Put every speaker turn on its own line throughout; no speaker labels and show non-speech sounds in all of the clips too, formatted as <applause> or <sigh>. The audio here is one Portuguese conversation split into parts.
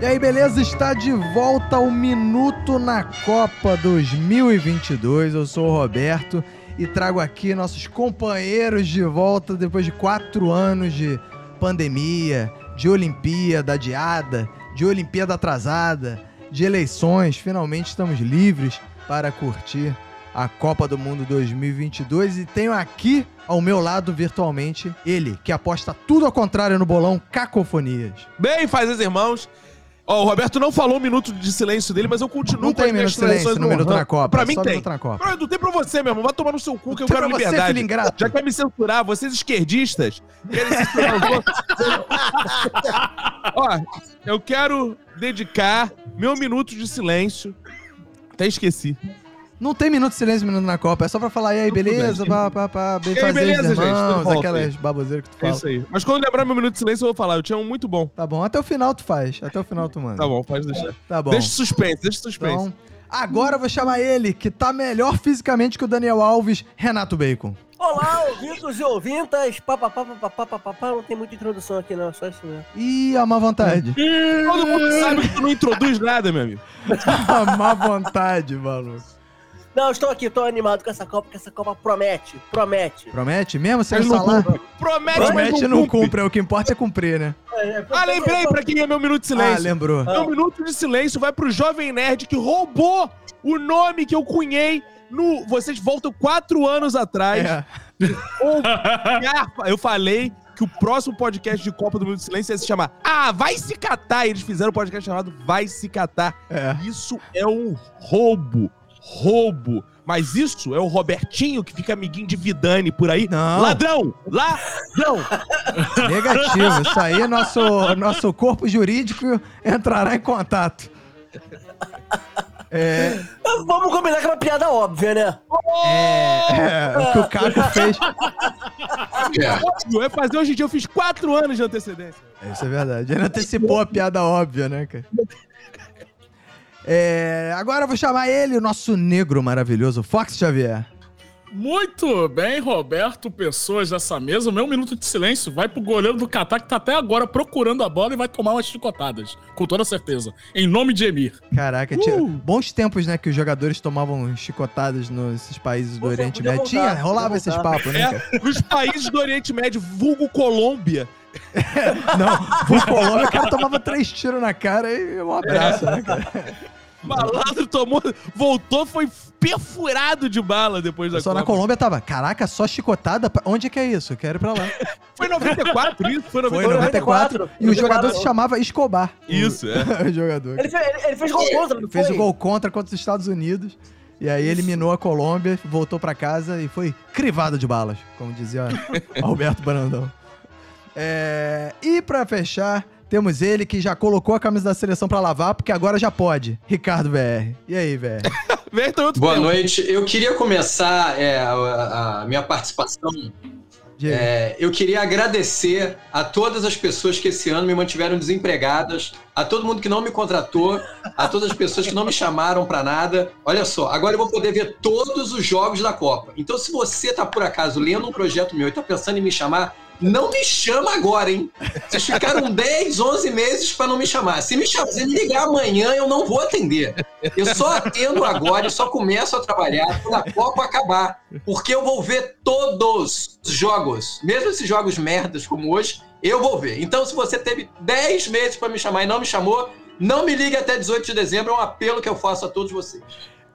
E aí, beleza? Está de volta o Minuto na Copa 2022. Eu sou o Roberto e trago aqui nossos companheiros de volta depois de quatro anos de pandemia, de Olimpíada adiada, de Olimpíada atrasada, de eleições. Finalmente estamos livres para curtir a Copa do Mundo 2022 e tenho aqui ao meu lado virtualmente ele, que aposta tudo ao contrário no bolão Cacofonias.
Bem, faz as irmãos. Ó, o Roberto não falou o minuto de silêncio dele, mas eu continuo
Não
com as
tem
minhas
minuto de silêncio
tradições
no
do
Minuto
Rohan.
na Copa.
Pra mim
só
tem.
Minuto na Copa.
Não, não tem pra você, meu irmão. Vai tomar no seu cu que eu
Tem
quero
pra você, filho
liberdade.
ingrato.
Já quer me censurar, vocês esquerdistas. querem censurar os outros. <laughs> Ó, eu quero dedicar meu minuto de silêncio. Até esqueci.
Não tem minuto de silêncio, minuto na Copa. É só pra falar, e aí,
Tudo
beleza?
bem.
Pá, pá, pá, bem
E aí,
fazer,
beleza, gente? Tudo
irmãos,
bom,
aquelas baboseiras que tu
É
fala.
isso aí. Mas quando lembrar meu minuto de silêncio, eu vou falar. Eu tinha um muito bom.
Tá bom, até o final tu faz. Até o final tu manda.
Tá bom, pode deixar.
Tá bom.
Deixa suspense, deixa suspense.
então, agora eu vou chamar ele, que tá melhor fisicamente que o Daniel Alves, Renato Bacon.
Olá, ouvintos e ouvintas. Papapá, papapá, papapá. Não tem muita introdução aqui, não. Só isso mesmo.
Ih, a má
<laughs>
vontade. Então-
Todo mundo sabe que tu não introduz nada, meu amigo.
a má vontade, maluco.
Não, estou aqui, estou animado com essa Copa, porque essa Copa promete, promete.
Promete mesmo sem
Mas não
falar?
Promete, mas
Promete e
não
não
cumpre.
cumpre. O que importa é cumprir, né?
é,
Ah, lembrei pra quem é meu minuto de
Ah,
silêncio.
lembrou.
Ah.
Meu minuto de silêncio vai pro Jovem Nerd que roubou o nome que eu cunhei no. Vocês voltam quatro anos atrás.
É. <laughs>
Ou- Garfa. Eu falei que o próximo podcast de Copa do Minuto de Silêncio ia se chamar Ah, Vai Se Catar. E eles fizeram um podcast chamado Vai Se Catar.
É.
Isso é um roubo. Roubo. Mas isso é o Robertinho que fica amiguinho de Vidani por aí.
Não.
Ladrão! Ladrão!
Negativo. Isso aí, nosso, nosso corpo jurídico entrará em contato. É,
Vamos combinar que é uma piada óbvia, né?
é, o que o Caco fez.
Óbvio, é fazer hoje em dia. Eu fiz quatro anos de antecedência.
É, Isso é verdade. Ele antecipou a piada óbvia, né, cara? É, agora eu vou chamar ele, o nosso negro maravilhoso, Fox Xavier.
Muito bem, Roberto, pessoas dessa mesa. O meu minuto de silêncio vai pro goleiro do Catar, que tá até agora procurando a bola e vai tomar umas chicotadas. Com toda certeza. Em nome de Emir.
Caraca, tinha
Uh!
bons tempos, né, que os jogadores tomavam chicotadas nesses países do
Poxa,
Oriente
podia
Médio. Tinha,
voltar,
rolava
podia
esses
voltar.
É.
papos, né, cara?
Os É, países do Oriente Médio, vulgo Colômbia.
Não, vou Colômbia, o cara tomava três tiros na cara e um abraço, né, cara?
Malandro tomou, voltou, foi perfurado de bala depois da
Só na
Copa.
Colômbia tava, caraca, só chicotada? pra- Onde é que é isso? Eu quero ir pra lá.
Foi 94 isso? Foi
Foi em
94.
94,
94,
e o jogador se
94.
chamava Escobar.
Isso,
<laughs>
é.
o jogador.
Ele fez, ele- ele fez gol contra, não
É, Fez
foi?
o gol contra contra os Estados Unidos. E aí eliminou a Colômbia, voltou pra casa e foi crivado de balas, como dizia Alberto Brandão. É, E pra fechar, temos ele que já colocou a camisa da seleção pra lavar, porque agora já pode. Ricardo VR. E aí, VR?
Vem, então, outro
Boa
tema.
noite. Eu queria começar é, a, a minha participação.
Diego.
É, eu queria agradecer a todas as pessoas que esse ano me mantiveram desempregadas, a todo mundo que não me contratou, a todas as pessoas que não me chamaram para nada. Olha só, agora eu vou poder ver todos os jogos da Copa. Então, se você tá por acaso lendo um projeto meu e tá pensando em me chamar, não me chama agora, hein? Vocês ficaram 10, 11 meses para não me chamar. Se me, chamar, se me ligar amanhã, eu não vou atender. Eu só atendo agora, eu só começo a trabalhar quando a Copa acabar. Porque eu vou ver todos os jogos, mesmo esses jogos merdas como hoje, eu vou ver. Então, se você teve 10 meses para me chamar e não me chamou, não me ligue até 18 de dezembro, é um apelo que eu faço a todos vocês.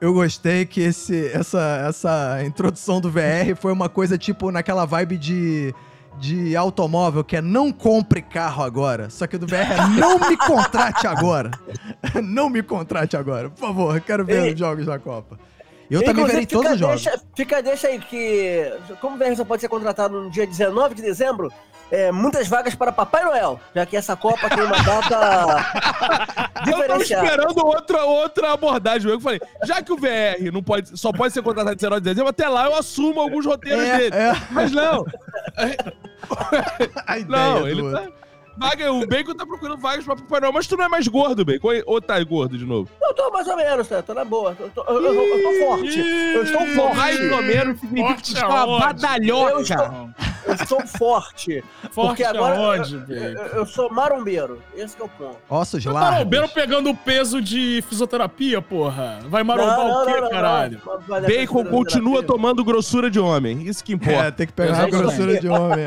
Eu gostei que esse, essa, essa introdução do VR foi uma coisa tipo naquela vibe de, de automóvel, que é não compre carro agora. Só que o do VR é não me contrate agora. <laughs> não me contrate agora. Por favor, eu quero ver
Ei.
os jogos da Copa. Eu
Inclusive,
também verei
fica
todos os jogos.
Deixa, fica, a deixa aí que. Como o Verge só pode ser contratado no dia 19 de dezembro, é, muitas vagas para Papai Noel, já que essa Copa tem
<laughs>
uma data
Eu tava
diferenciada.
esperando outra, outra abordagem. Eu falei, já que o VR não pode, só pode ser contratado em 19 de dezembro, até lá eu assumo alguns roteiros
É,
dele.
é
Mas não,
a <laughs> ideia é
não,
do
ele
outro.
tá... Vaga, o Bacon tá procurando vagas pra Papai Noel, mas tu não é mais gordo, Bacon, ou tá gordo de novo?
Eu tô mais ou menos, né? Tô na boa. Eu tô, eu- eu- eu tô forte. Eu estou
Porra,
Hum.
forte.
é
mais ou menos significa que
Forte
tu está uma
aonde?
badalhoca.
Eu estou- Eu sou forte.
Forte
Porque agora-
aonde,
Eu,
velho?
eu sou marombeiro. Esse que é o ponto.
Ossos
O
largos.
marombeiro pegando o peso de fisioterapia, porra. Vai marombar o quê, caralho?
não, não, não.
Bacon continua tomando grossura de homem. Isso que
É,
importa.
tem que pegar uma
Exatamente.
grossura de homem.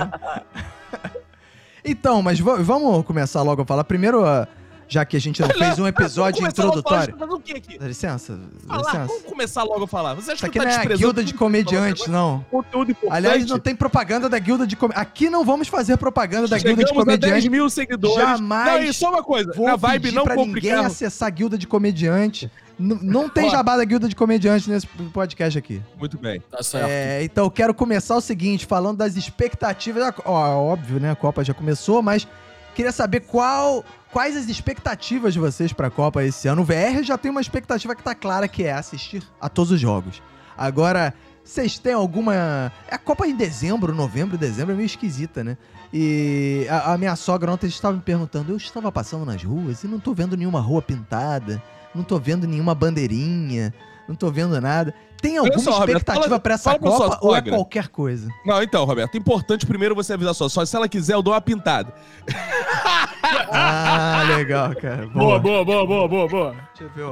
então, mas va- vamos começar logo a falar. Primeiro, ah, já que a gente não fez um episódio introdutório.
Mas o que aqui?
Dá licença, dá
Falar, vamos
licença.
começar logo a falar. Você acha
Isso
que
aqui
tá
não é a
desprezando
guilda de
tudo que a gente falou
comediantes,
agora?
não.
Conteúdo importante.
Aliás, não tem propaganda da guilda de comediantes. Aqui não vamos fazer propaganda da guilda de
Chegamos a 10
comediantes.
mil seguidores.
Jamais
Não, e só uma coisa.
Vou
na vibe
pedir
não
pra ninguém
complicada.
acessar a guilda de comediante. N- não tem
Ó.
jabá da guilda de comediante nesse podcast aqui.
Muito bem.
Tá certo.
É, então eu quero começar o seguinte, falando das expectativas. da Co- Ó, óbvio, né? A Copa já começou, mas queria saber qual, quais as expectativas de vocês pra Copa esse ano. O VR já tem uma expectativa que tá clara, que é assistir a todos os jogos. Agora, vocês têm alguma. É a Copa em dezembro, novembro, dezembro, é meio esquisita, né? E a, a minha sogra ontem estava me perguntando: eu estava passando nas ruas e não tô vendo nenhuma rua pintada, não tô vendo nenhuma bandeirinha, não tô vendo nada. Tem alguma
só, Roberto,
expectativa
fala-
pra essa
fala pra sua
Copa ou é
sogra.
qualquer coisa?
Não, então, Roberto, importante primeiro você avisar só. Só se ela quiser, eu dou uma pintada.
<laughs> Ah, legal, cara.
Boa,
Boa,
boa, boa, boa, boa, boa.
Deixa eu ver.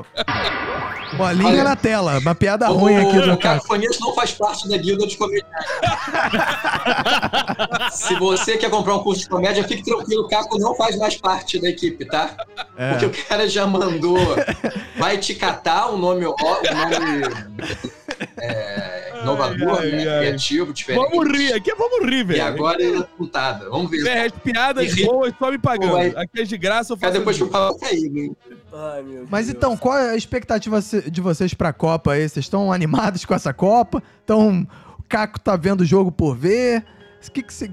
ó. Bolinha
Olha.
na tela, uma piada Tá ruim aqui do
o
cara.
Cacofonias não faz parte da guilda
<laughs>
de comediantes. Se você quer comprar um curso de comédia, fique tranquilo, o Caco não faz mais parte da equipe, tá? Porque
É.
o cara já mandou. Vai te catar um nome, ó, um nome é, inovador,
Ai, ai,
né?
ai.
criativo, diferente.
Vamos rir, aqui é vamos rir,
E
velho.
agora é puntada. Vamos ver.
É, as piadas
E-
boas só me pagando.
Vai.
Aqui é de graça, eu
Cara,
faço.
depois que o pau cair, né?
Ai, meu
Mas
Deus.
então, qual é a expectativa se- de vocês pra Copa aí? Vocês estão animados com essa Copa? Então, o Caco tá vendo o jogo por ver? O que que você...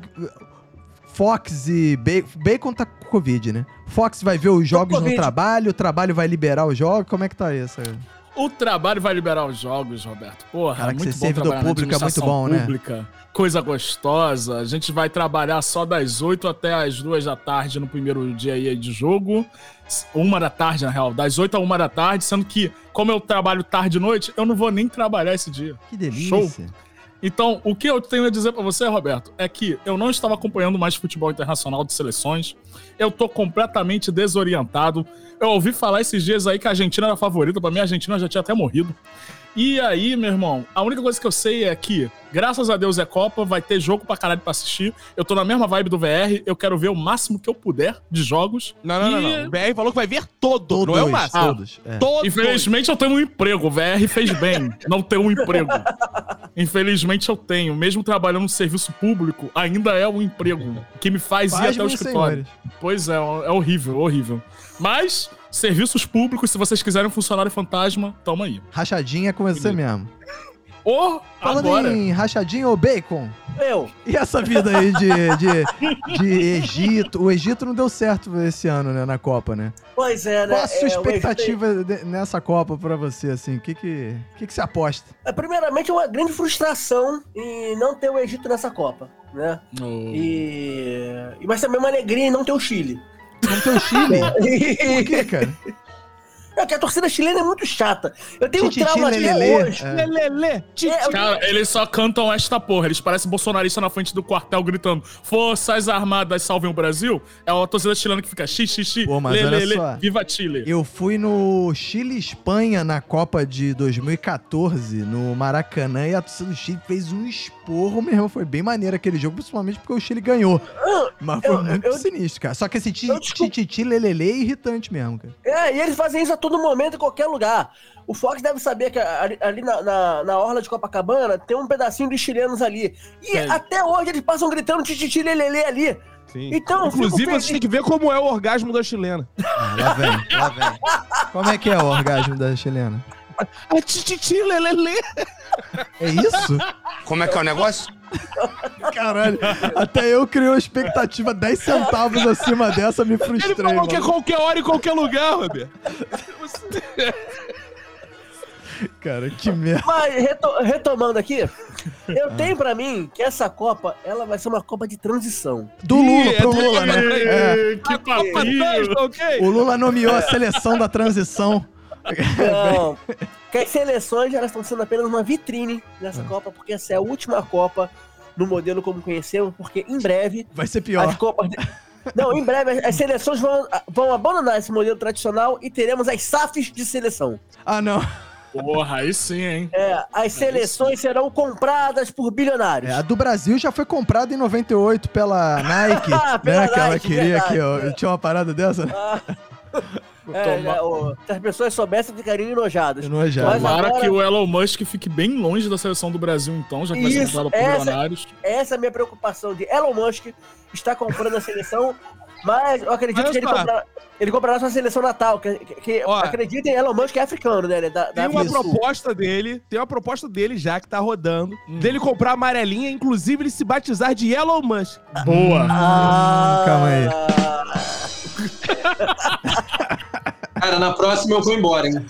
Fox e Bacon... Bacon tá com Covid, né? Fox vai ver os jogos no
Covid.
trabalho, o trabalho vai liberar os jogos. Como é que tá isso? aí?
O trabalho vai liberar os jogos, Roberto. Porra,
Cara,
é
que
muito
ser
bom
servidor
trabalhar na
público é muito
administração
bom, né?
pública. Coisa gostosa. A gente vai trabalhar só das 8 até as 2 da tarde no primeiro dia aí de jogo. Uma da tarde, na real. Das 8 a 1 da tarde, sendo que, como eu trabalho tarde e noite, eu não vou nem trabalhar esse dia.
Que delícia.
Show. Então, o que eu tenho a dizer pra você, Roberto, é que eu não estava acompanhando mais futebol internacional de seleções. Eu tô completamente desorientado. Eu ouvi falar esses dias aí que a Argentina era a favorita. Pra mim, a Argentina já tinha até morrido. E aí, meu irmão, a única coisa que eu sei é que, graças a Deus é Copa, vai ter jogo pra caralho pra assistir. Eu tô na mesma vibe do VR, eu quero ver o máximo que eu puder de jogos.
Não, não, não,
E-
não. O BR falou que vai ver todo,
Todos,
não é o máximo.
todos. É.
Todo.
Infelizmente eu tenho um emprego, o VR fez
<laughs>
bem não ter um emprego. Infelizmente eu tenho, mesmo trabalhando no serviço público, ainda é um emprego que me faz ir
Paz,
até o
meus
escritório.
senhores.
Pois é, é horrível, horrível. Mas, serviços públicos, se vocês quiserem um funcionário fantasma, toma aí.
Rachadinha com você mesmo.
Ou
Falando
agora.
em rachadinha ou bacon,
Eu.
e essa vida aí de, de, de Egito? O Egito não deu certo esse ano, né, na Copa, né?
Pois é, né?
Qual a sua
É, o Egito-
expectativa de- nessa Copa pra você, assim? O que que, que que você aposta?
É, primeiramente, uma grande frustração em não ter o Egito nessa Copa, né?
Oh.
E... e- Mas também uma alegria em não ter
<laughs>
o Chile.
Não tem o
<laughs>
Chile? Por quê, cara?
É que a torcida chilena é muito chata. Eu tenho
Tititi,
um trauma até
lelelê.
hoje.
É.
Lelele.
É, eu-
Cara, eles só cantam esta porra. Eles parecem bolsonaristas na frente do quartel gritando: Forças Armadas salvem o Brasil. É a torcida chilena que fica xixi,
Pô, mas olha só.
viva Chile.
Eu fui no Chile e Espanha na Copa de 2014, no Maracanã, e a torcida do Chile fez um esporro mesmo. Foi bem maneiro aquele jogo, principalmente porque o Chile ganhou. Mas foi
Eu-
muito
eu-
sinistro, cara. Só que esse ti-
Eu
ti-
desculpa.
ti- ti- lelele é irritante mesmo, cara.
É, e eles fazem isso a todo momento, em qualquer lugar. O Fox deve saber que ali, ali na, na, na orla de Copacabana tem um pedacinho de chilenos ali. E
Tem.
até hoje eles passam gritando tititi lelele ali.
Sim.
Então, eu fico
Inclusive,
feliz.
você tem que ver como é o orgasmo da chilena.
Ah, lá vem, lá vem. Como é que é o orgasmo da chilena?
A tititi, lelele.
É isso?
Como é que é o negócio?
Caralho, até eu criei uma expectativa 10 centavos acima dessa, me
Ele
frustrei,
falou que é
mano.
qualquer hora e qualquer lugar, Roberto.
Cara, que merda.
Mas reto- retomando aqui, eu tenho pra mim que essa Copa ela vai ser uma Copa de transição.
Do
Ih,
Lula, pro
é do
Lula, né?
Lula,
É.
Ê,
Tá
Que papinho.
Fantástico, ok?
O Lula nomeou a seleção da transição.
Então, que as seleções elas estão sendo apenas uma vitrine nessa Copa, porque essa é a última Copa no modelo como conhecemos, porque em breve
Vai ser
as
pior.
Copas. Não, em breve as- as seleções vão, vão abandonar esse modelo tradicional e teremos as SAFs de seleção.
Ah, não.
Porra, aí sim, hein?
É, as seleções serão compradas por bilionários.
É, a do Brasil já foi comprada em 98 pela <laughs> Nike.
Ah, pela
né, que ela
Nike,
queria
verdade,
que eu, eu tinha uma parada dessa, né?
<laughs> Ah, é,
Toma-
é, o- se as pessoas soubessem, ficariam enojadas.
Enojado.
Mas
Tomara
agora-
que o Elon Musk fique bem longe da seleção do Brasil, então, já que vai ser
Isso,
comprado por
essa-
milionários.
Essa é a minha preocupação de Elon Musk está comprando a seleção, mas eu acredito
Mas,
que ele,
pá.
comprará- ele comprará sua seleção natal. Que, que, que-
Ó.
acreditem, Elon Musk é africano, né? Ele é Da, da
Tem uma
África do Sul.
proposta dele, tem uma proposta dele já que tá rodando, dele comprar a amarelinha, inclusive ele se batizar de Elon Musk.
Boa.
Ah,
calma aí.
Cara, na próxima eu vou embora, hein?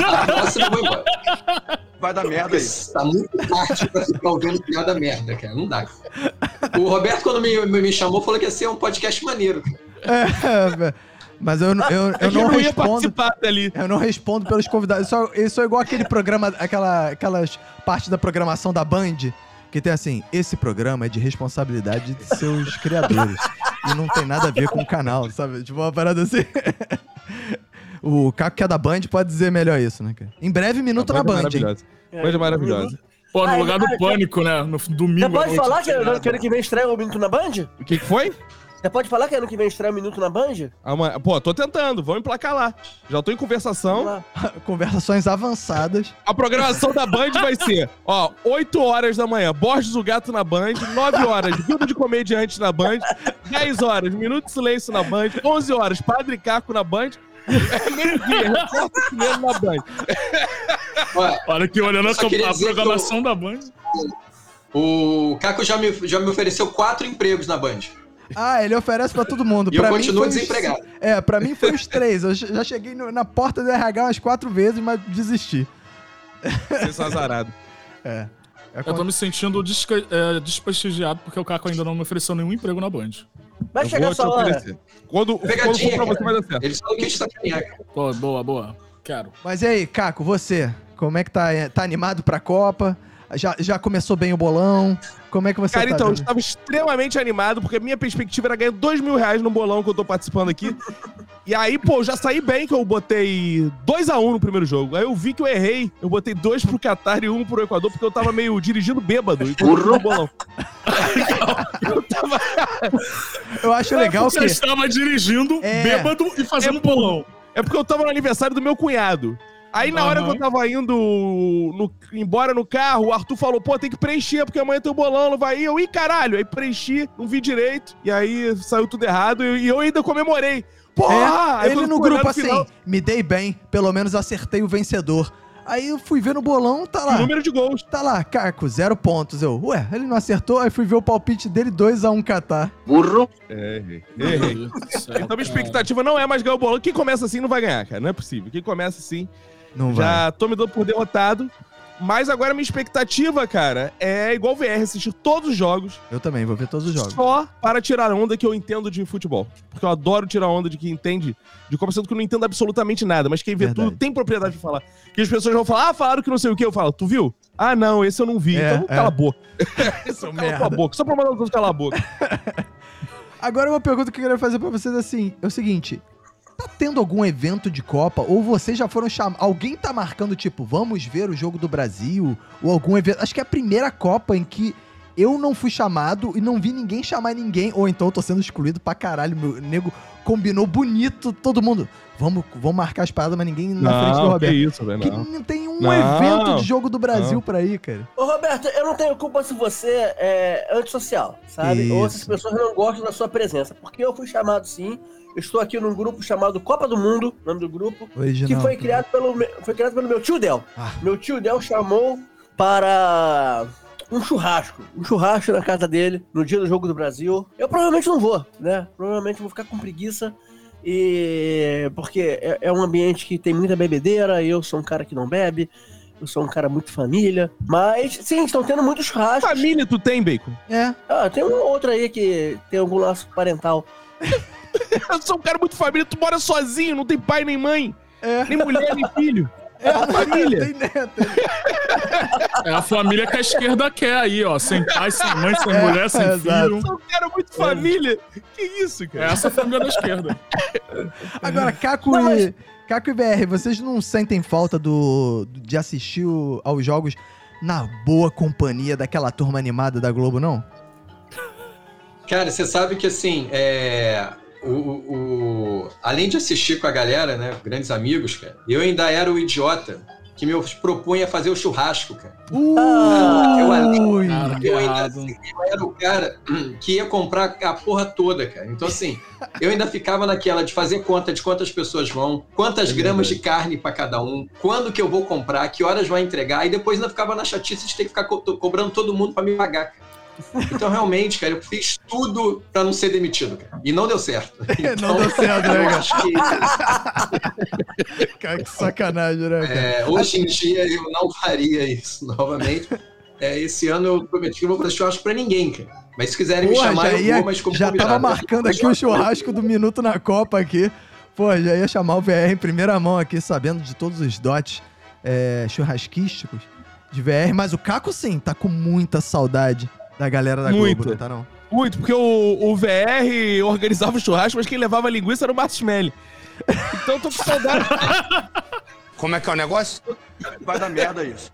Na próxima eu vou embora.
Vai dar merda isso.
Porque Tá muito tarde pra ficar ouvindo piada merda, cara. Não dá. O Roberto, quando me, me me chamou, falou que ia ser um podcast maneiro.
<laughs> É, mas eu, eu, eu,
É que
não respondo.
participar dali.
Eu não respondo pelos convidados. Isso é, isso é igual aquele programa, aquela, aquelas partes da programação da Band, que tem assim, esse programa é de responsabilidade de seus criadores. e não tem nada a ver com o canal, sabe? Tipo, uma parada assim. <laughs> o Caco que é da Band pode dizer melhor isso, né, cara? Em breve, Minuto na
é
Band, hein?
é.
Coisa maravilhosa.
Pô, no
Ah,
lugar do
ah,
pânico, né? No f- domingo.
Você
à
pode
noite,
falar
não
que,
tinha nada.
ano- que ano que vem estreia o Minuto na Band?
O que, que foi?
Você pode falar que ano que vem estreia o Minuto na Band?
Ah, uma- Pô, tô tentando, vamos emplacar lá. Já tô em conversação.
Vamos lá.
Conversações avançadas.
A programação da Band vai ser, ó, 8 horas da manhã, Borges o Gato na Band, 9 horas, Guilda de Comediantes na Band, 10 horas, Minuto de Silêncio na Band, 11 horas, Padre Caco na Band, é meio-dia, Repórter Chinelo na Band.
Olha,
Olha que olhando a,
Só É queria
a
dizer que
programação da Band.
o Caco já me, já me ofereceu quatro empregos na Band.
Ah, ele oferece pra todo mundo.
E
pra
eu
mim
continuo
foi os-
desempregado.
É, pra mim foi os três. Eu já cheguei no- na porta do RH umas quatro vezes, mas desisti.
Vocês são azarados.
É. É
Eu tô me sentindo desca- é, desprestigiado porque o Caco ainda não me ofereceu nenhum emprego na Band.
Vai
Eu
chegar
vou
a sua
te
hora.
oferecer. Quando, quando for
Pegadinha,
pra você,
cara.
vai dar certo.
Ele só quis sacanear. cara.
Pô, boa, boa. Quero.
Mas e aí, Caco, você? Como é que tá? É, Tá animado pra Copa? Já, já começou bem o bolão? Como é que você
Cara,
tá?
então, eu
vendo?
estava extremamente animado, porque a minha perspectiva era ganhar dois mil reais no bolão que eu tô participando aqui. <laughs> E aí, pô, eu já saí bem que eu botei 2x1 no primeiro jogo. Aí eu vi que eu errei. Eu botei dois pro Qatar e um pro Equador, porque eu tava meio dirigindo bêbado. enquanto eu tava no bolão.
eu acho legal
Você
que.
estava dirigindo,
É.
bêbado e fazendo bolão.
É porque eu tava no aniversário do meu cunhado. Aí na hora que
Aham.
eu tava indo no- embora no carro, o Arthur falou, pô, tem que preencher, porque amanhã tem o bolão, não vai ir. Eu, ih, caralho. Aí preenchi, não vi direito. E aí saiu tudo errado e e eu ainda comemorei. Porra!
É,
Aí
ele
quando
no
fui olhar
grupo assim,
final,
me dei bem, pelo menos acertei o vencedor. Aí eu fui ver no bolão, tá lá.
Número de gols.
Tá lá, Caco, zero pontos. Eu, ué, ele não acertou, aí fui ver o palpite dele 2x1 Catar.
Errei.
Meu Deus do
É,
céu,
Então minha
cara.
expectativa não é mais ganhar o bolão. Quem começa assim não vai ganhar, cara. Não é possível. Quem começa assim
Não vai.
já tô me dando por derrotado. Mas agora minha expectativa, cara, é igual o VR, assistir todos os jogos,
Eu também, vou ver todos os jogos.
só para tirar onda que eu entendo de futebol. Porque eu adoro tirar onda de quem entende de Copa, sendo que eu não entendo absolutamente nada. Mas quem vê
Verdade.
tudo tem propriedade de falar. Que as pessoas vão falar, ah, falaram que não sei o quê. Eu falo, tu viu? Ah, não, esse eu não vi.
É,
então
é.
cala
<laughs>
a boca. Então cala
merda.
tua boca. Só pra mandar os outros calar a boca.
Agora uma pergunta que eu queria fazer pra vocês assim, é o seguinte, tá tendo algum evento de Copa ou vocês já foram chamar, alguém tá marcando tipo, vamos ver o jogo do Brasil ou algum evento? Acho que é a primeira Copa em que eu não fui chamado e não vi ninguém chamar ninguém, ou então eu tô sendo excluído pra caralho, meu nego combinou bonito todo mundo. Vamos, vamos marcar as paradas, mas ninguém na frente do
que
Roberto.
isso, velho.
Que <laughs>
não.
não tem um
Não.
evento de jogo do Brasil
Não.
pra ir, cara.
Ô, Roberto, eu não tenho culpa se você é antissocial, sabe? Ou se as
Isso.
pessoas não gostam da sua presença. Porque eu fui chamado sim. Eu estou aqui num grupo chamado Copa do Mundo, nome do grupo. que
Original.
foi criado pelo me- foi criado pelo meu tio Del.
Ah.
Meu tio Del chamou para um churrasco, um churrasco na casa dele no dia do jogo do Brasil. Eu provavelmente não vou, né? Provavelmente vou ficar com preguiça e porque é, é um ambiente que tem muita bebedeira. Eu sou um cara que não bebe. Eu sou um cara muito família. Mas sim, estão tendo muitos churrascos.
Família tu tem, Bacon?
É,
Ah, tem um outro aí que tem algum laço parental.
Eu sou um cara muito família, tu mora sozinho, não tem pai nem mãe,
é,
nem mulher, nem filho.
É a família. <laughs> Tem né? neto.
É a família que a esquerda quer aí, ó. Sem pai, sem mãe, sem mulher, sem
é,
filho.
Eu quero muito família. Que isso,
É
cara?
essa a família da esquerda.
Agora, Caco
Não,
e. Caco e BR, vocês não sentem falta do, de assistir o- aos jogos na boa companhia daquela turma animada da Globo, não?
Cara, você sabe que assim, é, o, o- o- além de assistir com a galera, né, grandes amigos, cara, eu ainda era o idiota que me propunha fazer o churrasco, cara.
Ah,
eu ali-
Cara, que
<laughs> Eu ainda-
errado.
Eu era o cara que ia comprar a porra toda, cara. Então assim, eu ainda ficava naquela de fazer conta de quantas pessoas vão, quantas gramas de carne pra cada um, quando que eu vou comprar, que horas vai entregar, e depois ainda ficava na chatice de ter que ficar co- to- cobrando todo mundo pra me pagar, cara. Então, realmente, cara, eu fiz tudo pra não ser demitido, cara. E não deu certo. Então,
certo, né,
eu
<laughs>
acho que
Cara, que sacanagem, né, cara?
é, hoje em dia eu não <laughs> faria isso novamente. É, esse ano eu prometi que eu vou fazer churrasco pra ninguém, cara. Mas se quiserem me
Porra,
chamar,
já
eu
ia-
vou, mas como
Já tava
combinado.
marcando aqui o churrasco do Minuto na Copa aqui. Pô, já ia chamar o VR em primeira mão aqui, sabendo de todos os dotes é, churrasquísticos de VR. Mas o Caco, sim, tá com muita saudade da galera da
Muita.
Globo, não tá não?
Muito, porque o, o VR organizava o churrasco, mas quem levava a linguiça era o Marcos Melli. <laughs> Então eu tô com saudade.
Como é que é o negócio?
Vai dar merda isso.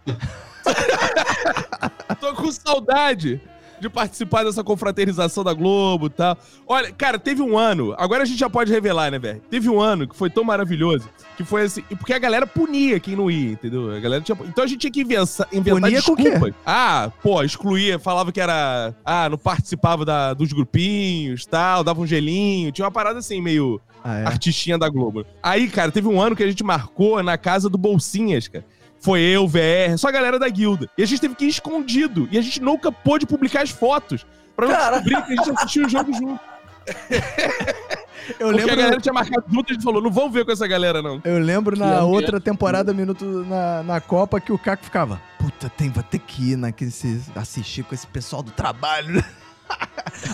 Tô com saudade de participar dessa confraternização da Globo e tal. Olha, cara, teve um ano, agora a gente já pode revelar, né, velho? Teve um ano que foi tão maravilhoso, que foi assim, e porque a galera punia quem não ia, entendeu? A galera tinha- então a gente tinha que invença- inventar
Punia com o quê?
desculpas. ah, pô, excluía, falava que era, ah, não participava da- dos grupinhos, tal, dava um gelinho, tinha uma parada assim meio
Ah, é.
artistinha da Globo. Aí, cara, teve um ano que a gente marcou na casa do Bolsinhas, cara. Foi eu, VR, só a galera da guilda. E a gente teve que ir escondido. E a gente nunca pôde publicar as fotos. Pra não
Cara.
descobrir que a gente assistiu o jogo junto.
Eu
Porque a
lembro,
galera tinha marcado junto e a gente falou: não vão ver com essa galera, não.
eu lembro na
Que
outra temporada, Minuto na, na Copa, que o Caco ficava. Puta, tem, vou ter que ir naquele, se- assistir com esse pessoal do trabalho.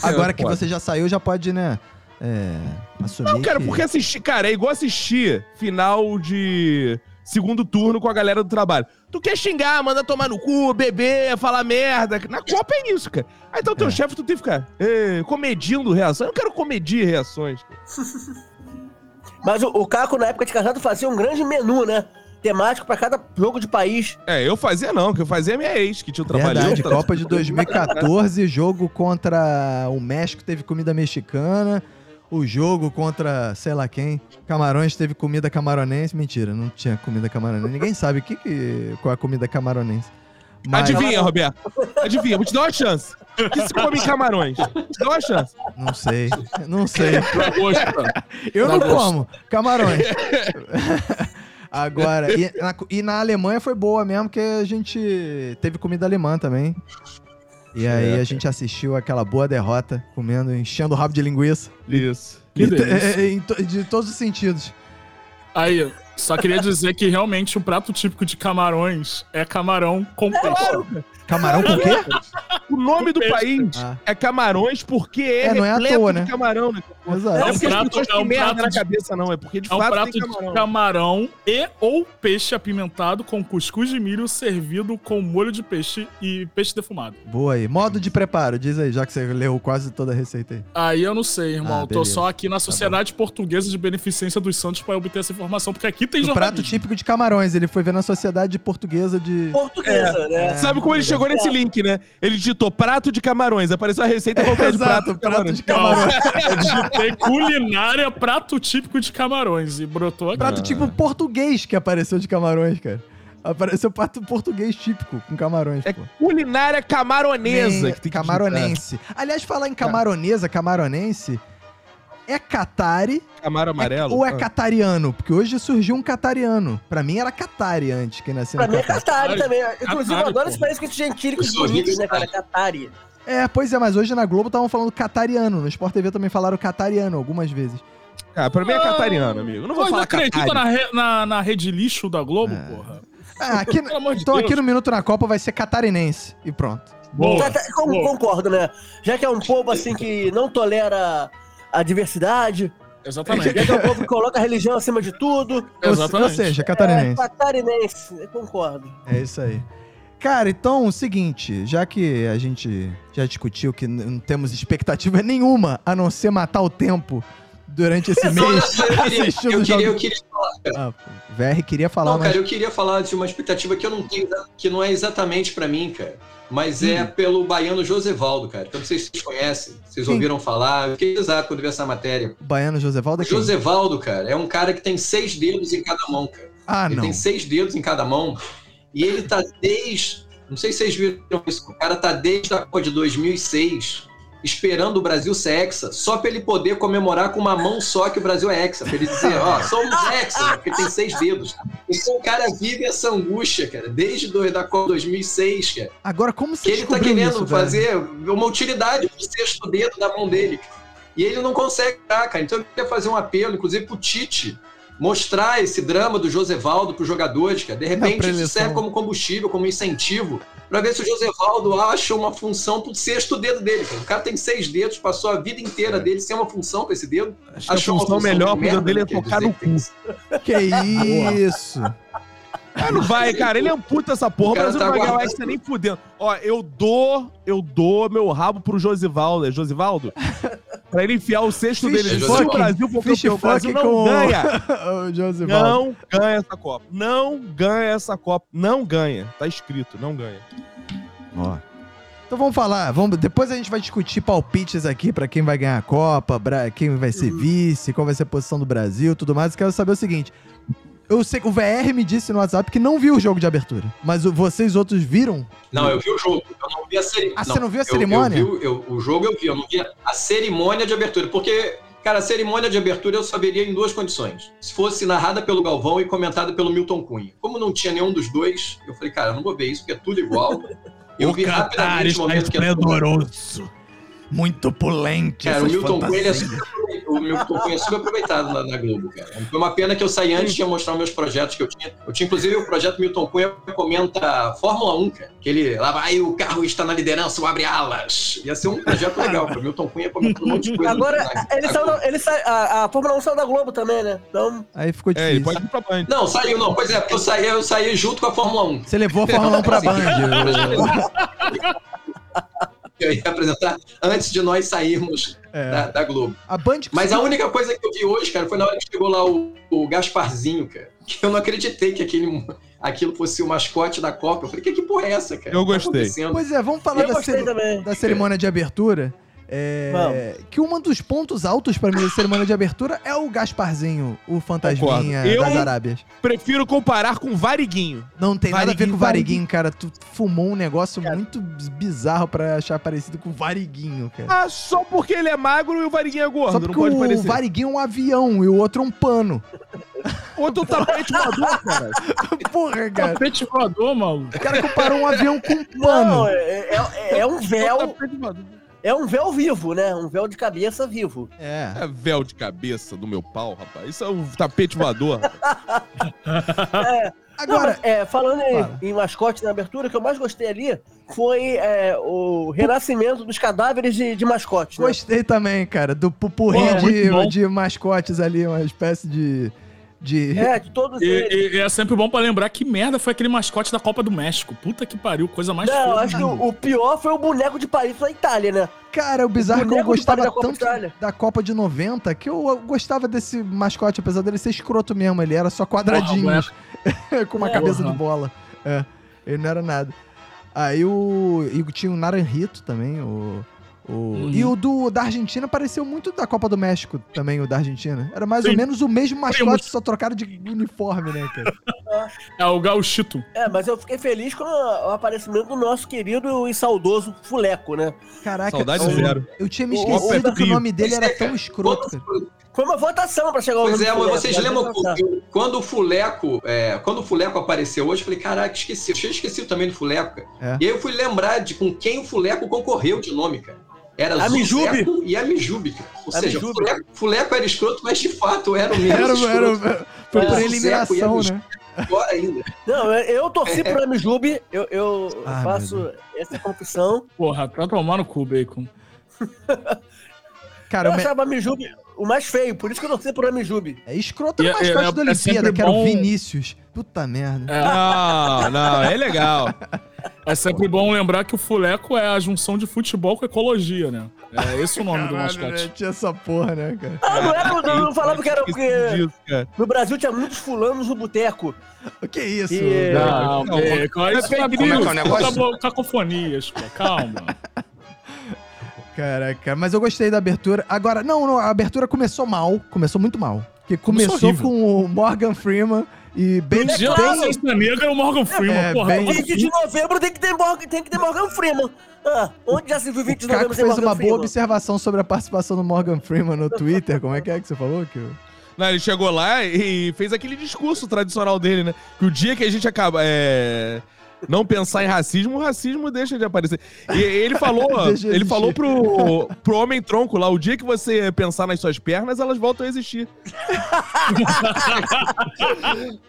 Agora que
Pode.
você já saiu, já pode, né? É, assumir.
Não, cara,
que-
porque assistir, cara, é igual assistir final de segundo turno com a galera do trabalho. Tu quer xingar, mandar tomar no cu, beber, falar merda. Na Copa é isso, cara. Aí então teu
É.
chefe, tu tem que ficar eh, comedindo reações. Eu não quero comedir reações.
Mas o, o Caco, na época de casado, fazia um grande menu, né? Temático pra cada jogo de país.
É, eu fazia não, que eu fazia é minha ex, que tinha trabalhado.
Verdade, Copa de 2014, jogo contra o México teve comida mexicana, o jogo contra sei lá quem, Camarões teve comida camaronense, mentira, não tinha comida camaronense, ninguém sabe o que, que qual é a comida camaronense. Mas
Adivinha, Roberto. Adivinha, vou te dar uma chance. O que se come em camarões? Te dá uma chance.
não sei, não sei.
Lagosta.
Eu não
Não gosto.
como camarões. <laughs> Agora, e na, e na Alemanha foi boa mesmo, porque a gente teve comida alemã também. E aí a gente assistiu aquela boa derrota, comendo, enchendo o rabo de linguiça.
Isso.
Que
Em to- <laughs>
delícia.
é, em to- de todos os sentidos.
Aí, só queria dizer que realmente o prato típico de camarões é camarão com peixe.
Camarão com
<laughs>
quê?
O nome do país
Ah,
é camarões porque é,
É, não é à
repleto
toa,
de
né?
camarão, né? Não
exato.
é
um
porque as
prato-
pessoas
é
têm
um
merda
prato
na
de-
cabeça, não. É porque de
É um
fato
prato
tem
de
camarão.
camarão e ou peixe apimentado com cuscuz de milho servido com molho de peixe e peixe defumado.
Boa aí. Modo de preparo, diz aí, já que você leu quase toda a receita aí.
Aí eu não sei, irmão.
Ah,
Tô
beleza.
só aqui na Sociedade Portuguesa de Beneficência dos Santos pra obter essa informação, porque aqui tem
O prato
jornalismo.
típico de camarões, ele foi ver na sociedade portuguesa de.
Portuguesa,
É,
né?
Sabe como ele chegou nesse link, né? Ele digitou prato de camarões. Apareceu a receita completa de prato
Exato,
de
prato
camarões.
de camarões.
Eu digitei culinária prato típico de camarões e brotou aqui.
Ah.
Prato tipo português que apareceu de camarões, cara. Apareceu prato português típico com camarões,
É
pô.
culinária camaronesa. que tem que digitar.
Camaronense. Aliás, falar em camaronesa, camaronense, é catari
Camaro amarelo.
ou é
Ah.
catariano? Porque hoje surgiu um catariano. Pra mim era catari antes, que nasceu
Pra
no
mim é
Catar.
Catari também. Inclusive, eu
Catari,
adoro
pô.
esse país com esses gentílicos
Isso,
bonitos, né,
horrível.
cara? Catari.
É, pois é, mas hoje na Globo estavam falando catariano. No Sport TV também falaram catariano algumas vezes.
Ah, pra mim é catariano, amigo. Eu Não vou
Pô,
falar
acredita
catari.
na, re- na, na rede lixo da Globo,
É.
porra?
<laughs>
Ah, aqui,
Pelo amor de
então
Deus.
aqui no Minuto na Copa vai ser catarinense. E pronto.
Boa.
Cata- con-
boa.
Concordo, né? Já que é um povo assim que não tolera a diversidade,
Exatamente.
E <laughs> aí o povo coloca a religião acima de tudo.
Ou, ou
Exatamente.
seja,
É,
catarinense.
catarinense, eu concordo.
É isso aí. Cara, então, o seguinte, já que a gente já discutiu que n- não temos expectativa <laughs> nenhuma a não ser matar o tempo durante esse mês.
Só- <laughs> eu queria,
assistindo
eu
os
queria, eu
jogos.
queria falar, cara.
Ah, VR queria falar,
Não,
mas
cara, eu queria falar de uma expectativa que eu não tenho, que não é exatamente pra mim, cara. Mas é pelo baiano Josevaldo, cara. Então vocês vocês conhecem, vocês
Quem?
ouviram falar. Eu fiquei exato quando vi essa matéria.
o baiano Josevaldo é quem?
Josevaldo, cara, é um cara que tem seis dedos em cada mão, cara.
Ah,
ele
não.
tem seis dedos em cada mão. E ele tá desde. Não sei se vocês viram isso. O cara tá desde a Copa de 2006 esperando o Brasil ser hexa, só pra ele poder comemorar com uma mão só que o Brasil é hexa. Pra ele dizer, ó, somos hexa, porque tem seis dedos. Então o cara vive essa angústia, cara, desde do, da Copa 2006, cara.
Agora, como
Que
você
ele tá
descobriu
querendo
isso, velho?
fazer uma utilidade pro sexto dedo da mão dele. E ele não consegue, dar, cara. Então eu queria fazer um apelo, inclusive, pro Tite. Mostrar esse drama do Josevaldo pros jogadores, cara. De repente isso
preleção.
serve como combustível, como incentivo, pra ver se o Josevaldo acha uma função pro sexto dedo dele, cara. O cara tem seis dedos, passou a vida inteira dele sem uma função com esse dedo.
É. Acho que a função melhor pro
pro
dedo dele é focar no cu.
Que isso?
Ah, não vai, cara. Ele amputa essa porra. O
O cara
Brasil
tá
não vai ganhar o
guardando.
Hexa nem fudendo. Ó, eu dou, eu dou meu rabo pro Josivaldo. É
<laughs>
Josivaldo? pra ele enfiar o sexto
Fish
dele. Se
fuck,
o Brasil for
fish
campeão, o Brasil
fuck
não
com-
ganha.
o Josevaldo.
Não ganha essa Copa. Não ganha essa Copa. Não ganha. Tá escrito, não ganha.
Ó. Então vamos falar, vamos, depois a gente vai discutir palpites aqui pra quem vai ganhar a Copa, bra- quem vai ser vice, qual vai ser a posição do Brasil, tudo mais. Eu quero saber o seguinte, eu sei que o VR me disse no WhatsApp que não viu o jogo de abertura, mas o- vocês outros viram?
Não, eu vi o jogo, eu não vi a cerimônia.
Ah, você não viu a cerimônia?
Eu, vi o- eu- o jogo eu vi, eu não vi a cerimônia de abertura, porque, cara, a cerimônia de abertura eu só veria em duas condições. Se fosse narrada pelo Galvão e comentada pelo Milton Cunha. Como não tinha nenhum dos dois, eu falei, cara, eu não vou ver isso, porque é tudo igual. Eu vi rapidamente o momento que é
Muito polente
Cara, um o Milton, Cunha, ele é super, o Milton Cunha é super aproveitado na, na Globo, cara. Foi uma pena que eu saí antes de eu mostrar os meus projetos que eu tinha. Eu tinha, inclusive, o projeto Milton Cunha comenta Fórmula 1, cara. Que ele lá vai, o carro está na liderança, o abre alas. Ia ser um projeto legal, cara. O Milton Cunha comentou um monte de coisa.
Agora,
na- na
ele saiu
Globo.
da- ele sai, a, a Fórmula 1 saiu da Globo também, né? Então,
Aí ficou
É, ele
difícil.
pode ir pra Band.
Não, saiu não. Pois é, porque eu saí, eu saí junto com a Fórmula 1.
Você levou a Fórmula 1 pra Band.
Eu ia apresentar antes de nós sairmos
É.
da, da Globo.
A Band
Mas a única coisa que eu vi hoje, cara, foi na hora que chegou lá o, o Gasparzinho, cara. Que eu não acreditei que aquele, aquilo fosse o mascote da Copa. Eu falei, que, que porra é essa, cara?
Eu
O que
gostei.
acontecendo?
Pois é, vamos falar
eu
da,
gostei
cere-
também.
da cerimônia de abertura. É, que um dos pontos altos pra mim da cerimônia de abertura é o Gasparzinho, o fantasminha
Concordo. Eu-
das Arábias.
Prefiro comparar com Variguinho.
Não tem nada a ver
Variguinho,
com o Variguinho, cara. Tu fumou um negócio muito bizarro pra achar parecido com o Variguinho, cara.
Ah, só porque ele é magro e o Variguinho é gordo.
Só
não
porque
pode
o
parecer.
Variguinho é um avião e o outro é um pano. <laughs>
Outro tapete voador, cara.
Porra, cara.
Tapete voador, maluco.
O cara comparou um avião com um
Não,
pano.
é, é- é um véu,
Tapete voador.
é um véu vivo, né? Um véu de cabeça vivo.
É.
É véu de cabeça do meu pau, rapaz. Isso é um tapete voador. rapaz.
Não,
Agora,
mas, é, falando em,
Fala.
em mascote na abertura, o que eu mais gostei ali foi é, o renascimento dos cadáveres de, de mascote. né?
Gostei também, cara, do pupurri
Porra, muito
de,
bom.
de mascotes ali, uma espécie de. de...
É, de todos
E,
eles.
e- e é sempre bom pra lembrar que merda foi aquele mascote da Copa do México. Puta que pariu, coisa mais
Não,
feia.
acho que é o, o pior foi o boneco de Paris na Itália, né?
Cara, o bizarro é que eu
Boneco de
gostava
palha da Copa
tanto
Austrália.
da Copa de 90 que eu eu gostava desse mascote, apesar dele ser escroto mesmo. Ele era só quadradinho, <laughs>
Porra,
com uma
É.
cabeça
Porra.
de bola. É, ele não era nada. Aí o. E tinha o Naranjito também, o. o-
Uhum.
E o do, da Argentina pareceu muito da Copa do México também, o da Argentina. Era mais ou
Sim.
menos o mesmo
Primos.
mascote, só trocaram de uniforme, né, cara?
É o Gauchito.
É, mas eu fiquei feliz com a- o aparecimento do nosso querido e saudoso Fuleco, né?
Caraca,
Saudade
eu,
zero.
eu tinha me
O-
o
esquecido que o
Fernandinho.
nome dele era
Pois é,
tão
cara.
escroto, cara.
Foi uma votação pra chegar ao
Pois
nome
é,
do
mas
Fuleco,
vocês
né?
lembram
Tem que votar.
que eu- quando o Fuleco, é, quando o Fuleco apareceu hoje, eu falei, caraca, esqueci. Eu tinha esquecido também do Fuleco, cara.
É.
E aí eu fui lembrar de com quem o Fuleco concorreu de nome, cara. Era
A Mijube.
Zuzeco e a Mijube, cara. Ou
A
seja,
Mijube.
Fuleco, Fuleco era escroto, mas de fato era o mesmo
Era,
escroto.
era, foi
É.
por
Zuzeco ia
eliminação,
no
né?
Pior ainda.
Não, eu, eu torci
É,
pro Amijube, eu, eu
Ah, meu
faço essa confissão.
Porra, pra tomar no cu, Bacon.
Cara,
Eu
o me-
achava o Amijube, o mais feio, por isso que eu não sei pro Amijube.
É escroto
E
no
é-
mascote
é-
da
é sempre
Olimpíada, que era o
bom-
Vinícius. Puta merda.
É,
Não, não, é
<laughs>
legal.
é sempre bom lembrar que o fuleco é a junção de futebol com ecologia, né? É esse o nome do mascote.
tinha essa porra, né, cara?
Ah, não era, não, não falava que era
Esqueci
porque
disso, cara.
no Brasil tinha muitos fulanos no boteco.
O que é isso?
E-
cara?
Não,
Não,
é,
é
isso é
fake news.
Como é que é o negócio?
Acabou- Cacofonias, pô, calma.
Caraca, mas eu gostei da abertura. Agora, não, não, a abertura começou mal. Começou muito mal. Porque começou,
Começou horrível.
com o Morgan Freeman e bem.
Dia
bem-
da Sexta Negra é o Morgan Freeman,
É,
porra.
bem-
Olha
20 de novembro tem que ter Morgan, tem que ter Morgan Freeman. Ah, onde já se viu 20 de
O Caco
novembro sem
fez
Morgan
uma boa
Freeman?
observação sobre a participação do Morgan Freeman no Twitter. Como é que é que você falou? Que... o-
Não, ele chegou lá e fez aquele discurso tradicional dele, né? Que o dia que a gente acaba. é, Não pensar em racismo, o racismo deixa de aparecer. E ele
<laughs>
falou,
Deixa de
ele
existir.
falou pro, pro homem tronco lá, o dia que você pensar nas suas pernas, elas voltam a existir.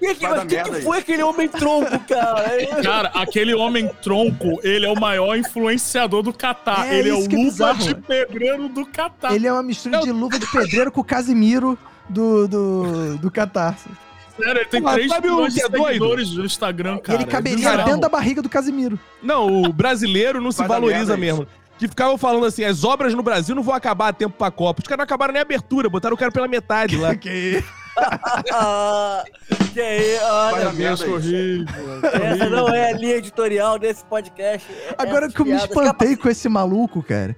E aqui,
Vai
mas
dar
o que,
merda
que
aí.
foi aquele homem tronco,
<laughs>
cara? Eu-
Cara, aquele homem tronco, ele é o maior influenciador do Catar.
É,
ele é o
isso que é
luva
bizarro.
de pedreiro do Catar.
Ele é uma mistura de luva de pedreiro com o Casimiro do, do, do Catarse.
Sério, ele tem
Porra,
3
sabe o
milhões de
que é doido?
seguidores no Instagram,
E
cara.
ele caberia
É bizarro.
dentro da barriga do Casimiro.
Não, o brasileiro não se
Vai dar
valoriza
merda
mesmo. Que ficava falando assim, as obras no Brasil não vão acabar a tempo pra Copa. Os caras não acabaram nem a abertura, botaram o cara pela metade lá.
Ok.
Ah, que aí,
Vai
olha,
dar merda isso.
essa não é a linha editorial desse podcast. É
Agora o que eu me espantei com esse maluco, cara,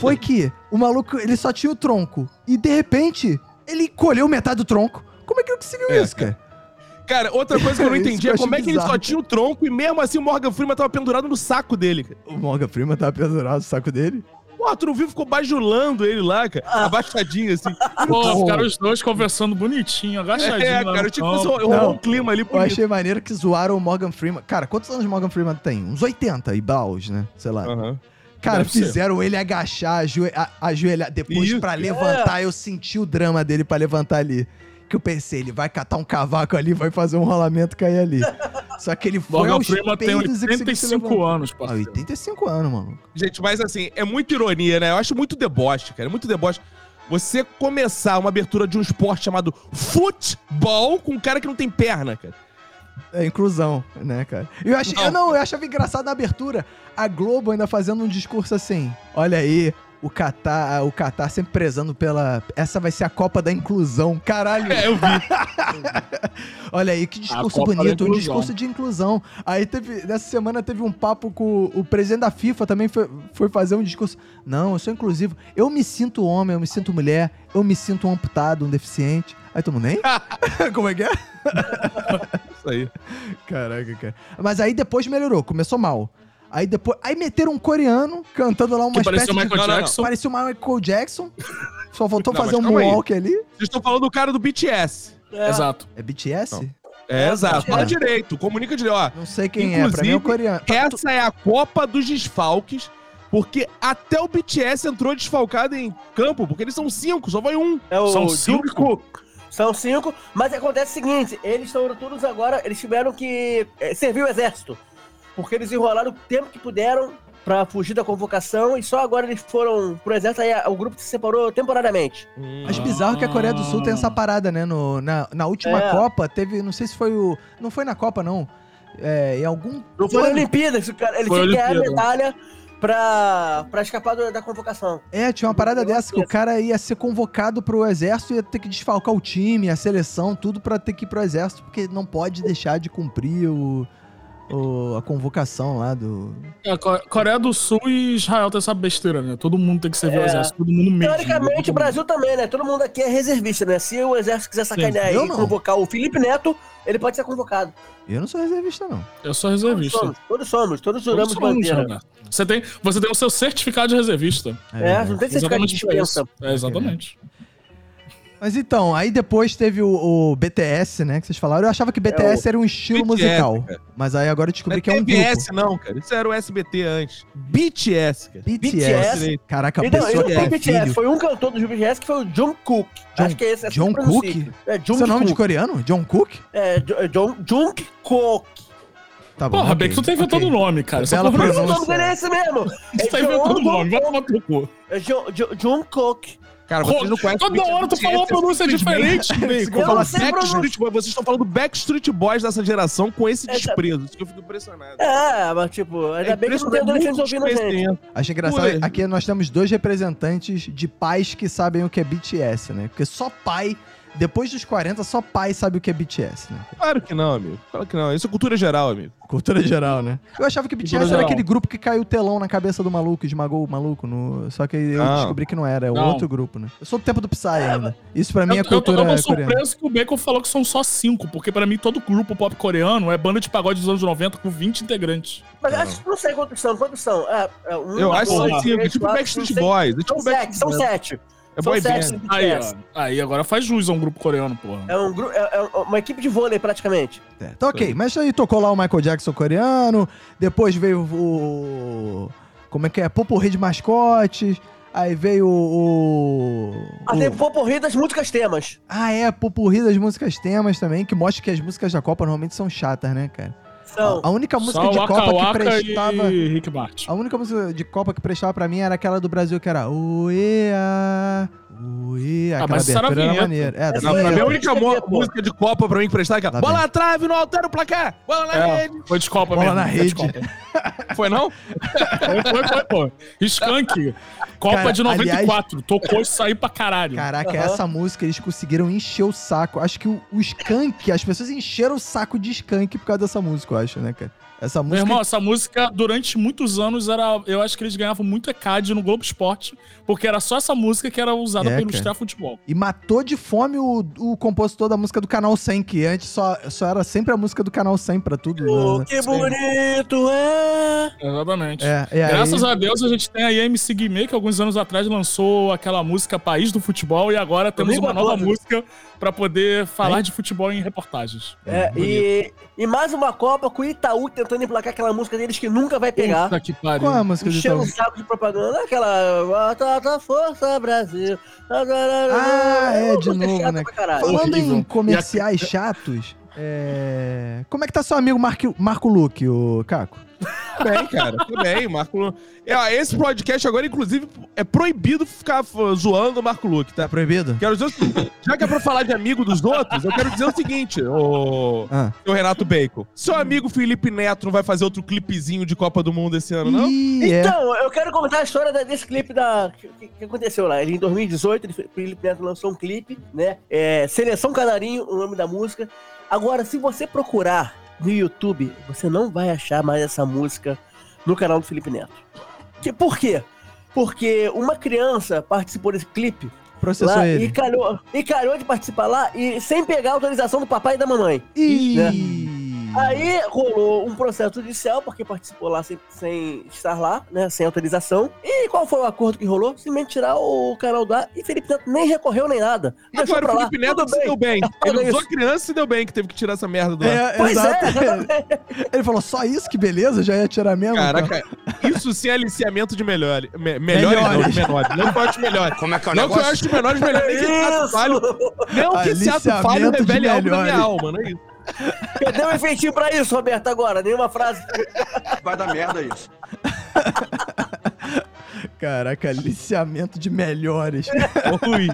foi que o maluco, ele só tinha o tronco. E de repente, ele colheu metade do tronco. Como é que ele conseguiu
É,
isso, cara?
<laughs> Cara, outra coisa <laughs> que eu não
Isso que
entendi
eu
é
acho
como é que ele
bizarro.
só tinha o tronco e mesmo assim o Morgan Freeman tava pendurado no saco dele. cara.
O Morgan Freeman tá pendurado no saco dele.
Porra, tu não viu? Ficou bajulando ele lá, cara. Abaixadinho, assim.
Pô,
Bom.
ficaram os dois conversando bonitinho, agachadinho.
É,
lá
cara,
no
eu tinha que
campo.
fazer um, rolou um
Não.
clima ali
Eu
bonito.
achei maneiro que zoaram o Morgan Freeman. Cara, quantos anos o Morgan Freeman tem? Uns 80 e baus, né? Sei lá.
Aham.
Cara,
Ah, Deve ser.
fizeram ele agachar, ajoe- a- ajoelhar, depois
Isso.
pra levantar. Eu senti o drama dele pra levantar ali. Que eu pensei, ele vai catar um cavaco ali, vai fazer um rolamento e cair ali. Só que ele foi
Morgan
aos
Freeman tem
peidos e conseguiu se
85
levantar.
anos,
Ah,
parceiro.
85 anos, mano.
Gente, mas assim, é muita ironia, né? Eu acho muito deboche, cara. É muito deboche. Você começar uma abertura de um esporte chamado futebol com um cara que não tem perna, cara.
É inclusão, né, cara? Eu achei,
Não.
Eu, não, eu achava engraçado na abertura a Globo ainda fazendo um discurso assim. Olha aí, o Catar, o Catar sempre prezando pela. Essa vai ser a Copa da Inclusão, caralho.
É, eu vi.
<laughs> Olha aí, que discurso
Copa da
bonito, um
Inclusão.
discurso de inclusão. Aí teve, nessa semana teve um papo com o, o presidente da FIFA também foi, foi fazer um discurso. Não, eu sou inclusivo. Eu me sinto homem, eu me sinto mulher, eu me sinto um amputado, um deficiente. Aí todo mundo, nem? Como é que é?
Isso aí.
Caraca, cara. Mas aí depois melhorou, começou mal. Aí depois. Aí meteram um coreano cantando lá uma
Que
espécie
parecia o
de.
Michael
Não, não, não.
Jackson.
Parecia o Michael Jackson. Só faltou
Não,
fazer um
mas calma aí.
walk ali.
Vocês estão falando do cara do BTS.
Exato.
Exato.
É BTS? Não,
É, exato. Fala
É.
direito, comunica direito. Ó,
sei quem é, pra mim é o
Inclusive,
coreano.
Essa é a Copa dos Desfalques, porque até o BTS entrou desfalcado em campo, porque eles são cinco, só vai um.
É o
São
Jungkook.
cinco?
São cinco. Mas acontece o seguinte, eles estão todos agora, eles tiveram que eh, servir o exército. Porque eles enrolaram o tempo que puderam pra fugir da convocação e só agora eles foram pro exército, aí a- o grupo se separou temporariamente.
Mas bizarro que a Coreia do Sul tem essa parada, né? No, na, na última
É.
Copa teve. Não sei se foi o. Não foi na Copa, não. É, em algum.
Não foi na Olimpíada, isso, cara, eles
Foi
tinham que ganhar a
Olimpíada. né?
medalha pra, pra escapar do- da convocação.
É, tinha uma parada dessa que o cara ia ser convocado pro exército e ia ter que desfalcar o time, a seleção, tudo pra ter que ir pro exército, porque não pode deixar de cumprir o, o- a convocação lá do.
É, Co- Coreia do Sul e Israel tem essa besteira, né? Todo mundo tem que servir o
É.
exército, todo mundo mesmo.
Teoricamente, o
Todo
Brasil também, né? Todo mundo aqui é reservista, né? Se o exército quiser sacanear
eu
e
não.
convocar o Felipe Neto, ele pode ser convocado.
Eu não sou reservista, não.
mundo. Eu sou
Todos
é reservista.
somos, todos somos, todos
Todos
juramos
somos, né?
bandeira.
Roberto. Você tem, você tem o seu certificado de reservista.
É, não tem certificado de
Exatamente pra
dispensa.
isso. É, exatamente.
Tá Mas então, aí depois teve o, o BTS, né? Que vocês falaram. Eu achava que BTS
É
era um estilo
BTS,
musical.
cara.
Mas aí agora eu
Não
descobri
é
que é um grupo.
TBS, não, cara. Isso era o SBT antes. BTS, cara.
BTS. Caraca, a
Então,
pessoa
ele
que
não foi
tem
BTS,
filho.
foi um cantor do BTS que foi o John Cook. Acho que é esse. é assim
John
que pronuncia.
Cook?
É, John
Seu nome de
Cook.
coreano? John Cook?
É, Jo- é, John, John Cook.
Tá bom.
Porra,
ok,
Beck, tu tá inventando o
ok.
nome, cara. Essa
Bela
porra
Mas o
Pronuncia.
nome dele é esse mesmo.
Você <laughs> tá
É John,
inventando o nome, vai tomar teu cu.
é Jo- Jo- John Cook.
Cara, vocês não conhecem
Toda hora tu falou uma pronúncia diferente. assim?
Backstreet Boys.
Eu não sei
Backstreet Boys. Vocês estão falando Backstreet Boys dessa geração com esse
É, tá-
desprezo. Isso que eu fico impressionado.
É, mas tipo, ainda bem que não tem adolescentes ouvindo a gente.
Acho engraçado,
Ué.
aqui nós temos dois representantes de pais que sabem o que é BTS, né? Porque só pai, depois dos 40, só pai sabe o que é BTS, né?
Claro que não, amigo. Claro que não. Isso é cultura geral, amigo.
Cultura geral, né? Eu achava que BTS era
geral.
aquele grupo que caiu o telão na cabeça do maluco, esmagou o maluco. No... Só que eu
Não.
descobri que não era, é
Ah. Não.
outro grupo, né? Eu sou do tempo do Psy ainda. Isso pra mim é
eu, eu tô um
cultura
tão
coreana.
surpreso que o Bacon falou que são só cinco, porque pra mim todo grupo pop coreano é banda de pagode dos anos 90 com 20 integrantes.
Mas acho que não sei quantos são, quantos são. É, é um,
Eu acho que
dois,
são cinco. É
três,
tipo
quatro,
Backstreet
cinco,
Boys. É
seis. São
tipo
sete,
Backstreet
são
Boys.
sete.
É
São
boy
sete
band.
do
Aí,
BTS.
ó, aí agora faz jus a um grupo coreano, porra.
É, um gru- é- é uma equipe de vôlei, praticamente.
É, Então, ok, mas aí tocou lá o Michael Jackson coreano, depois veio o. Como é que é? Poporri de mascotes, aí veio o.
Ah,
o-
tem poporri das músicas temas.
Ah, é, popurri das músicas temas também, que mostra que as músicas da Copa normalmente são chatas, né, cara?
São.
A a única música
Só
de
Waka
Copa que
Waka
prestava.
e Rick Martin.
A única música de Copa que prestava pra mim era aquela do Brasil, que era Uea, Uea, aquela
Ah, mas isso era
abertura era
vinheta.
maneira. É,
Essa
da
Não, pra
vinheta.
mim, a única mo-
Pô.
música de Copa pra mim que prestar é aquela.
Tá
bola
bem.
na trave, não altera o placar! Bola na
É,
rede!
foi de Copa
Ah, Bola
mesmo.
na
foi de
rede.
Copa.
Foi, não?
Foi, foi, foi, pô. Skunk. Copa
Cara,
de 94. Tocou isso aí pra caralho.
Caraca,
Aham.
essa música eles conseguiram encher o saco. Acho que o, o Skank, as pessoas encheram o saco de Skank por causa dessa música, eu acho, né, cara? Essa
Meu
música.
irmão, essa música, durante muitos anos, era. Eu acho que eles ganhavam muito ECAD no Globo Esporte, porque era só essa música que era usada
É,
pra
cara.
ilustrar futebol.
E matou de fome o, o compositor da música do Canal 100, que antes só, só era sempre a música do Canal 100 pra tudo.
Oh,
né?
que bonito é!
Exatamente.
É, e aí,
Graças a Deus a gente tem a MC Guimê, que alguns anos atrás lançou aquela música País do Futebol, e agora temos
Domingo
uma nova
agora.
música pra poder falar de futebol em reportagens.
É, e, e mais uma Copa com o Itaú tentando emplacar aquela música deles que nunca vai pegar.
Puta que pariu.
Qual é a música de
Enchendo
Itaú?
o saco de propaganda, aquela. Bota a tua força, Brasil. Ah,
é, de novo, né?
Tá
Falando em
Horrível.
comerciais chatos, é... como é que tá seu amigo Marco, Marco Luque, o Caco?
Bem, cara. Tudo bem, Marco. É, ó, esse podcast agora, inclusive, é proibido ficar f- zoando o Marco Luque, tá?
proibido?
Quero dizer o seguinte, já que é pra falar de amigo dos outros, eu quero dizer o seguinte, ô,
Ah.
seu Renato Bacon. Seu amigo Felipe Neto não vai fazer outro clipezinho de Copa do Mundo esse ano, Tá não?
Ih, é.
Então, eu quero contar a história da- desse clipe da. que, que aconteceu lá? Ele, em 2018, ele, Felipe Neto lançou um clipe, né? É, Seleção Canarinho, o nome da música. Agora, se você procurar no YouTube, você não vai achar mais essa música no canal do Felipe Neto. Que, por quê? Porque uma criança participou desse clipe
Processou
lá e
é ele.
calhou, e calhou de participar lá e sem pegar a autorização do papai e da mamãe. né?
Ih.
Aí rolou um processo judicial, porque participou lá sem, sem estar lá, né? Sem autorização. E qual foi o acordo que rolou? Simplesmente tirar o canal do ar e Felipe Neto nem recorreu nem nada. Deixou
Agora o
pra lá.
Felipe Neto
Tudo
se deu
bem.
bem. Ele
Olha
usou a
isso.
criança e se deu bem que teve que tirar essa merda do ar.
É,
Pois
exato.
<laughs>
é.
Ele falou, só isso? Que beleza, já ia tirar mesmo? cara?"
Caraca, isso sim é aliciamento de melhor, me, melhores, não, de menores. Não que eu acho melhores.
Como é que é o
Não que eu
negócio?
acho menores melhores, nem que esse ato falho.
Isso!
Não que esse ato falho
Aliciamento de
revele algo da minha
melhores.
alma, não é isso?
Cadê o efeitinho um pra isso, Roberto, agora? Nenhuma frase.
Vai dar merda isso.
Então, Caraca, aliciamento de melhores.
Ui.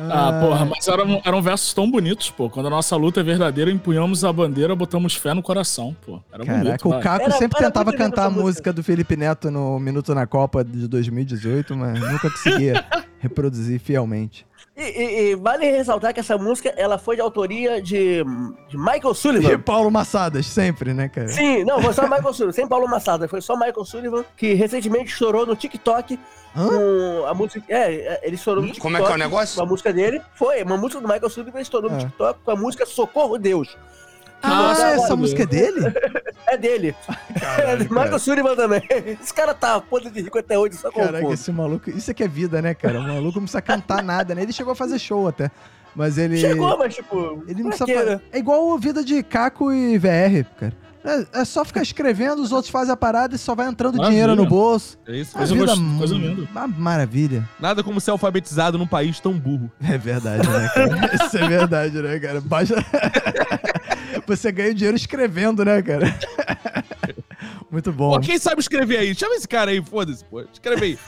Ah, porra, mas eram, eram versos tão bonitos, pô. Quando a nossa luta é verdadeira, empunhamos a bandeira, botamos fé no coração, pô. Era bonito,
Caraca, o
cara.
Caco
é Era-
sempre
era
tentava
muito linda
cantar a
essa música.
música do Felipe Neto no Minuto na Copa de 2018, mas nunca
<laughs>
conseguia reproduzir fielmente.
E, e- e vale ressaltar que essa música ela foi de autoria de, de Michael Sullivan.
E Paulo Massadas, sempre, né, cara?
Sim, não, foi só Michael Sullivan, sem Paulo Massada, foi só Michael Sullivan, que recentemente estourou no TikTok
Hã?
com a música. É, ele estourou no TikTok.
Como é que é o
Com
negócio? É.
a música dele. Foi, uma música do Michael Sullivan estourou
Ah.
no TikTok com a música Socorro Deus.
Ah,
Nossa,
essa
valeu.
música é dele?
É dele. <laughs> é do Michael
cara.
Sullivan também. Esse cara tá podre de rico até hoje, só com
Caraca,
o
esse maluco. Isso é que é vida, né, cara? O maluco não precisa cantar nada, né? Ele chegou a fazer show até. Mas ele.
Chegou, mas tipo.
Ele não
pra
precisa
quê,
fazer.
né?
É igual a vida de Caco e VR, cara. É, é só ficar escrevendo, os outros fazem a parada e só vai entrando
Maravilha.
dinheiro no bolso.
É isso.
Uma
Coisa
vida
gost- coisa
mu-
linda.
Uma maravilha.
Nada como ser alfabetizado num país tão burro.
É verdade, né, cara? Isso é verdade, né, cara? Basta... <laughs> Você ganha dinheiro escrevendo, né, cara? <laughs> Muito bom.
Pô, quem sabe escrever aí? Chama esse cara aí, foda-se, pô. Escreve aí.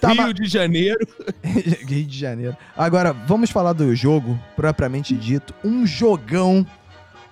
Tava-
Rio de Janeiro.
<laughs> Rio de Janeiro. Agora, vamos falar do jogo, propriamente dito. Um jogão,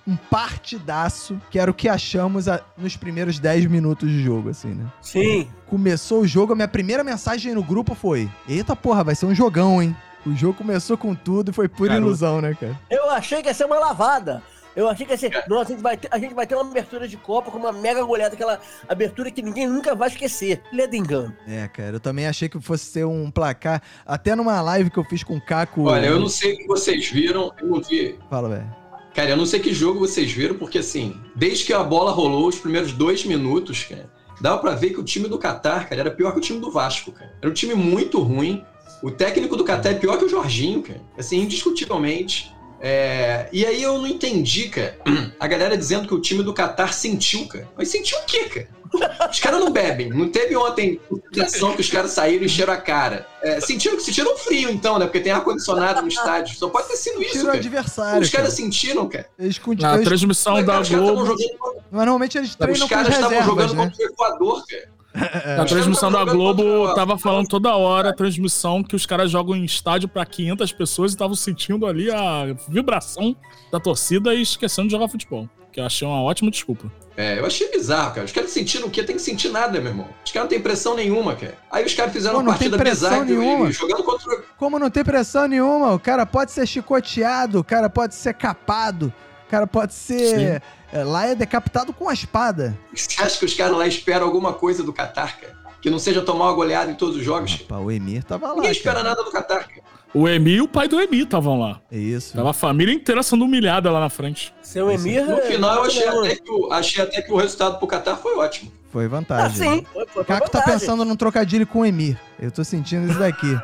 um partidaço, que era o que achamos a- nos primeiros 10 minutos de jogo, assim, né?
Sim.
Começou o jogo, a minha primeira mensagem no grupo foi: Eita porra, vai ser um jogão, hein? O jogo começou com tudo e foi pura
Garoto.
ilusão, né, cara?
Eu achei que ia ser uma lavada. Eu achei que ia
É.
ser. Nossa, a gente vai ter, a gente vai ter uma abertura de Copa com uma mega goleada, aquela abertura que ninguém nunca vai esquecer. Leda engano.
É, cara, eu também achei que fosse ser um placar. Até numa live que eu fiz com o Caco.
Olha, eu não sei o que vocês viram, eu não vi.
Fala, velho.
Cara, eu não sei que jogo vocês viram, porque assim, desde que a bola rolou os primeiros dois minutos, cara, dava pra ver que o time do Catar, cara, era pior que o time do Vasco, cara. Era um time muito ruim. O técnico do Catar é pior que o Jorginho, cara. Assim, indiscutivelmente. É, E aí eu não entendi, cara. <clears throat> A galera dizendo que o time do Catar sentiu, cara. Mas sentiu o quê, cara? Os caras não bebem. Não teve ontem ação que os caras saíram e encheram a cara. É, sentiram, sentiram frio, então, né? Porque tem ar-condicionado no estádio. Só pode ter sido isso,
Tirou o
cara.
adversário.
Os caras
cara.
sentiram, cara.
Eles conti-
Na
eles-
transmissão
Mas,
da
cara, os caras estavam
Então Globo.
jogando,
Mas normalmente eles
os
treinam com as
caras estavam
reservas,
jogando
né?
contra o Equador, cara.
A
Os caras
transmissão da
tavam jogando
Globo
contra-
tava falando toda hora, a transmissão, que os caras jogam em estádio pra 500 pessoas e estavam sentindo ali a vibração da torcida e esquecendo de jogar futebol. Que eu achei uma ótima desculpa.
É, eu achei bizarro, cara. Os caras sentiram o quê? Tem que sentir nada, meu irmão. Os caras não têm pressão nenhuma, cara. Aí os caras fizeram
Pô,
uma
não tem
partida
pressão
bizarra e-
nenhuma.
e jogando contra o. <laughs>
Como não tem pressão nenhuma, o cara pode ser chicoteado, o cara pode ser capado, o cara pode ser. é, lá é decapitado com a espada.
Você acha que os caras lá esperam alguma coisa do Qatar, cara? Que não seja tomar uma goleada em todos os jogos? cara?
Rapaz, o Emir tava lá.
Ninguém
Cara.
espera nada do Qatar, cara.
O Emi e o pai do Emi estavam lá.
É
Tá
isso.
Tava a família inteira sendo humilhada lá na frente.
Seu Emir.
No
é-
final, eu achei
não,
até que o, achei até que o resultado pro Qatar foi ótimo.
Foi
Ah,
vantagem.
sim.
né?
Foi- foi
O Caco tá
vantagem.
pensando num trocadilho com o Emir. Eu tô sentindo isso daqui.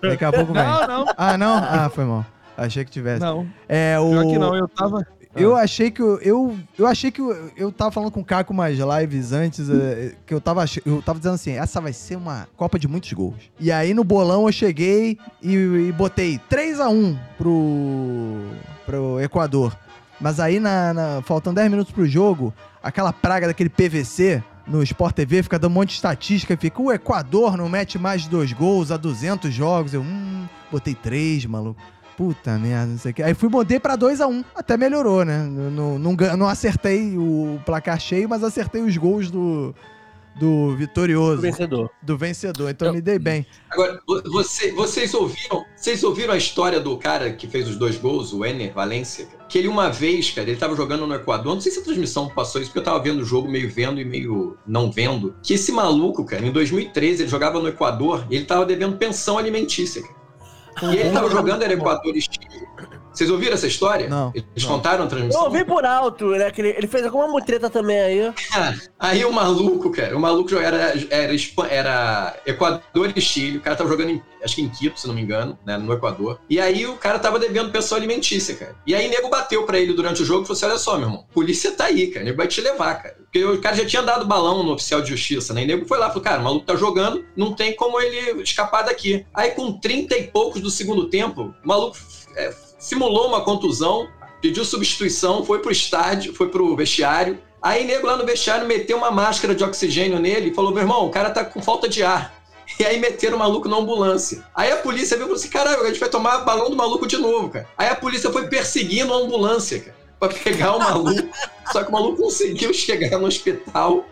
Daqui a pouco vem.
<laughs> não.
Ah, não? Ah, foi mal. Achei que tivesse.
Não,
É, o...
pior que não, eu tava.
Eu achei que eu, eu, eu achei que eu, eu tava falando com o Caco umas lives antes, eh, que eu tava, ach- eu tava dizendo assim, essa vai ser uma Copa de muitos gols. E aí no bolão eu cheguei e, e botei 3 a 1 pro pro Equador. Mas aí na, na- faltando 10 minutos pro jogo, aquela praga daquele PVC no Sport TV fica dando um monte de estatística, e fica o Equador não mete mais de dois gols há 200 jogos. Eu, hum, botei três, maluco. Puta merda, não sei o que. Aí fui, mudei pra 2x1. Até melhorou, né? Não, não, não gan- não acertei o placar cheio, mas acertei os gols do, do
O
vitorioso,
vencedor.
do vencedor. Então
Eu-
me dei bem.
Agora, vo- você- vocês ouviram, vocês ouviram a história do cara que fez os dois gols, o Ener Valência? cara? Que ele uma vez, cara, ele tava jogando no Equador, não sei se a transmissão passou isso, porque eu tava vendo o jogo meio vendo e meio não vendo, que esse maluco, cara, em 2013 ele jogava no Equador e ele tava devendo pensão alimentícia, cara. E ele tava jogando era Equador e Chile. Vocês ouviram essa história?
Não,
Eles contaram a
Eu
transmissão?
ouvi por alto, né? Que ele, ele fez alguma mutreta também aí.
É
Aí o maluco, cara, o maluco jo- era, era, Espa- era Equador e Chile, o cara tava jogando, em, acho que em Quito, se não me engano, né, no Equador. E aí o cara tava devendo pessoa alimentícia, cara. E aí nego bateu pra ele durante o jogo e falou assim, olha só, meu irmão, polícia tá aí, cara, nego vai te levar, cara. Porque o cara já tinha dado balão no oficial de justiça, né, e nego foi lá e falou, cara, o maluco tá jogando, não tem como ele escapar daqui. Aí com 30 e poucos do segundo tempo, o maluco é, simulou uma contusão, pediu substituição, foi pro estádio, foi pro vestiário, Aí nego lá no vestiário meteu uma máscara de oxigênio nele e falou: meu irmão, o cara tá com falta de ar. E aí meteram o maluco na ambulância. Aí a polícia viu e falou assim: caralho, a gente vai tomar balão do maluco de novo, cara. Aí a polícia foi perseguindo a ambulância, cara, pra pegar
<laughs>
o maluco. Só que o maluco conseguiu chegar no hospital.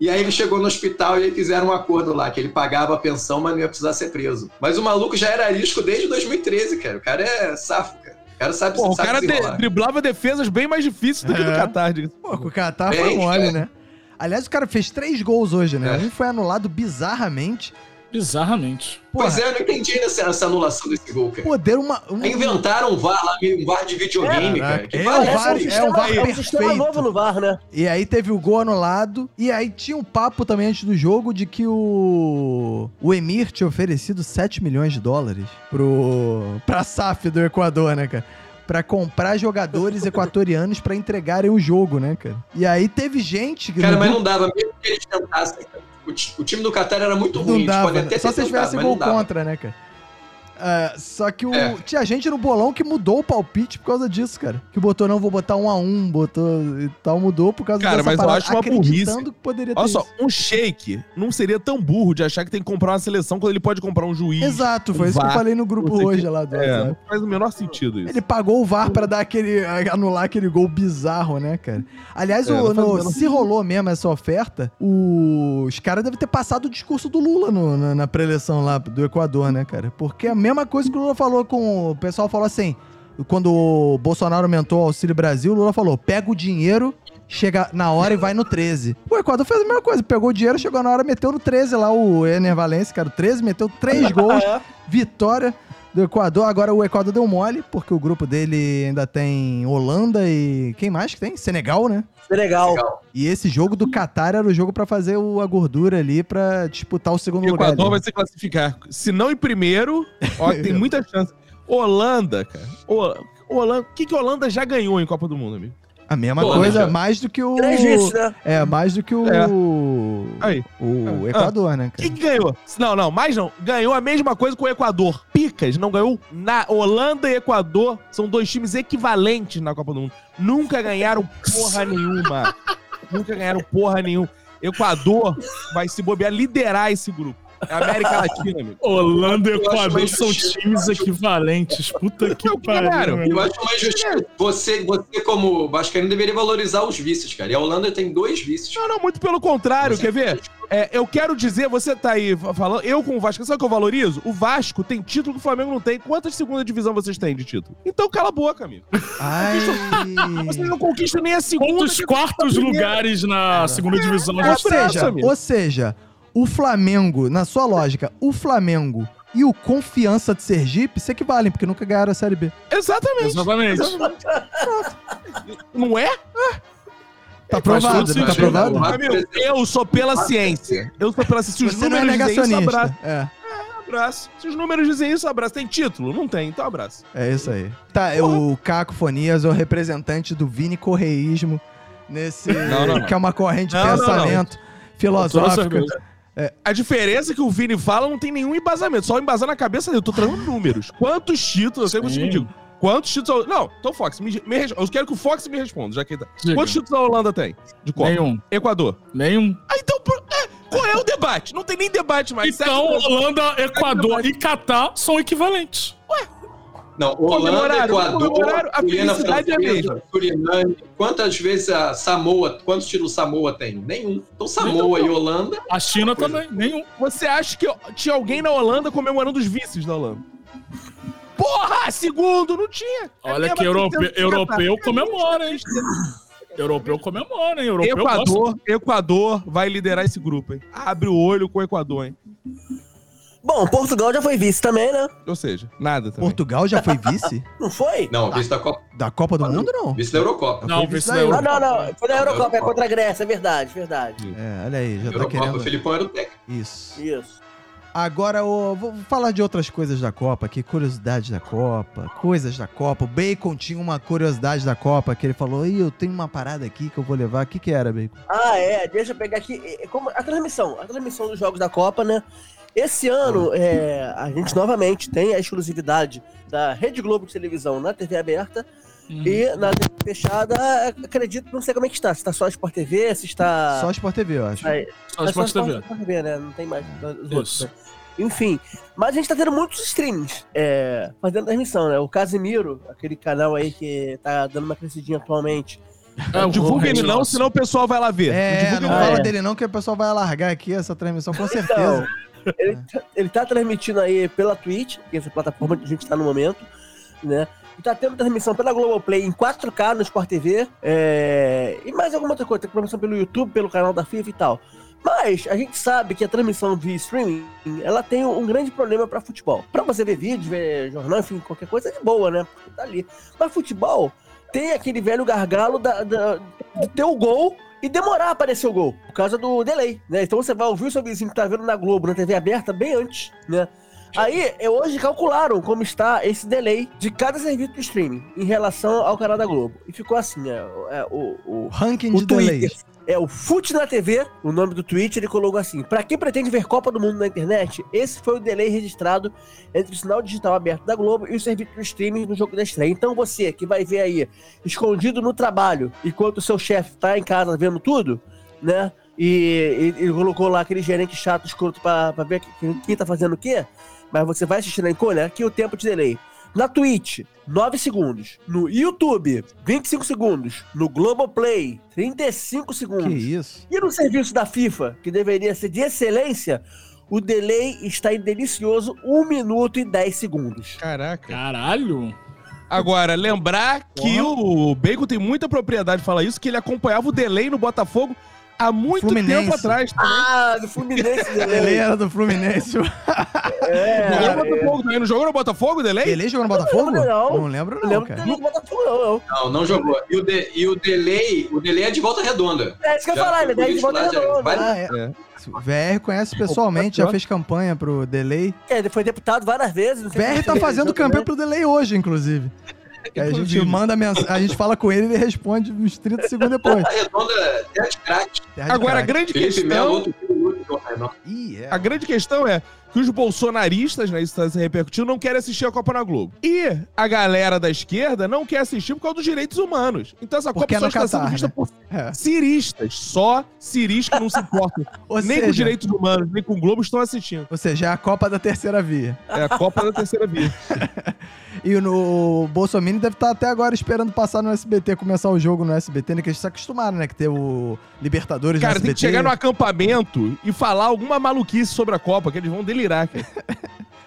E aí ele chegou no hospital e aí fizeram um acordo lá, que ele pagava a pensão, mas não ia precisar ser preso. Mas o maluco já era risco desde 2013, cara. O cara é safo, cara. O cara sabe,
Porra, o
sabe
cara de-
desenrolar.
driblava defesas bem mais difíceis do que do
É.
Qatar. diga-
Pô, com o Catar foi
Bem,
mole,
cara.
né? Aliás, o cara fez três gols hoje, né?
É.
Um foi anulado bizarramente.
Bizarramente.
Pois
Porra,
é, eu não entendi essa, essa anulação desse gol, cara.
pô, deram uma. um-
Aí Inventaram um VAR lá, um VAR de videogame, cara.
Caraca,
Que
é
parece-
o VAR, é o VAR
é um sistema
perfeito.
novo no VAR, né?
E aí teve o gol anulado. E aí tinha um papo também antes do jogo de que o. O Emir tinha oferecido 7 milhões de dólares pro. <laughs> pra SAF do Equador, né, cara? Pra comprar
<laughs>
jogadores equatorianos pra entregarem o jogo, né, cara? E aí teve gente que.
Cara,
no
mas
grupo-
não dava, mesmo que eles tentassem. cara. O, ti- o time do Qatar era muito
não
ruim, eles
dava,
podem
né?
até
Só
ter
se tivesse
tentado, mas
gol
não dava.
contra, né, cara? É, só que o,
É.
tinha gente no bolão que mudou o palpite por causa disso, cara. Que botou, não, vou botar um a um, botou e tal, mudou por causa
Cara,
dessa
mas eu acho uma
acreditando
burrice.
que poderia ter
Olha só,
isso.
um shake não seria tão burro de achar que tem que comprar uma seleção quando ele pode comprar um juiz.
Exato, foi isso que eu
VAR,
falei no grupo
não sei o
hoje lá do
É,
WhatsApp.
não faz o menor sentido isso.
Ele pagou o VAR pra dar aquele, anular aquele gol bizarro, né, cara? Aliás,
É,
o-
não faz
no-
o menor
se rolou mesmo essa oferta, o- os caras devem ter passado o discurso do Lula no- na, na preleção lá do Equador, né, cara? Porque é a mesma coisa que o Lula falou com. O pessoal falou assim: quando o Bolsonaro aumentou o Auxílio Brasil, o Lula falou: pega o dinheiro. Chega na hora e vai no 13. O Equador fez a mesma coisa, pegou o dinheiro, chegou na hora, meteu no 13 lá o Ener Valencia, cara, o 13, meteu
<laughs> É.
três gols, vitória do Equador. Agora o Equador deu mole, porque o grupo dele ainda tem Holanda e. Quem mais que tem? Senegal, né?
Legal.
E esse jogo
Uhum.
do Qatar era o jogo pra fazer o- a gordura ali pra disputar o segundo
O
lugar.
Equador
ali.
vai se classificar. Se não em primeiro,
<laughs>
ó, tem muita chance. Holanda, cara. O, Holanda, o que, que a Holanda já ganhou em Copa do Mundo, amigo?
A mesma
Pô,
coisa,
né, cara?
mais do que o.
Três vezes, né?
É, mais do que o.
É.
O
Aí.
Equador, né,
O que,
cara?
que ganhou? Não, não, mais não. Ganhou a mesma coisa com o Equador. Picas, não ganhou na Holanda e Equador são dois times equivalentes na Copa do Mundo. Nunca ganharam porra nenhuma. Nunca ganharam porra nenhuma. Equador vai se bobear, liderar esse grupo. É a América Latina, amigo.
Holanda e
Eu acho
Equador
mais
são
justiça,
times
eu acho.
equivalentes. Puta
É
que
Não,
pariu.
cara.
meu.
Eu acho uma injustiça. Você, você como vascaíno, deveria valorizar os vices, cara. E a Holanda tem dois vices.
Não, não, muito pelo contrário, quer ver? É, eu quero dizer, você tá aí fa- falando, eu com o Vasco, sabe o que eu valorizo? O Vasco tem título que o Flamengo não tem. Quantas segunda divisão vocês têm de título? Então cala a boca, amigo.
Ai. Hum.
Vocês não conquistam nem a segunda.
é
Quantos
que-
tá
quartos lugares na segunda divisão
é,
já
Ou
abraço,
seja,
amigo.
ou seja, o Flamengo, na sua lógica, o Flamengo e o Confiança de Sergipe se equivalem, porque nunca ganharam a Série B.
É.
Exatamente.
Exatamente.
Não é?
Tá
faz todo
provado, né?
sentido.
tá aprovado?
Não,
Amigo, eu sou pela ciência. Eu sou pela ciência. Se os
Você não é
números dizem isso, abraço,
negacionista. É,
abraço. Se os números dizem isso, abraço. Tem título? Não tem, então abraço.
é isso aí. Tá, é o Cacofonias é o representante do Vini Correísmo nesse.
Não, não, não.
Que é uma corrente
Não,
de
não, não.
pensamento filosófica.
A diferença é que o Vini fala não tem nenhum embasamento. Só embasar na cabeça dele. Eu tô trazendo números. Quantos títulos? Eu sei que vocês me
Sim.
digam. Quantos títulos. Não, então, Fox, me, me res- eu quero que o Fox me responda. Já que ele tá.
Diga.
Quantos títulos a Holanda tem? De Copa?
Nenhum.
Equador.
Nenhum.
Ah, então. por- é, qual é o debate? Não tem nem debate mais.
Então,
Sete-
Holanda, Equador e Catar são equivalentes.
Não, Holanda,
Comemoraram,
Equador,
comemoraram, a
Guiana
felicidade é a
Francesa, Suriname. Quantas vezes a Samoa, quantos títulos Samoa tem? Nenhum. Então Samoa e Holanda.
A China também, nenhum.
Você acha que tinha alguém na Holanda comemorando os vices da Holanda? Porra! Segundo, não tinha.
Olha
É
que
mesmo
europe-
que
europeu comemora, hein? Europeu comemora, hein? Europeu gosta.
Equador, Equador vai liderar esse grupo, hein? Abre o olho com o Equador, hein?
Bom, Portugal já foi vice também, né?
Ou seja, nada também.
Portugal já foi vice?
Não foi?
Não,
Tá.
vice da Copa,
Da Copa do Mundo, não?
vice da Eurocopa.
Não,
Foi
vice
da
da
Ah,
Euro.
não, não. Foi na Eurocopa, é
Eurocopa.
contra a Grécia, é verdade, verdade.
É, olha aí, já tá
Eurocopa,
querendo.
o Filipão era o técnico.
Isso.
Isso.
Agora, ô, vou falar de outras coisas da Copa aqui, curiosidade da Copa, coisas da Copa. O Bacon tinha uma curiosidade da Copa que ele falou: Ih, eu tenho uma parada aqui que eu vou levar. O que, que era, Bacon?
Ah, é, deixa eu pegar aqui. é, é Como a transmissão, a transmissão dos jogos da Copa, né? Esse
Hum.
ano, é, a gente novamente tem a exclusividade da Rede Globo de televisão na TV aberta
Uhum.
e na TV fechada, acredito, não sei como é que está. Se está só a Sport TV, se está.
Só Sport TV, eu acho.
É,
Só
É
Sport
só
TV.
Sport TV, né? Não tem mais os
Isso.
outros. né? Enfim, mas a gente tá tendo muitos streams é, fazendo transmissão, né? O Casimiro, aquele canal aí que tá dando uma crescidinha atualmente.
É, o
Não divulga ele não,
Ronaldinho.
senão o pessoal vai lá ver.
um É, não
divulga ele
fala
é.
dele não, que o pessoal vai largar aqui essa transmissão, com
Então,
certeza.
ele, tá- ele tá transmitindo aí pela Twitch, que é essa plataforma que a gente tá no momento, né? E tá tendo transmissão pela Globoplay em 4K no Sport TV. é, E mais alguma outra coisa. Tem transmissão pelo YouTube, pelo canal da FIFA e tal. Mas a gente sabe que a transmissão via streaming, ela tem um grande problema pra futebol. Pra você ver vídeo, ver jornal, enfim, qualquer coisa é de boa, né? Porque tá ali. Mas futebol tem aquele velho gargalo da, da- de ter o gol e demorar a aparecer o gol, por causa do delay, né? Então você vai ouvir o seu vizinho que tá vendo na Globo, na TV aberta, bem antes, né? Aí, é, hoje calcularam como está esse delay de cada serviço do streaming em relação ao canal da Globo. E ficou assim, é, é, o, o,
Ranking
o
de delays.
É o Fute na TV, o nome do tweet, ele colocou assim: Pra quem pretende ver Copa do Mundo na internet, esse foi o delay registrado entre o sinal digital aberto da Globo e o serviço do streaming do jogo da estreia. Então você que vai ver aí, escondido no trabalho, enquanto o seu chefe tá em casa vendo tudo, né? E ele colocou lá aquele gerente chato, escroto, pra, pra ver quem, quem tá fazendo o quê. Mas você vai assistir na encolha, aqui é o tempo de delay. Na Twitch, 9 segundos. No YouTube, 25 segundos. No Globoplay, 35
Que
segundos.
isso?
E no serviço da FIFA, que deveria ser de excelência, o delay está em delicioso 1 minuto e 10 segundos.
Caraca.
Caralho!
Agora, lembrar que o Bacon tem muita propriedade de falar isso, que ele acompanhava o delay no Botafogo há muito
Fluminense.
tempo atrás.
Ah, do Fluminense
Ele
delay.
era do Fluminense.
É,
Não jogou
cara,
no Botafogo também. Não jogou no Botafogo o delay?
Ele jogou no Botafogo?
lembro, não.
Não lembro,
eu
não,
lembro do
cara.
delay do Botafogo, não, não.
Não, não jogou. E o, de- e o delay, o delay é de volta redonda.
É isso que eu ia
Já
falar, ele é
foi
10 de volta
lá, já- vai-
redonda.
Ah, é. O VR conhece pessoalmente, já fez campanha pro Delay.
É, ele foi deputado várias vezes. não sei
VR
se
tá
ele-
fazendo campanha
né?
pro Delay hoje,
<laughs>
inclusive. Que A gente
Inclusive.
manda mensagem, a gente fala com ele e ele responde uns 30 segundos depois.
Volta redonda, é de craque.
Terra de
<laughs> Agora, a
craque.
grande
Felipe Melo,
questão...
outro filho do Volta Redonda.
Ih, é.
A grande questão é que os bolsonaristas, né, isso tá se repercutindo, não querem assistir a Copa na Globo. E a galera da esquerda não quer assistir por causa dos direitos humanos. Então essa
Porque é
Copa só
no
está
Catar,
sendo vista
né?
por
É.
ciristas. Só ciris que não se importam.
<laughs> Ou
nem com
seja-
direitos humanos, nem com o Globo estão assistindo.
Ou seja, é a Copa da Terceira Via.
É a Copa da
<laughs>
Terceira Via.
E o, o Bolsonaro deve estar até agora esperando passar no SBT, começar o jogo no SBT, né? Que eles se acostumaram, né? Que ter o Libertadores
Cara,
no
tem
SBT.
que chegar no acampamento e falar alguma maluquice sobre a Copa, que eles vão delirar, cara.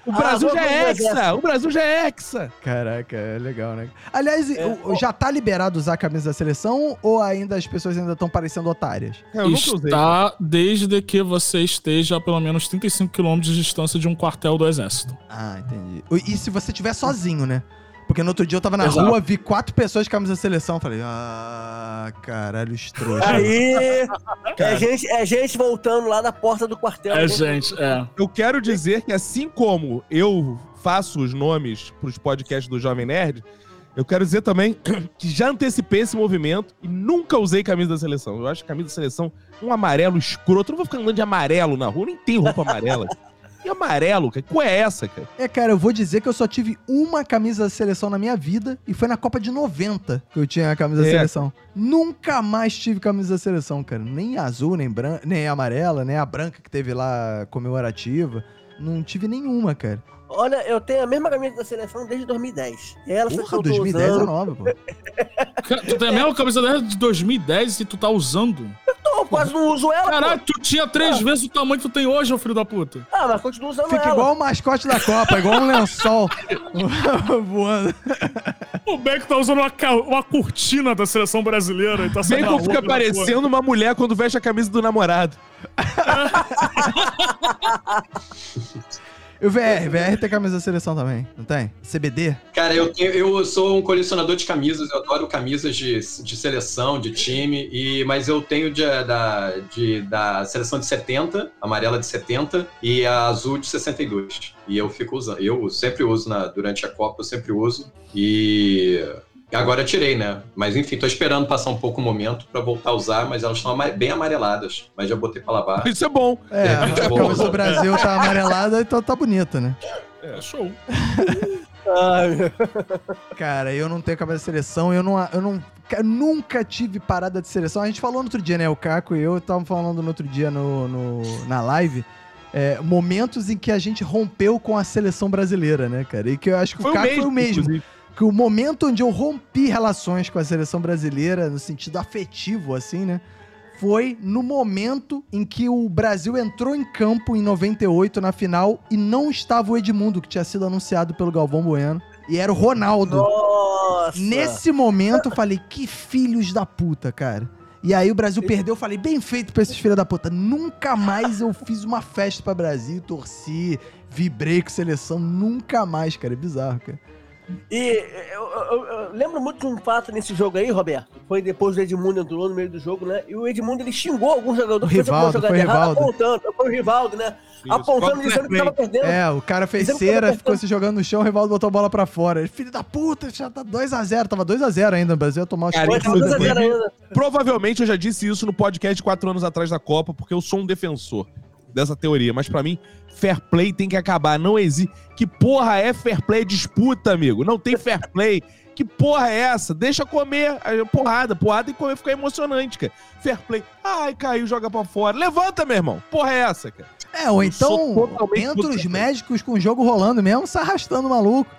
O
Ah,
Brasil já
vamos
é
fazer
hexa! O Brasil já é hexa!
Caraca, é legal, né? Aliás,
É,
o- o- já tá liberado usar a camisa da seleção ou ainda as pessoas ainda estão parecendo otárias?
É, Eu nunca usei.
Está desde que você esteja a pelo menos 35 km de distância de um quartel do exército.
Ah, entendi. E se você tiver sozinho, né? Porque no outro dia eu tava na
Exato.
rua, vi quatro pessoas de camisa da seleção. Falei, ah, caralho, os
<laughs>
trouxas.
Aí, é gente, é gente voltando lá da porta do quartel.
É,
né?
gente, é.
Eu quero dizer que assim como eu faço os nomes pros podcasts do Jovem Nerd, eu quero dizer também <clears throat> que já antecipei esse movimento e nunca usei camisa da seleção. Eu acho que camisa da seleção um amarelo escroto. Eu não vou ficar andando de amarelo na rua, eu nem tenho roupa
<laughs>
amarela. E amarelo, cara? Qual é essa, cara?
É, cara, eu vou dizer que eu só tive uma camisa da seleção na minha vida e foi na Copa de 90 que eu tinha a camisa da
É.
seleção. Nunca mais tive camisa da seleção, cara. Nem azul, nem, bran... nem amarela, nem a branca que teve lá comemorativa. Não tive nenhuma, cara.
Olha, eu tenho a mesma camisa da seleção desde 2010. Ela foi que
Porra,
eu tô
2010 é
usando.
nova, pô.
Ca- Tu tem a mesma camisa dela de 2010 e tu tá usando?
Não, eu quase não uso ela.
Caralho, tu tinha três vezes o tamanho que tu tem hoje, ô filho da puta.
pô. Ah, mas continuo usando
Fica
ela.
igual o mascote da Copa, igual um lençol <laughs> voando.
O Beck tá usando uma, ca- uma cortina da seleção brasileira e tá sendo
Bacon
maluco
fica
da porra.
parecendo uma mulher quando veste a camisa do namorado.
E o VR, VR tem camisa da seleção também, não tem? CBD?
Cara, eu, tenho- eu sou um colecionador de camisas, eu adoro camisas de, de seleção, de time, e, mas eu tenho de- da, de- da seleção de 70, amarela de 70, e a azul de 62. E eu fico usando, eu sempre uso na- durante a Copa, eu sempre uso, e agora eu tirei, né? Mas enfim, tô esperando passar um pouco o momento pra voltar a usar, mas elas estão ama- bem amareladas, mas já botei pra
<laughs>
lavar.
Isso é bom.
É, <laughs> a
Tá bom.
camisa do Brasil tá amarelada, então tá bonita, né?
É, show.
Ah, meu.
Cara, eu não tenho cabeça de seleção, eu não. Eu não eu nunca tive parada de seleção. A gente falou no outro dia, né? O Caco e eu estavam falando no outro dia no, no- na live. é, momentos em que a gente rompeu com a seleção brasileira, né, cara? E que eu acho que o Caco foi o mesmo.
inclusive.
Que o momento onde eu rompi relações com a seleção brasileira, no sentido afetivo, assim, né? Foi no momento em que o Brasil entrou em campo em 98 na final e não estava o Edmundo, que tinha sido anunciado pelo Galvão Bueno, e era o Ronaldo.
Nossa.
Nesse momento eu falei, que filhos da puta, cara. E aí o Brasil perdeu, eu falei, bem feito pra esses filhos da puta. Nunca mais eu fiz uma festa pra Brasil, torci, vibrei com seleção, nunca mais, cara. É bizarro, cara.
E eu, eu- eu lembro muito de um fato nesse jogo aí, Roberto. Foi depois do Edmundo entrou no meio do jogo, né? E o Edmundo ele xingou algum jogador
O
que fez alguma
Rivaldo,
jogada
foi o
errada,
Rivaldo.
apontando. Foi o Rivaldo, né? Apontando e dizendo que tava perdendo.
É, o cara fez
Dizendo que tava
cera,
apertando.
ficou se jogando no chão, o Rivaldo botou a bola pra fora. Ele, Filho da puta, já tá 2x0. Tava 2x0 ainda, o Brasil ia tomar os
Cara,
Foi
três
isso
tava
foi
gols
2 a
depois.
0 ainda.
Provavelmente eu já disse isso no podcast quatro anos atrás da Copa, porque eu sou um defensor dessa teoria. Mas pra mim, fair play tem que acabar. Não existe. Que porra é fair play? É Disputa, amigo. Não tem fair play. Que porra é essa? Deixa comer a porrada. Porrada e comer fica emocionante, cara. Fair play. Ai, caiu, joga pra fora. Levanta, meu irmão. Porra é essa, cara?
É, ou
Eu sou
então,
totalmente
entra os
puto.
médicos com o jogo rolando mesmo, se arrastando o maluco.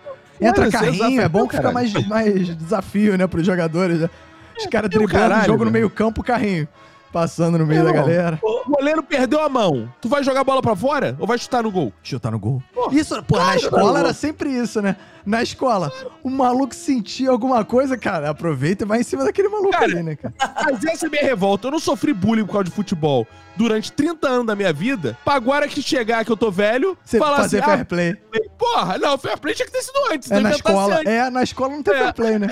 Entra
Mano, isso é
carrinho, é bom que fica
desafio,
mais, mais desafio, né, pros jogadores. né? Os caras
tem o
driblando o
caralho,
jogo no
velho.
meio campo, carrinho. Passando no meio
É,
da
irmão.
galera.
O goleiro perdeu a mão. Tu vai jogar a bola pra fora ou vai chutar no gol?
Chutar no gol.
Pô,
isso, pô, na
claro,
escola
cara.
era sempre isso, né? Na escola, o maluco sentia alguma coisa, cara, aproveita e vai em cima daquele maluco
Cara,
ali, né, cara?
Mas essa é a minha revolta. Eu não sofri bullying por causa de futebol durante 30 anos da minha vida. Pra agora que chegar que eu tô velho,
Você
falar assim,
fazer fair play.
ah, porra, não, fair play tinha que ter sido antes.
É
não
na
inventasse
escola.
antes,
É, na escola não tem
É.
fair play,
<laughs>
né?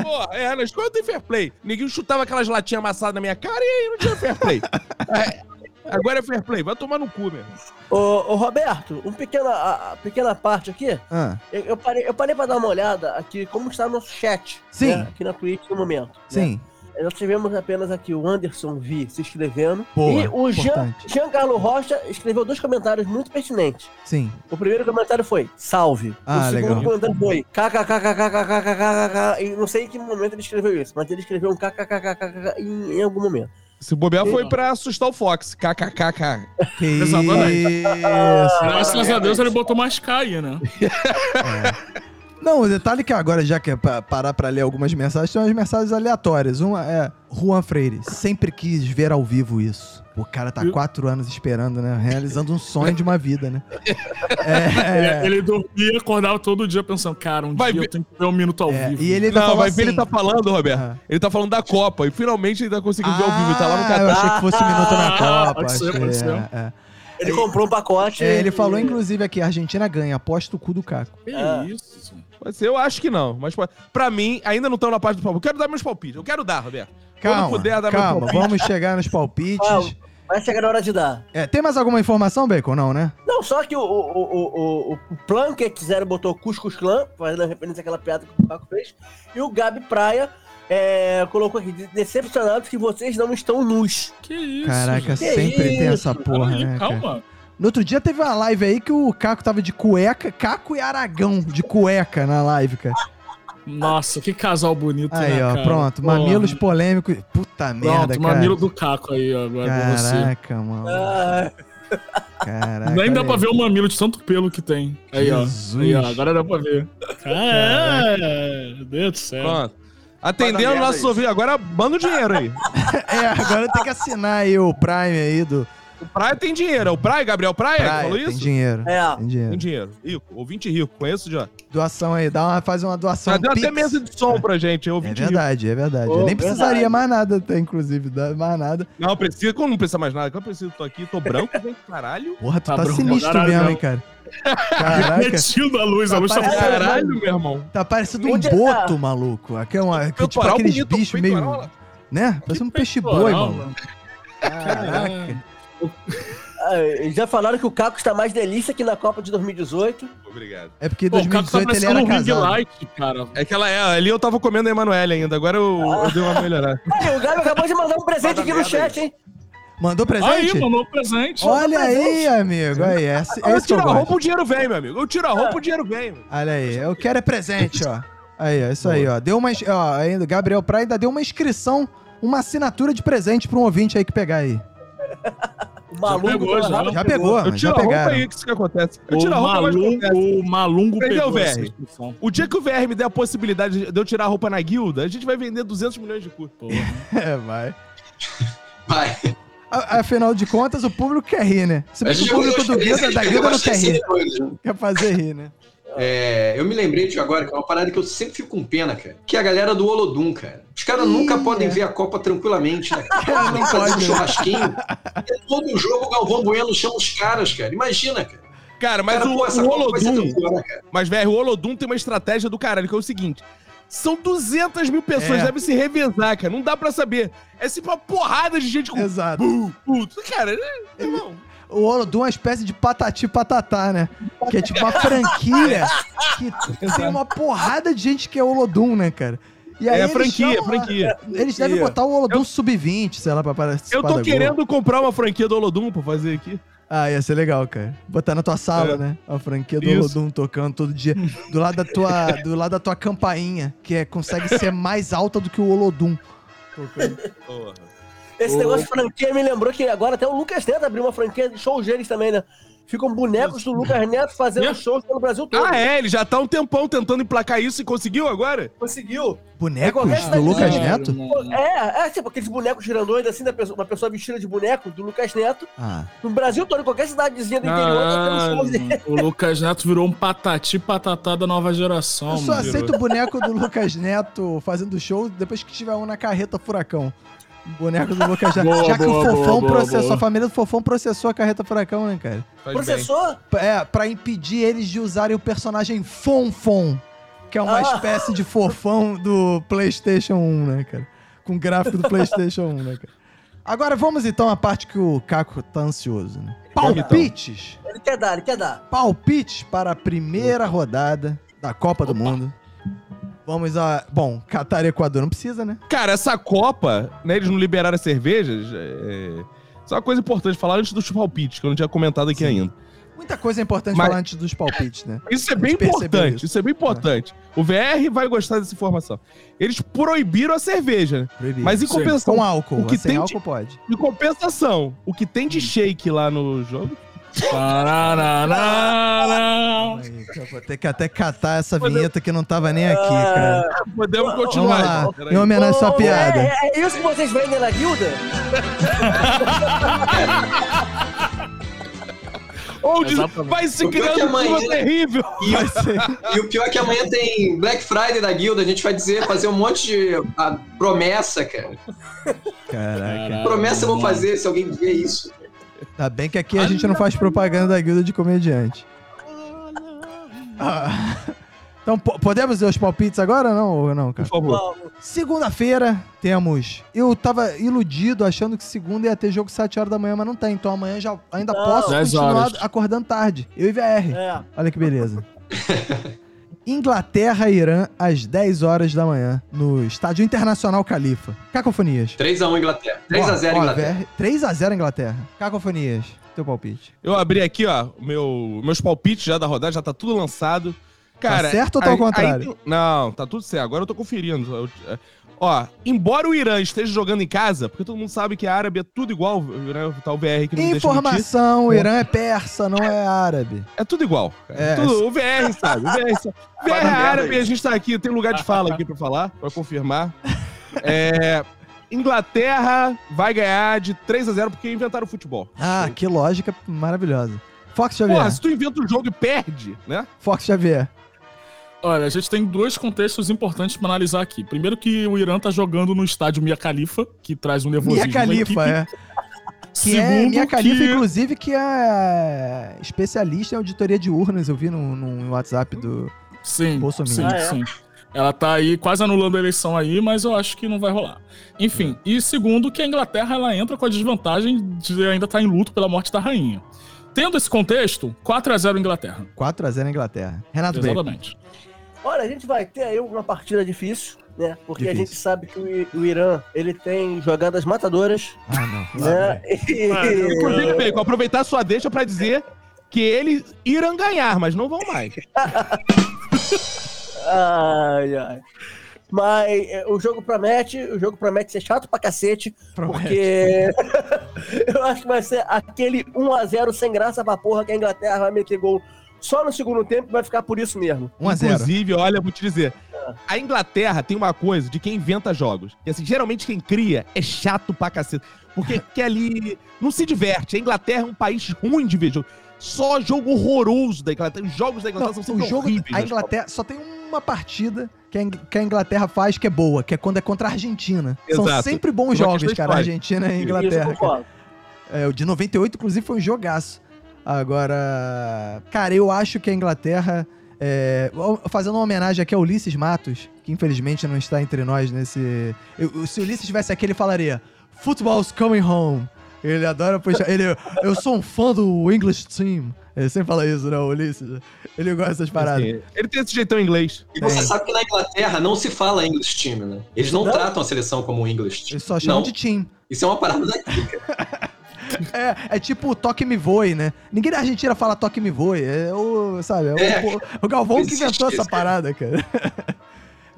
porra. É, na escola tem fair play. Ninguém chutava aquelas latinhas amassadas na minha cara e aí não tinha fair
<laughs>
play. É, agora é fair play. Vai tomar no cu, meu irmão.
Ô, ô, Roberto, uma pequena, a- a pequena parte aqui.
Ah,
Eu, eu parei, eu parei pra dar uma olhada aqui como está nosso chat.
Sim.
né, aqui na Twitch no momento. né?
Sim.
Nós tivemos apenas aqui o Anderson Vi se inscrevendo.
Boa,
e o Jean,
importante.
Jean Carlo Rocha escreveu dois comentários muito pertinentes.
Sim.
O primeiro comentário foi salve.
Ah,
o segundo
legal.
comentário foi kkkkkkkkkkk. E não sei em que momento ele escreveu isso, mas ele escreveu um kkkkk em, em algum momento.
Se bobear foi pra assustar o Fox. KKKK.
Que
Pesadona aí.
isso.
Graças a Deus ele botou mais K aí, né?
Não, o detalhe é que agora, já que é pra parar pra ler algumas mensagens, são as mensagens aleatórias. Uma é, Juan Freire, sempre quis ver ao vivo isso. O cara tá há
Eu-
quatro anos esperando, né? Realizando um sonho de uma vida,
<laughs>
né? É.
é
Ele, ele dormia e acordava todo dia pensando, cara, um
Vai
dia
ver-
eu tenho que ver um minuto ao
É,
vivo.
e ele ainda
Não,
falou
vai
assim...
ver ele tá falando, Roberto.
Ah.
Ele tá falando da Copa. E finalmente ele tá conseguindo ver ao vivo. Ele tá lá no
Ah,
Catar.
Eu achei que fosse um minuto na
Ah,
Copa.
pode ser,
achei,
pode ser.
é, é.
Ele comprou um pacote.
É, ele falou,
e-
inclusive, aqui, a Argentina ganha, aposta o cu do Caco.
Que
Ah.
isso?
Pode ser, eu acho que não. Mas pode- pra mim, ainda não estão na parte do palpite. Eu quero dar meus palpites. Eu quero dar, Roberto.
Calma,
Quando puder, dá meu
calma,
palpite.
vamos chegar nos palpites.
Calma. Vai chegar na hora de dar.
É, tem mais alguma informação, Bacon? Não, né?
Não, só que o, o, o, o, o Plunkett Zero botou Cuscus Clã, fazendo referência àquela piada que o Paco fez. E o Gabi Praia é, colocou aqui, decepcionado que vocês não estão nus.
Que isso?
Caraca,
gente?
Que
sempre tem
isso,
essa porra,
Peraí,
né, cara?
Calma.
No outro dia teve uma live aí que o Caco tava de cueca, Caco e Aragão de cueca na live, cara.
Nossa, que casal bonito,
Aí,
né,
ó,
cara?
pronto,
Pô,
mamilos polêmicos. Puta
Pronto,
merda, cara.
mamilo do Caco aí ó, agora pra
assim.
você.
Caraca, mano.
Ah,
Caraca.
Nem dá
olha
pra
aí.
ver o mamilo de tanto pelo que tem. Aí, ó.
Jesus.
Aí, ó, agora dá pra ver. Ah, meu Deus do céu.
Pronto.
É. Vai dar
Atendendo
merda
nossos
isso.
ouvintes. Agora manda o
<laughs>
dinheiro aí.
É, agora tem que assinar aí o Prime aí do
O Praia tem dinheiro. É o Praia, Gabriel Praia, que
Praia.
falou
Tem
isso?
dinheiro.
é.
Tem
Tem
dinheiro.
dinheiro. Rico. Ouvinte rico. Conheço já.
Doação aí, dá uma, faz uma doação.
Já deu até
Pix.
mesa de som pra gente. É
É
ouvinte rico.
verdade, é verdade.
Ô,
Eu nem precisaria
verdade.
mais nada, até, inclusive, da- mais nada.
Não, precisa. Como não precisa mais nada? Como eu preciso? Tô aqui, tô branco, vem caralho.
Porra, tu
Tá
tá,
bronco,
sinistro
caralho,
mesmo,
não.
hein, cara. Caraca.
Metido a luz, a luz tá
Aparece-
fora.
Caralho, meu irmão.
Tá parecendo um
Onde é
boto, maluco. Aqui é uma, que, tipo
Peitoral
aqueles
bonito,
bichos meio.
peitoral.
Né? Parece um peixe
peitoral,
boi, mano.
mano.
Caraca.
Ah, já falaram que o Caco está mais delícia que na Copa de 2018.
Obrigado.
É porque em
Pô, o Caco
2018
tá
ele
parecendo
era
um ring
casado.
light, cara.
É que ela é. Ali eu tava comendo a Emanuele ainda. Agora eu, eu dei uma melhorada.
Olha, o Gabi acabou de mandar um presente
Manda
aqui no
merda
chat, hein?
Mandou presente?
Aí, mandou presente.
Olha aí, amigo. Aí, é, <laughs> esse- é
Eu
isso que eu
tiro a roupa,
gosto.
o dinheiro vem, meu amigo. Eu tiro a roupa, o dinheiro vem. meu.
Olha aí, eu quero é presente, ó. Aí, ó, isso aí, ó. Deu uma. ins- Ó, ainda, Gabriel Praia ainda deu uma inscrição, uma assinatura de presente pra um ouvinte aí que pegar aí.
O maluco.
Já pegou,
do
já.
Arraba
Já pegou,
Eu
mano.
tiro
Já
a roupa
pegaram.
aí, que isso que acontece. Eu
O,
tiro a roupa, mas
Malungo,
acontece.
o Malungo
Entendeu,
pegou essa
velho?
discussão.
O dia que o VR me der a possibilidade de eu tirar a roupa na guilda, a gente vai vender 200 milhões de cu.
<laughs> É, vai.
Vai.
A- Afinal de contas, o público quer rir, né? Se bem
Mas
que o
eu- eu
público do Guilda,
experiência de
da
pegar
Guilda não quer
bastante
rir.
coisa.
Quer fazer rir, né?
É, eu me lembrei de agora, que é uma parada que eu sempre fico com pena, cara. Que é a galera do Olodum, cara. Os caras nunca podem ver a Copa tranquilamente, né? Cara, não fazer um churrasquinho. E todo jogo o Galvão Bueno chama os caras, cara. Imagina,
<laughs>
cara.
Cara, mas
Cara,
o,
pô, essa
o
Copa vai ser
Olodum.
campeã, cara.
Mas, velho, o Olodum tem uma estratégia do caralho, que é o seguinte. São 200 mil pessoas,
É.
devem se revezar, cara. Não dá pra saber. É sempre uma porrada de gente com
Exato.
bu, bu. Cara, né? irmão.
O Olodum é uma espécie de patati patatá, né? Que é tipo uma franquia que tem uma porrada de gente que é Olodum, né, cara? E aí
É
eles chamam
franquia,
né? lá-
franquia.
Eles devem botar o Olodum sub-20, sei lá, pra participar
Eu
da
tô
Globo.
querendo comprar uma franquia do Olodum pra fazer aqui.
Ah, ia ser legal, cara. Botar na tua sala,
É.
né? A franquia do
Isso.
Olodum tocando todo dia. Do lado da tua, do lado da tua campainha, que é, consegue ser mais alta do que o Olodum. Tocando.
Esse negócio de franquia me lembrou que agora até o Lucas Neto abriu uma franquia de shows deles também, né? Ficam bonecos do Lucas Neto fazendo
Neto?
shows pelo Brasil todo.
Ah, é? Ele já tá um tempão tentando emplacar isso e conseguiu agora?
Conseguiu.
Bonecos
É,
do Lucas
cara,
Neto?
mano.
É, é tipo aqueles bonecos girandões, assim, da pessoa, uma pessoa vestida de boneco do Lucas Neto.
Ah.
No Brasil todo, em qualquer cidadezinha do
Ah,
interior, tá tendo
Caralho,
shows dele.
<laughs> mano. o Lucas Neto virou um patati patatá da nova geração,
Eu só
mano.
aceito o boneco do Lucas Neto fazendo show depois que tiver um na carreta furacão. Boneco do Lucas Neto.
Boa,
Já que
boa,
o Fofão
boa, boa,
processou,
boa.
a família do Fofão processou a carreta furacão, né, cara?
Faz
Processou?
É, pra impedir eles de usarem o personagem Fonfon, que é uma
Ah.
espécie de fofão do PlayStation 1, né, cara? Com gráfico do PlayStation 1, né, cara? Agora vamos então à parte que o Caco tá ansioso, né?
então.
Palpites!
Ele quer dar, ele quer dar.
palpites para a primeira rodada da Copa do Mundo. Vamos a. Bom, Catar e Equador não precisa, né?
Cara, essa Copa, né? Eles não liberaram as cervejas. É... Isso é uma coisa importante falar antes do palpites, que eu não tinha comentado aqui ainda.
Muita coisa é importante
Mas-
falar antes dos palpites, né?
Isso é
A gente
bem
percebeu
importante.
isso.
Isso. é bem importante. O VR vai gostar dessa informação. Eles proibiram a cerveja, né?
Proibido.
Mas em
Sim.
compensação,
com álcool.
o que
sem
tem de-
álcool pode.
em compensação, o que tem de shake lá no jogo?
Tarararará.
Aí, eu Vou ter que até catar essa vinheta que não tava nem aqui,
Ah,
cara.
Podemos
Vamos
continuar.
lá,
então. Peraí.
em homenagem à sua
Ô,
<laughs> piada.
É, é isso que vocês vendem na guilda?
Ou diz-
Exatamente.
vai se
O pior que
criando
amanhã-
uma terrível.
E, o- e o pior é que amanhã tem Black Friday da Guilda, a gente vai dizer, fazer um monte de ah, promessa, cara.
Caraca.
Promessa eu vou fazer se alguém ver isso.
Tá bem que aqui a gente não faz propaganda da guilda de comediante. Ah, <laughs> Então, po- podemos ver os palpites agora ou não, ou não, cara?
Por favor.
Vamos.
Segunda-feira temos. Eu tava iludido achando que segunda ia ter jogo 7 horas da manhã, mas não tem. Então amanhã já ainda
Não.
posso
10
continuar
horas.
acordando tarde. Eu e VR.
É.
Olha que
<laughs>
beleza. Inglaterra e Irã às 10 horas da manhã no Estádio Internacional Califa. Cacofonias.
3x1 Inglaterra. 3x0 Inglaterra.
3x0 Inglaterra. Cacofonias. Teu palpite.
Eu abri aqui, ó, o meu, meus palpites já da rodada, já tá tudo lançado. Cara,
Tá certo ou tá ao
aí- aí
contrário?
tem- não, tá tudo certo. Agora eu tô conferindo. Eu- é, ó, embora o Irã esteja jogando em casa, porque todo mundo sabe que a árabe é tudo igual, o Irã tá o VR que não deixa mentir.
Informação: o Irã é persa, não é árabe.
É tudo igual. cara.
É,
Tudo- o VR sabe. O VR, sabe. O VR
Vai
é
dar merda
árabe,
<laughs>
isso.
a gente tá aqui, tem lugar de fala aqui pra falar, pra confirmar. É, Inglaterra vai ganhar de 3 a 0 porque inventaram o futebol.
Ah, que lógica maravilhosa. Fox Xavier.
Porra, se tu inventa um jogo e perde, né?
Fox Xavier.
Olha, a gente tem dois contextos importantes pra analisar aqui. Primeiro que o Irã tá jogando no estádio Mia Khalifa, que traz um nervosismo.
Mia
na
Khalifa,
equipe.
é. Que é
Segundo
Mia Khalifa,
que-
inclusive, que é especialista em auditoria de urnas. Eu vi num, num WhatsApp do...
Sim,
Bolsonaro.
sim,
Ah, é?
sim. Ela tá aí quase anulando a eleição aí, mas eu acho que não vai rolar. Enfim, e segundo que a Inglaterra ela entra com a desvantagem de ainda estar em luto pela morte da rainha. Tendo esse contexto, 4 a 0 Inglaterra.
4x0 na Inglaterra. Renato Bacon.
Exatamente.
Olha, a gente vai ter aí uma partida difícil, né? Porque a
Difícil.
gente sabe que o I- o Irã, ele tem jogadas matadoras,
Ah, não. Lá
É,
né?
vem.
E-
Ah, eu
Inclusive, Bacon, aproveitar sua deixa pra dizer que eles irão ganhar, mas não vão mais.
<laughs> Ai, ai. Mas é, o jogo promete, o jogo promete ser chato pra cacete, porque <laughs> eu acho que vai ser aquele 1x0 sem graça pra porra que a Inglaterra vai meter gol só no segundo tempo e vai ficar por isso mesmo.
1x0.
Inclusive, olha, vou te dizer. A Inglaterra tem uma coisa de quem inventa jogos. Que assim, geralmente quem cria é chato pra caceta.
<laughs>
Porque que ali não se diverte. A Inglaterra é um país ruim de ver jogo. Só jogo horroroso da Inglaterra. Os jogos da Inglaterra são
Não,
sempre
o jogo... é
horríveis.
A
nas Copas.
Inglaterra... Só tem uma partida que a, Ing- que a Inglaterra faz que é boa, que é quando é contra a Argentina. São
Exato.
sempre bons
Uma
jogos,
questão
cara.
histórica.
Argentina e Inglaterra.
Isso eu concordo.
cara. É, o de 98, inclusive, foi um jogaço. Agora, cara, eu acho que a Inglaterra. é, fazendo uma homenagem aqui a Ulisses Matos, que infelizmente não está entre nós nesse. eu- se o Ulisses estivesse aqui, ele falaria: Football's coming home. Ele adora puxar. Ele, eu sou um fã do English team. Ele sempre fala isso, né, o Ulisses? Ele gosta dessas paradas.
Assim, ele tem esse jeitão inglês.
E você
Tem.
sabe que na Inglaterra não se fala English time, né? Eles não,
Não?
tratam a seleção como English time.
Eles só chamam
Não.
de team.
Isso é uma parada da
É, é tipo o toque me voe, né? Ninguém da Argentina fala toque me voe. É o, sabe, é o,
É.
o Galvão que
Existe
inventou
isso,
essa parada, cara. <laughs>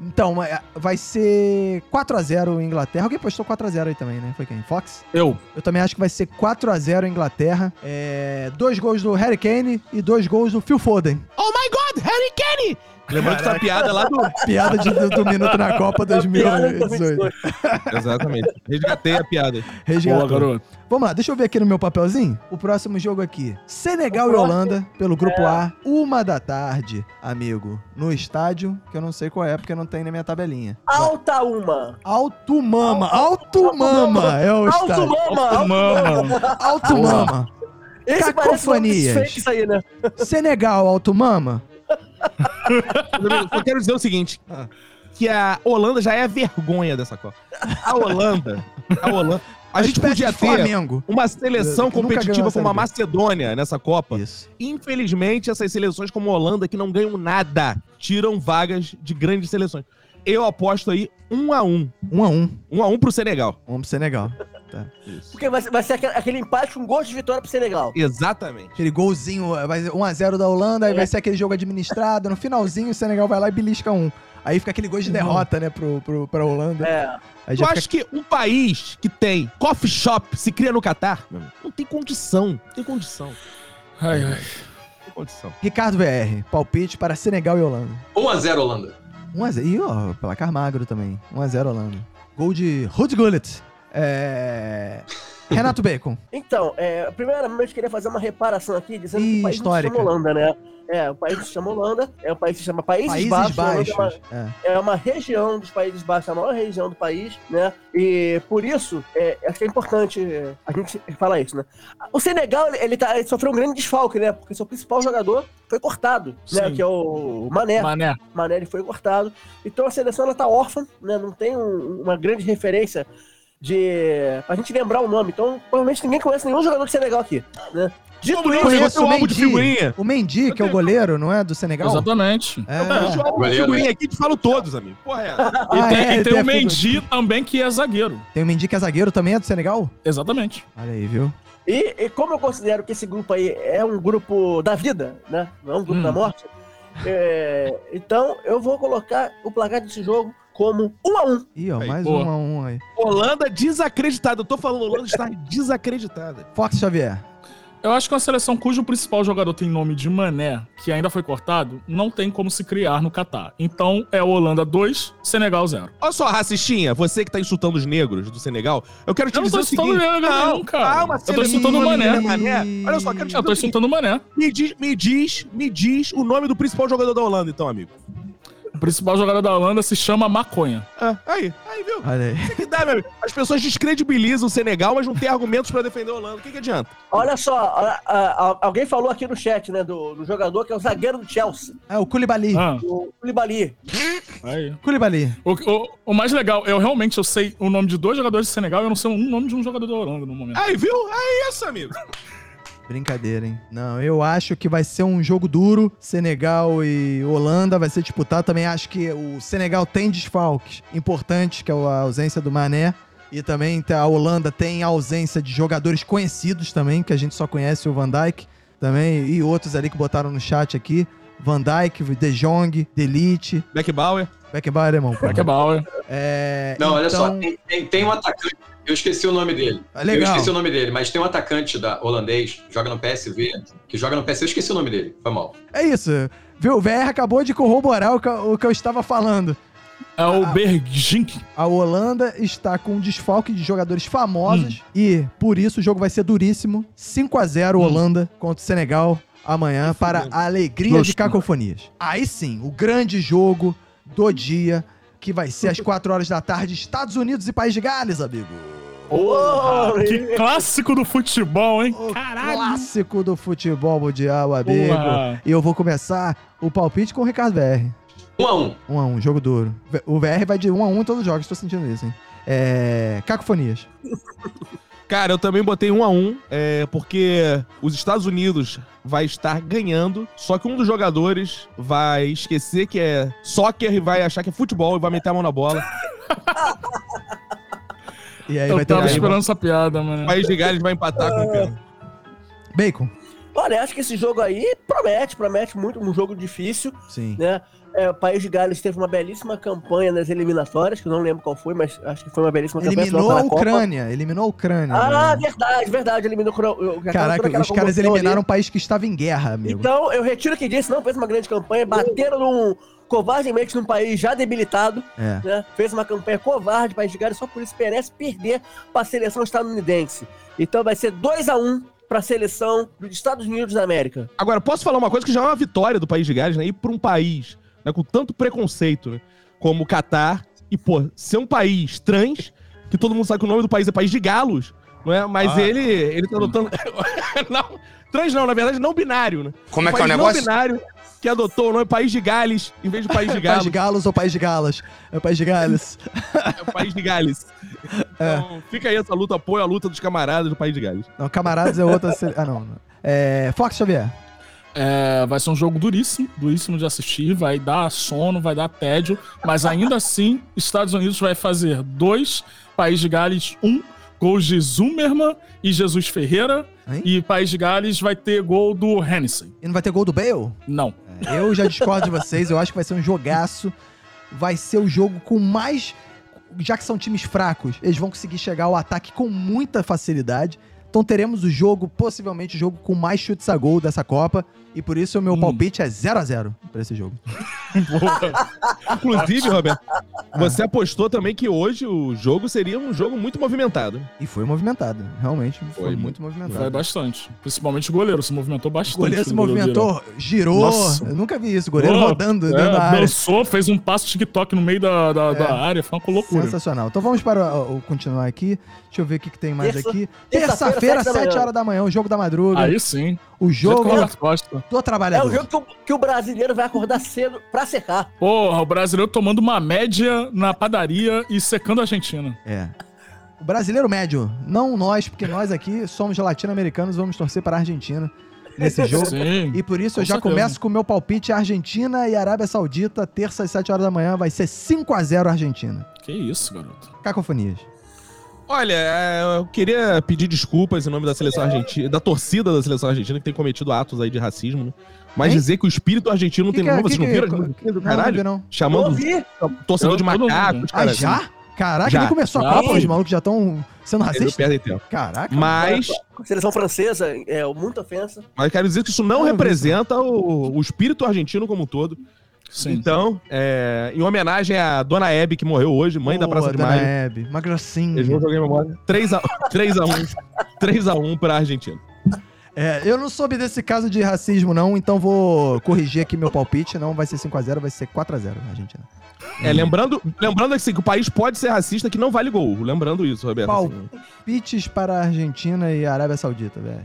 Então, mas, é, vai ser 4x0 Inglaterra. Alguém postou 4x0 aí também, né? Foi quem? Fox?
Eu.
Eu também acho que vai ser 4x0 Inglaterra. É, dois gols do Harry Kane e dois gols do Phil Foden.
Oh my God, Harry Kane! Lembrando que essa piada lá do...
<laughs> Piada de- do, do minuto na Copa
Piada em
2018.
2018.
Exatamente. Resgatei a piada.
Boa,
Resgatou.
garoto.
Vamos lá, deixa eu ver aqui no meu papelzinho. O próximo jogo aqui. Senegal
O
e
próximo-
Holanda, pelo grupo A, uma da tarde, amigo. No estádio, que eu não sei qual é, porque não tem na minha tabelinha.
Alta uma.
Alto Mama, Alto Mama é o
Alto
estádio.
mama. Alto
Mama.
Alto Mama.
Esse parece nome desses
Cacofonias.
fakes aí, né?
Senegal, Alto Mama.
Meus amigos, Só quero dizer o seguinte:
Ah.
que a Holanda já é a vergonha dessa Copa. A Holanda. A Holanda. A gente
Perde
podia
de
ter
Flamengo.
uma seleção
Nunca ganhou
competitiva
a Série
como a
B.
Macedônia nessa Copa.
Isso.
Infelizmente, essas seleções como a Holanda, que não ganham nada, tiram vagas de grandes seleções. Eu aposto aí um a um.
Um a um.
Um a um pro Senegal.
Vamos pro Senegal.
Porque vai ser, vai ser aquele, aquele empate com gol de vitória pro Senegal.
Exatamente.
Aquele golzinho, vai ser 1x0 da Holanda, aí vai ser aquele jogo administrado. No finalzinho, o Senegal vai lá e belisca um. Aí fica aquele gol de derrota, né, pro, pro, pra Holanda.
É.
Aí
Eu
já fica
acho que um país que tem coffee shop se cria no Catar, meu amigo, não tem condição. Não tem condição. Não
Ai, ai.
tem condição.
Ricardo VR, palpite para Senegal e Holanda.
1x0 Holanda.
1x0. Ih, ó, placar magro também. 1x0 Holanda. Gol de Rudy Gullit. É... Renato Bacon.
Então, é, primeiramente eu queria fazer uma reparação aqui, dizendo
Ih,
que o país
histórica.
não se chama Holanda, né? É, o país se chama Holanda, é um país que se chama Países,
Países
Baixos. a Holanda
Baixos. É.
É, uma, é uma região dos Países Baixos, é a maior região do país, né? E por isso, é, acho que é importante é, a gente falar isso, né? O Senegal, ele, ele tá, ele sofreu um grande desfalque, né? Porque seu principal jogador foi cortado, né?
Sim.
Que é o Mané.
Mané.
Manelli foi cortado. Então a seleção ela tá órfã, né? Não tem um- uma grande referência de pra gente lembrar o nome. Então, provavelmente ninguém conhece nenhum jogador de Senegal aqui, né? Dito isso,
Conheço
o
o
álbum
Mendy.
de figurinha.
O Mendy, que é o goleiro, não é? Do Senegal?
Exatamente. <laughs> E,
É.
Não, eu jogo
Goleiro,
figurinha aqui e te falo todos, amigo. Porra, é.
Ah,
tem,
é,
e tem
tem a
o Mendy também, que é zagueiro.
Tem o Mendy que é zagueiro também, é do Senegal?
Exatamente.
Olha aí, viu?
e, e como eu considero que esse grupo aí é um grupo da vida, né? Não é um grupo
Hum.
da morte. é, então eu vou colocar o placar desse jogo como 1 a 1
Ih, ó,
Aí,
mais
boa.
um a um aí.
Holanda desacreditada. Eu tô falando Holanda está desacreditada.
Fox Xavier.
Eu acho que uma seleção cujo principal jogador tem nome de Mané, que ainda foi cortado, não tem como se criar no Catar. Então é Holanda 2, Senegal 0.
Olha só, racistinha, você que tá insultando os negros do Senegal, eu quero te
Eu não
dizer
tô
o
insultando
seguinte...
negro nenhum, cara.
calma,
Eu tô
seleção
insultando o Mané.
Mané. Olha só, eu quero te
Eu tô
dizer o seguinte,
insultando o Mané.
me diz, me diz, me diz o nome do principal jogador da Holanda, então, amigo.
O principal jogador da Holanda se chama Maconha.
Ah, aí, aí, viu?
Olha aí.
O que dá, meu amigo? As pessoas descredibilizam o Senegal, mas não tem argumentos pra defender a Holanda. O que que adianta?
Olha só, a- a- a- alguém falou aqui no chat, né? Do, do jogador que é o zagueiro do Chelsea,
É o Koulibaly.
Ah,
o Koulibaly.
aí.
Koulibaly.
O, o- o mais legal, eu realmente eu sei o nome de dois jogadores do Senegal, eu não sei o nome de um jogador da Holanda no momento.
Aí, viu? É isso, amigo.
Brincadeira, hein? Não, eu acho que vai ser um jogo duro. Senegal e Holanda vai ser disputado. Também acho que o Senegal tem desfalques importantes, que é a ausência do Mané. E também tá- a Holanda tem a ausência de jogadores conhecidos também, que a gente só conhece o Van Dijk também, e outros ali que botaram no chat aqui. Van Dijk, De Jong, De Ligt,
Beckenbauer.
Beckenbauer, alemão. porra.
Beckenbauer.
É,
Não, olha
então-
só, tem, tem- tem um atacante, eu esqueci o nome dele.
Ah, Legal.
Eu esqueci o nome dele, mas tem um atacante da holandês, joga no PSV, que joga no PSV, eu esqueci o nome dele, foi mal.
É isso. Viu? O VR acabou de corroborar o que, eu- o que eu estava falando.
É o Bergink.
A Holanda está com um desfalque de jogadores famosos
Hum.
e, por isso, o jogo vai ser duríssimo. 5 a 0 Holanda contra o Senegal amanhã para a alegria de
Justo.
cacofonias. Aí sim, o grande jogo do dia, que vai ser às 4 horas da tarde, Estados Unidos e País de Gales, amigo.
Porra,
Porra,
que clássico do futebol, hein?
O
Caralho.
clássico do futebol mundial, amigo.
Porra.
E eu vou começar o palpite com o Ricardo VR.
Um a um.
1 a 1 jogo duro. O VR vai de 1 a 1 em todos os jogos, tô sentindo isso, hein? É. Cacofonias.
Cara, eu também botei um a um, é, porque os Estados Unidos vai estar ganhando, só que um dos jogadores vai esquecer que é soccer e vai achar que é futebol e vai meter a mão na bola.
E aí vai
Eu
ter
tava
aí,
esperando essa piada, mano.
Vai de Gales vai empatar com o Peru.
Bacon.
Olha, acho que esse jogo aí promete, promete muito, um jogo difícil,
Sim.
né? É, o País de Gales teve uma belíssima campanha nas eliminatórias, que eu não lembro qual foi, mas acho que foi uma belíssima campanha.
Eliminou a
final pela Copa.
Ucrânia. Eliminou a Ucrânia.
Ah,
né?
verdade, verdade, eliminou o
Caraca, os caras eliminaram um país que estava em guerra, amigo.
Então, eu retiro o que disse, não fez uma grande campanha, bateram num, covardemente num país já debilitado,
É.
né? Fez uma campanha covarde, País de Gales, só por isso merece perder para a seleção estadunidense. Então vai ser 2 a 1 um para a seleção dos Estados Unidos da América.
Agora, posso falar uma coisa que já é uma vitória do país de Gales, né? Ir pra um país né, com tanto preconceito, né? Como o Catar. E, pô, ser um país trans, que todo mundo sabe que o nome do país é país de galos, não é? Mas
Ah.
ele, ele tá adotando. <laughs> não, trans não, na verdade, não binário, né?
Como é que é o
país não
negócio?
binário que adotou o nome País de Gales em vez de
<laughs>
País de
País
Gales.
de Galos ou País de Galas? É o País de Gales.
é o País de Gales.
É.
Então, fica aí essa luta, apoio a luta dos camaradas do País de Gales.
Não, Camaradas é outra. sele- Ah, não. não. É, Fox Xavier.
É, vai ser um jogo duríssimo, duríssimo de assistir, vai dar sono, vai dar tédio, mas ainda assim, Estados Unidos vai fazer dois, País de Gales um, gols de Zumerman e Jesus Ferreira,
Hein?
e País de Gales vai ter gol do Hennessy.
E não vai ter gol do Bale? <laughs>
Não.
Eu já discordo de vocês, eu acho que vai ser um jogaço. Vai ser o jogo com mais. Já que são times fracos, eles vão conseguir chegar ao ataque com muita facilidade. Então teremos o jogo, possivelmente o jogo com mais chutes a gol dessa Copa. E por isso o meu
Hum.
palpite é 0 a 0 pra esse jogo.
Inclusive, Roberto, você apostou também que hoje o jogo seria um jogo muito movimentado.
E foi movimentado, realmente foi,
Foi,
muito
Vai
movimentado.
bastante. Principalmente o goleiro, se movimentou bastante.
O goleiro se
no Brasileirão.
movimentou, girou.
Nossa.
Eu nunca vi isso. O goleiro
Oh,
rodando
é,
dentro da área. É.
Dançou, fez um passo TikTok no meio da, da, da área, foi
Tipo,
uma loucura.
Sensacional. Então vamos para o, o- continuar aqui. Deixa eu ver o que, que tem mais
Terça-
aqui.
terça-feira,
Terça-feira,
sete da
7
manhã.
horas da manhã, o jogo da madruga.
Aí sim.
O jogo
Jeito que o Costa.
do
É
trabalhador.
um jogo que o, que o brasileiro vai acordar cedo pra secar.
Porra, o brasileiro tomando uma média na padaria e secando a Argentina.
É. O brasileiro médio, não nós, porque nós aqui somos latino-americanos, vamos torcer para a Argentina
<laughs>
nesse jogo.
Sim.
E por isso eu
Com
já
certeza.
começo com o meu palpite Argentina e Arábia Saudita, terça às 7 horas da manhã, vai ser 5 a 0 Argentina.
Que isso, garoto.
Cacofonias.
Olha, é, eu queria pedir desculpas em nome da seleção argentina, da torcida da seleção argentina, que tem cometido atos aí de racismo, né? Mas
Hein?
dizer que o espírito argentino não
Que
tem
que é-
nome, vocês
que
não
que é?
viram as
Co-
musiquinhas do
Não, não vi,
caralho?
não.
Eu
Chamando
ouvi,
o torcedor de
Eu- todo mundo.
macacos,
Ah,
cara.
já? Caraca,
Já.
nem começou a
Já.
Copa, os malucos já estão sendo
Eles não
racistas?
perdem tempo.
Caraca.
Mas
seleção francesa, é muita ofensa.
Mas quero dizer que isso não
Ah,
representa o, o espírito argentino como um todo.
Sim.
Então, é, em homenagem à Dona Hebe, que morreu hoje, mãe da Praça de
Boa, Dona
Maio.
Hebe, Uma
Eles
gracinha.
vão jogar em memória. 3x1. 3x1 pra Argentina.
É, eu não soube desse caso de racismo, não, então vou corrigir aqui meu palpite. Não vai ser 5x0, vai ser 4x0 na Argentina.
É, lembrando, lembrando assim, que o país pode ser racista que não vale gol. Lembrando isso, Roberto.
Pau.
assim.
Pites para a Argentina e a Arábia Saudita, velho.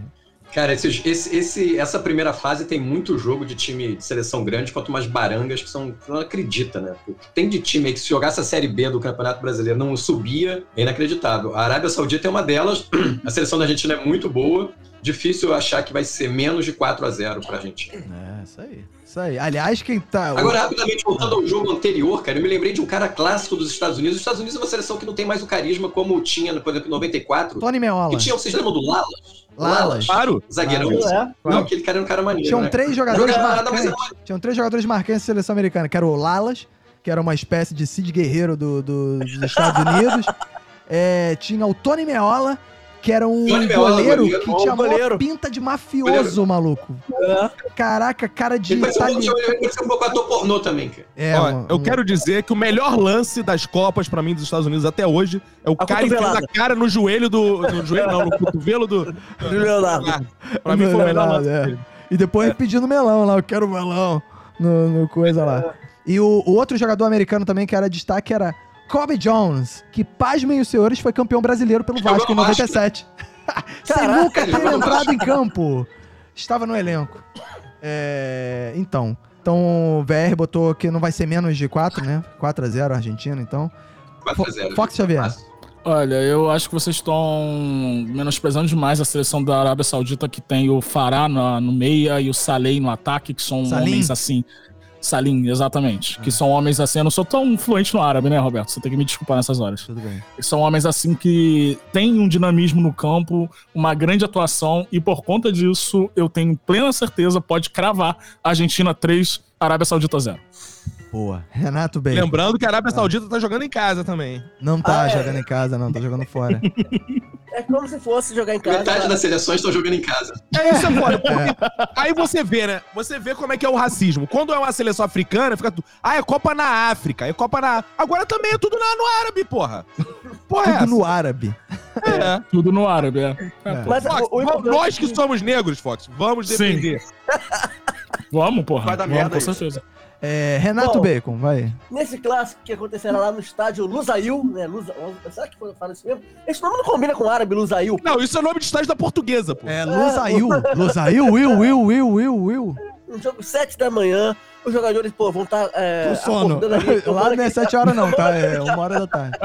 Cara, esses- esse- esse- essa primeira fase tem muito jogo de time de seleção grande quanto umas barangas que são. Não acredita, né? O que Tem de time aí que se jogasse a Série B do Campeonato Brasileiro não subia, é inacreditável. A Arábia Saudita é uma delas, <clears throat> a seleção da Argentina é muito boa. Difícil eu achar que vai ser menos de 4 a 0 pra Argentina.
É, isso aí. Isso aí. Aliás, quem tá. o-
Agora, rapidamente, voltando ao jogo anterior, cara, eu me lembrei de um cara clássico dos Estados Unidos. Os Estados Unidos é uma seleção que não tem mais o carisma como tinha, por exemplo, em 94.
Tony Meola.
Que tinha, vocês lembram do Lalas?
Lalas.
Claro.
Zagueirão.
Lalas,
é?
Não, aquele cara era um cara maneiro.
Tinham
né?
três jogadores
Jogava nada mais
marcantes. Tinham três jogadores marcantes da seleção americana, que era o Lalas, que era uma espécie de Cid Guerreiro do- do-
<laughs>
dos Estados Unidos. É, tinha o Tony Meola, que era um
Tony Meola,
goleiro
goleiro,
que
bom
tinha uma
goleiro.
pinta de mafioso, maluco.
É.
Caraca, cara de
Ele parece um
italiano.
pouco- ele parece um pouco ator pornô também, cara.
É,
Ó,
um-
eu
um-
quero dizer que o melhor lance das Copas pra mim dos Estados Unidos até hoje é o
A
cara enfiando a
cotovelada.
cara no joelho do. No joelho, não, no cotovelo do.
Do Leonardo.
Pra mim foi o melhor lance.
É.
dele.
E depois pedindo melão lá, eu quero melão no, no coisa lá. E o, o outro jogador americano também que era destaque era Kobe Jones, que, pasmem os senhores, foi campeão brasileiro pelo
Jogou
Vasco em
no Vasco.
97. Sem
Caraca,
nunca ter
jogou no
entrado em campo. Estava no elenco. É, então, então o VR botou que não vai ser menos de 4, né? 4 a 0 Argentina, então.
4x0.
Fox Xavier.
Olha, eu acho que vocês estão menosprezando demais a seleção da Arábia Saudita que tem o Fará na- no meia e o Saleh no ataque, que são
Salim?
homens assim. Salim, exatamente. Que são homens assim. Eu não sou tão fluente no árabe, né, Roberto? Você tem que me desculpar nessas horas.
Tudo bem.
São homens assim que têm um dinamismo no campo, uma grande atuação, e por conta disso, eu tenho plena certeza, pode cravar Argentina 3, Arábia Saudita 0.
Boa. Renato bem.
Lembrando que a Arábia Saudita tá jogando em casa também.
Não tá
Ah, é.
jogando em casa, não, tá jogando fora.
É como se fosse jogar em casa.
Metade das seleções estão jogando em casa.
É isso agora.
É.
Aí você vê, né? Você vê como é que é o racismo. Quando é uma seleção africana, fica tudo. Ah, é Copa na África, é Copa na. Agora também é tudo na, no árabe, porra. Porra, é
Tudo
essa?
no árabe.
É.
Tudo no árabe, é.
É.
Mas
Fox,
o- o
va-
importante
nós
é
que somos negros, Fox, vamos
Sim.
defender.
Vamos, porra.
Vai dar
Vamos,
merda
com
isso.
certeza.
É, Renato
Bom.
Bacon, vai.
Nesse clássico que acontecerá lá no estádio Lusail, né? Lusa... Será que fala isso mesmo? Esse nome não combina com o árabe, Lusail.
Não, isso é nome de estágio da portuguesa, pô.
É, Lusail. Lusail, Will, Will, Will, Will, Will.
Um jogo 7 da manhã, os jogadores, pô, vão tá, é, estar.
Tô sono. <laughs> Lá não é 7 horas, não, tá? É uma hora da tarde.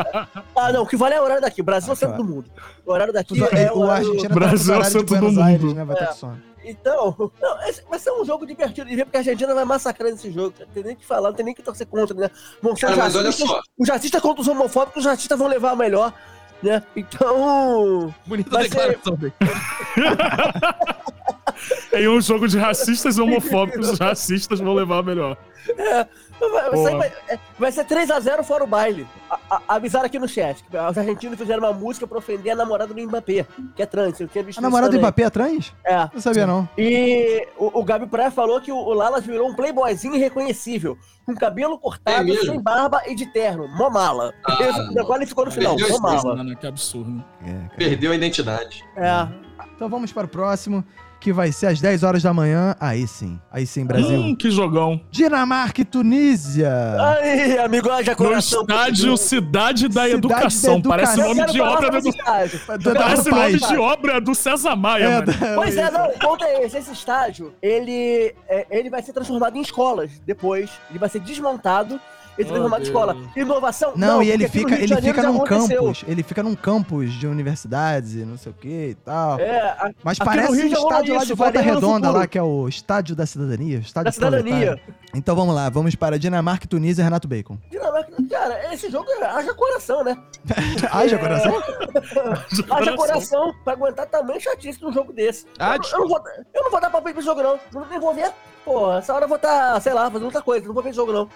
Ah, não, o que vale é o horário daqui. Brasil é
Ah,
o centro
tá.
do mundo. O horário daqui
Tudo,
é o
o
horário.
Argentina tá
Brasil é o
com horário de
centro do
Buenos
mundo.
Aires, né? Vai estar com sono.
Então, <laughs> não, esse vai ser um jogo divertido de ver, porque a Argentina vai massacrar nesse jogo. Não tem nem o que falar, não tem nem o que torcer contra, né? Vão ser
Cara,
os
Ah, mas olha
racistas,
só.
os racistas contra os homofóbicos, os racistas vão levar a melhor, né? Então.
Bonita
Vai ser-
declaração. velho.
Em um jogo de racistas e homofóbicos, os racistas vão levar a melhor.
Vai, vai
Boa.
sair- vai- é, vai ser 3x0 fora o baile. A, a- avisaram aqui no chat que os argentinos fizeram uma música pra ofender a namorada do Mbappé, que é trans. Eu tinha visto
A namorada do
isso também.
Mbappé é trans?
É.
Não sabia, não.
E o, o Gabi Praia falou que o, o Lalas virou um playboyzinho irreconhecível, com cabelo
É
cortado,
mesmo?
sem barba e de terno. Mó mala.
Ah,
Esse- Agora ele ficou no final,
Meu
mó
Deus,
mala.
Mano, que absurdo.
É, cara.
Perdeu a identidade.
É.
Então vamos para o próximo, que vai ser às 10 horas da manhã. Aí sim. Aí sim, Brasil.
Hum, que jogão.
Dinamarca e
Ah,
Tunísia.
Aí, amigo, haja
No
coração.
estádio Cidade da
Cidade
Educação.
da
Parece
Educação.
nome de obra do...
do...
Da- da-
Parece
do
nome
país.
de obra do César Maia,
É,
mano.
da-
Pois é, não, o ponto é esse. Esse estádio, ele, é, ele vai ser transformado em escolas depois. Ele vai ser desmontado e
Oh,
transformado em
Deus.
escola. Inovação?
Não, e ele
porque aqui no
fica,
Rio de
ele
Janeiro
fica
já
num
aconteceu.
campus. Ele fica num campus de universidades e não sei o que e tal.
É, a-
Mas
Aqui no
parece
Rio
um
já rolou
estádio lá
isso,
de Volta
Varela no
Redonda,
futuro.
lá, que é o Estádio da Cidadania. Estádio
da cidadania.
proletário. Então vamos lá, vamos para Dinamarca, Tunísia e Renato
<laughs>
Bacon.
Dinamarca, cara, esse jogo é haja coração, né?
Ai, já
<laughs>
coração.
Haja coração pra aguentar tamanho chatice num jogo desse.
Ah,
eu, não- eu não vou, eu não vou dar palpite pro jogo, não. Não nem vou ver. Pô, essa hora eu vou estar, sei lá, fazendo outra coisa. Não vou ver jogo, não.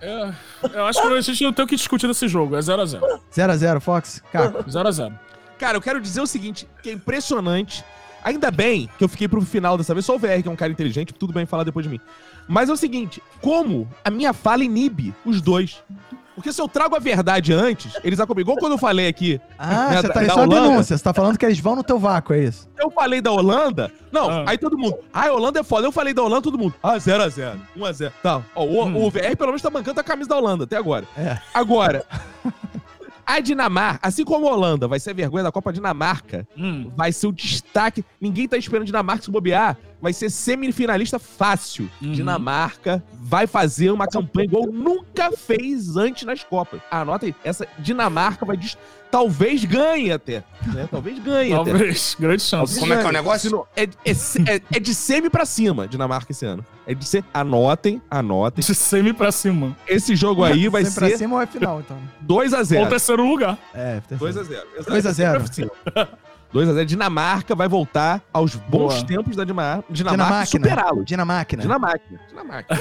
É, eu acho que a gente não tem o que discutir desse jogo. É 0x0.
0x0, Fox.
<laughs>
Caco.
0x0.
Cara, eu quero dizer o seguinte, que é impressionante. Ainda bem que eu fiquei pro final dessa vez. Sou o VR, que é um cara inteligente, tudo bem falar depois de mim. Mas é o seguinte, como a minha fala é inibe os dois? Porque se eu trago a verdade antes, eles acabam igual quando eu falei aqui.
Ah,
né,
você
da-
tá,
da
isso é uma
Holanda.
denúncia. Você tá falando que eles vão no teu vácuo, é isso?
Eu falei da Holanda, não,
Ah.
aí todo mundo, ah, a Holanda é foda. Eu falei da Holanda, todo mundo, ah, 0x0, 1x0. Tá, ó, o,
Hum.
o VR pelo menos tá bancando a camisa da Holanda até agora.
É.
Agora, a Dinamarca, assim como a Holanda vai ser a vergonha da Copa Dinamarca,
Hum.
vai ser o destaque. Ninguém tá esperando Dinamarca se bobear. Vai ser semifinalista fácil.
Uhum.
Dinamarca vai fazer uma campanha igual nunca fez antes nas Copas. Anota aí, essa Dinamarca vai. des- Talvez ganhe até. né? Talvez ganhe até.
Talvez. Grande chance.
Como é que é o
Se
negócio?
não- É, é se- é- é de semi pra cima, Dinamarca esse ano. É de ser. Anotem, anotem.
De semi pra cima.
Esse jogo aí vai
Sempre pra
ser
cima ou é final, então?
2x0.
Ou terceiro lugar.
É, terceiro.
2x0.
2x0.
2x0. Dinamarca vai voltar aos bons
Boa.
tempos da Dinamar- Dinamarca,
Dinamarca. né?
e superá-lo.
Dinamarca.
Dinamarca. Dinamarca.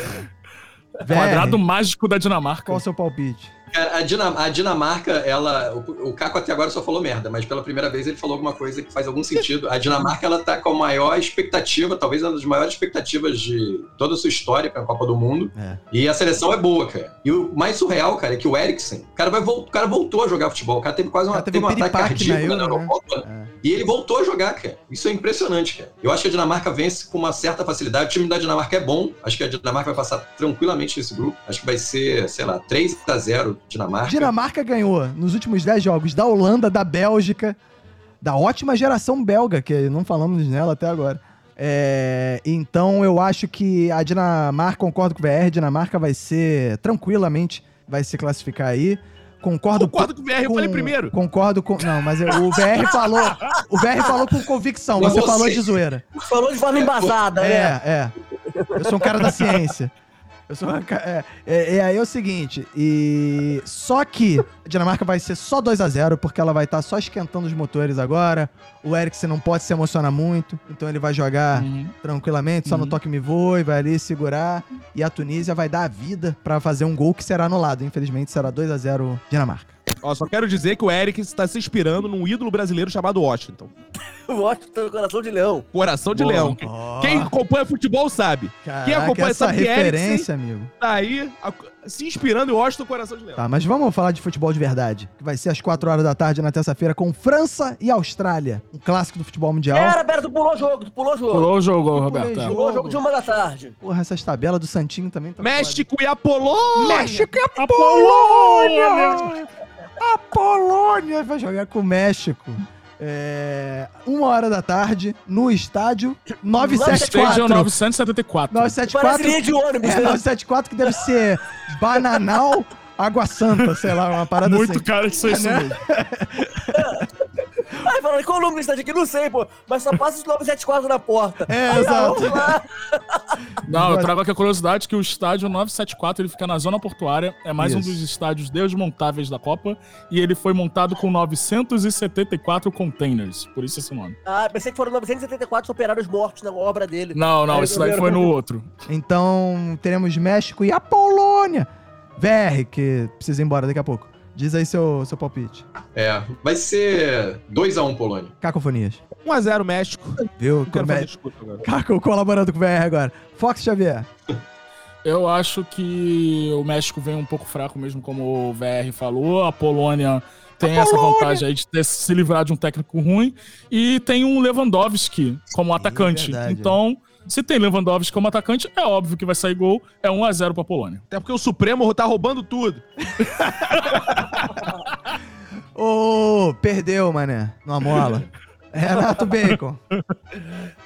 Quadrado
Velho,
mágico da Dinamarca.
qual o seu palpite?
Cara, a, Dinam- a Dinamarca, ela. O, o Caco até agora só falou merda, mas pela primeira vez ele falou alguma coisa que faz algum sentido. A Dinamarca, ela tá com a maior expectativa, talvez uma das maiores expectativas de toda a sua história pra Copa do Mundo.
É.
E a seleção é boa, cara. E o mais surreal, cara, é que o Eriksen, o cara, vai vol- o cara voltou a jogar futebol. O cara teve quase
O
uma,
cara teve
teve
um
um ataque
piripaque
cardíaco
na
na,
Euro, né?
Europa.
É.
E ele voltou a jogar, cara. Isso é impressionante, cara. Eu acho que a Dinamarca vence com uma certa facilidade. O time da Dinamarca é bom. Acho que a Dinamarca vai passar tranquilamente gigante esse grupo. Acho que vai ser, sei lá, 3 a 0 Dinamarca.
Dinamarca ganhou nos últimos 10 jogos da Holanda, da Bélgica, da ótima geração belga, que não falamos nela até agora. É, então eu acho que a Dinamarca, concordo com o VR, Dinamarca vai ser tranquilamente, vai se classificar aí. Concordo,
Concordo com o VR, eu falei primeiro.
Concordo com. Não, mas eu- o VR falou. O VR falou com convicção, você
Você.
falou de zoeira.
Falou de forma embasada, né?
É, é. Eu sou um cara da
<laughs>
ciência. Eu sou um cara. É, é, é, aí é o seguinte, e. Só que a Dinamarca vai ser só 2 a 0 porque ela vai estar só esquentando os motores agora. O Eriksen não pode se emocionar muito, então ele vai jogar
Hum.
tranquilamente,
Uhum.
só no toque me voe, vai ali segurar. E a Tunísia vai dar a vida pra fazer um gol que será anulado. Infelizmente, será 2 a 0 Dinamarca.
Ó, só quero dizer que o Eric está se inspirando num ídolo brasileiro chamado Washington.
O Washington no coração de leão.
Coração de
Boa.
leão. Quem- Quem acompanha futebol sabe.
Caraca,
quem acompanha
essa
sabe que Eriksen-
referência, amigo.
Tá aí a- se inspirando em Washington, coração de leão.
Tá, mas vamos falar de futebol de verdade. Que vai ser às 4 horas da tarde na terça-feira com França e Austrália. Um clássico do futebol mundial.
Pera, pera, tu pulou o jogo, tu pulou o jogo. Pulou,
Pulou o jogo, Roberto.
jogo.
é.
o jogo de uma da tarde.
Porra, essas tabelas do Santinho também tá
México e a Polônia.
México e a
é
Polônia! Ah, A Polônia vai jogar com o México. É, Uma hora da tarde no estádio
Stage é
974.
974.
974
Parece linha de ônibus,
é,
né?
974 que deve ser Bananal Água Santa, sei lá, uma parada
Muito
assim.
caro isso, é isso
Né?
mesmo.
<laughs> Ai, falando, qual o número que está aqui? Não sei, pô. Mas só passa os 974 na porta.
É,
Aí, ah, vamos
exato.
lá.
Não, eu
Agora-
trago aqui a curiosidade que o estádio 974 ele fica na zona portuária, é mais
Isso.
um dos estádios desmontáveis da Copa e ele foi montado com 974 containers, por isso esse nome.
Ah, pensei que foram 974 operários mortos na obra dele.
Não, não,
Aí
isso daí
resolveram-
foi no outro.
Então teremos México e a Polônia. VR, que precisa ir embora daqui a pouco. Diz aí seu, seu palpite.
É, vai ser 2 a 1 Polônia.
Cacofonias.
1x0 México.
Viu?
Não quero fazer
Come...
discurso agora.
Caco colaborando com o VR agora. Fox Xavier.
Eu acho que o México vem um pouco fraco mesmo, como o VR falou. A Polônia tem essa vantagem aí de ter se livrado de um técnico ruim. E tem um Lewandowski como atacante.
é verdade,
então, se tem Lewandowski como atacante, é óbvio que vai sair gol. É 1x0 pra Polônia.
Até porque o Supremo tá roubando tudo.
Ô, perdeu, mané. Numa
<laughs>
mola. Renato Bacon.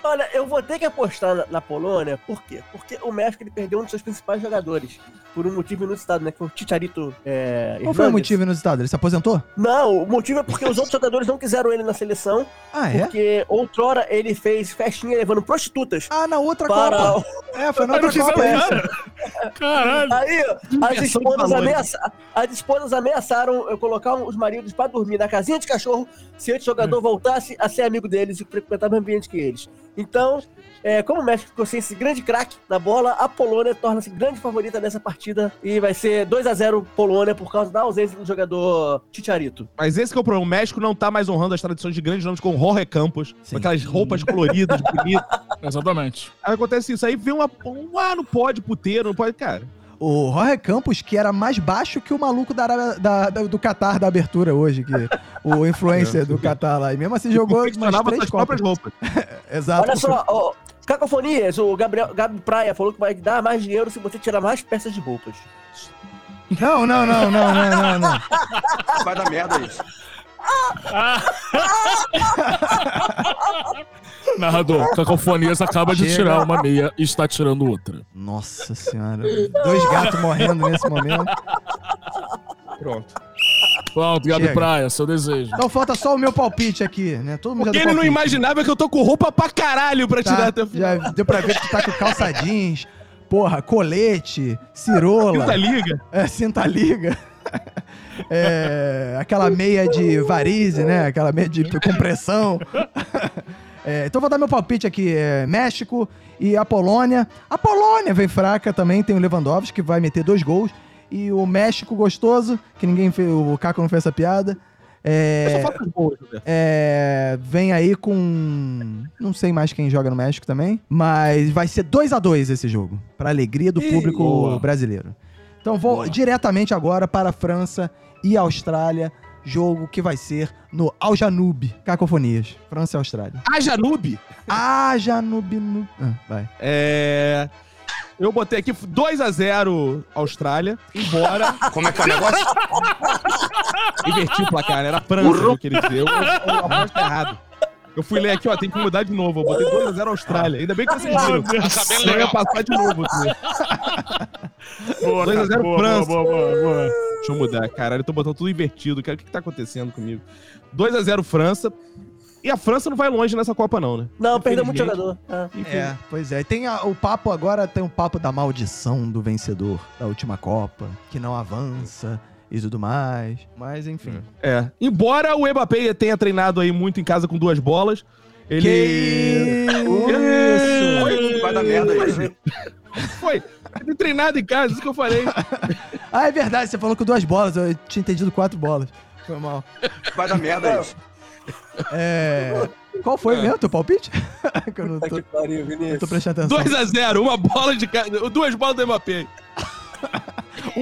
Olha, eu vou ter que apostar na, na Polônia, por quê? Porque o México ele perdeu um dos seus principais jogadores. Por um motivo inusitado, né? Que foi o Ticharito. É,
Qual foi o
Hernández.
motivo inusitado? Ele se aposentou?
Não, o motivo é porque os outros jogadores não quiseram ele na seleção.
Ah, é?
Porque outrora ele fez festinha levando prostitutas
Ah, na outra
para
Copa. É, foi na
Mas não
outra Copa.
fizeram
É.
nada. Caralho.
Aí, as
de
esposas,
valores.
ameaça- as esposas ameaçaram eu colocar os maridos pra dormir na casinha de cachorro se esse
Hum.
jogador voltasse a ser amigo deles e frequentar o mesmo ambiente que eles. Então, é, como o México ficou sem esse grande craque na bola, a Polônia torna-se grande favorita dessa partida e vai ser 2 a 0 Polônia por causa da ausência do jogador Ticharito.
Mas esse que é o problema. O México não tá mais honrando as tradições de grandes nomes como Jorge Campos.
Sim.
Com aquelas roupas <laughs> coloridas, bonitas.
Exatamente.
Aí acontece isso. Aí vem uma... Um, ah, não pode, puteiro, não pode... Cara,
O Jorge Campos, que era mais baixo que o maluco da Arábia- da- da- do Catar da abertura hoje, que
<laughs>
o influencer do Catar lá. E mesmo assim jogou umas
funcionava
três
suas
Copas.
próprias roupas. Ah,
Exato.
tá
Olha só, ó, Cacofonias, o Gabriel Gabi Praia falou que vai dar mais dinheiro se você tirar mais peças de roupas.
Não, não, não, não, não, não, não.
Vai dar merda isso.
Narrador, Cacofonias acaba de
Chega.
tirar uma meia e está tirando outra.
Nossa senhora. Dois gatos morrendo nesse momento.
Pronto.
Pronto, Gabi
Chega.
Praia, seu desejo.
Então falta só o meu palpite aqui, né? Todo mundo
Porque
já
ele
deu
não
palpite.
imaginava que eu tô com roupa pra caralho pra tirar até
tá,
o final.
Já deu pra ver que tu tá com calça jeans, porra, colete, cirola,
Quinta liga.
é, cinta liga. É, aquela meia de varize, né? Aquela meia de compressão. É, então vou dar meu palpite aqui. é, México e a Polônia. A Polônia vem fraca também, tem o Lewandowski que vai meter dois gols. E o México gostoso, que ninguém fez, o Caco não fez essa piada. É,
Eu só falo boas, Roberto.
é, vem aí com. Não sei mais quem joga no México também. Mas vai ser 2 a 2 esse jogo. Pra alegria do público
boa.
brasileiro. Então vou diretamente agora para a França e Austrália. Jogo que vai ser no Aljanube. Cacofonias. França e Austrália.
A Janube.
ah, Ajanube. nu- Ah, vai.
É. Eu botei aqui 2x0 Austrália, embora
<laughs> Como é que é o negócio?
inverti o placar, né? era
Uhum.
França o que ele deu. Eu, eu aposto errado. Eu fui ler aqui, ó, tem que mudar de novo. Eu botei 2x0 Austrália. Ainda bem que vocês viram.
Tá bem
Senão eu ia
legal.
passar de novo. assim.
Boa,
2 a
cara,
0
boa,
França.
Boa, boa, boa, boa.
Deixa eu mudar, caralho. Eu tô botando tudo invertido, cara. O que, que tá acontecendo comigo? 2x0 França. E a França não vai longe nessa Copa, não, né?
Não, perdeu muito
Infelizmente.
jogador. Ah.
Enfim.
É, pois é. E tem a- o papo agora, tem o papo da maldição do vencedor da última Copa, que não avança e tudo mais. Mas, enfim.
É. Embora o Mbappé tenha treinado aí muito em casa com duas bolas, ele.
É. isso!
Oi, Vai dar merda aí.
Foi. Ele treinado em casa, isso que eu falei.
Ah, é verdade, você falou com duas bolas, eu tinha entendido quatro bolas. Foi mal.
Vai dar merda aí.
É. Qual foi mesmo teu palpite? <laughs> que eu não tô,
pariu,
não tô
Vinícius.
prestando atenção.
2x0, uma bola de cada. Duas bolas do Mbappé.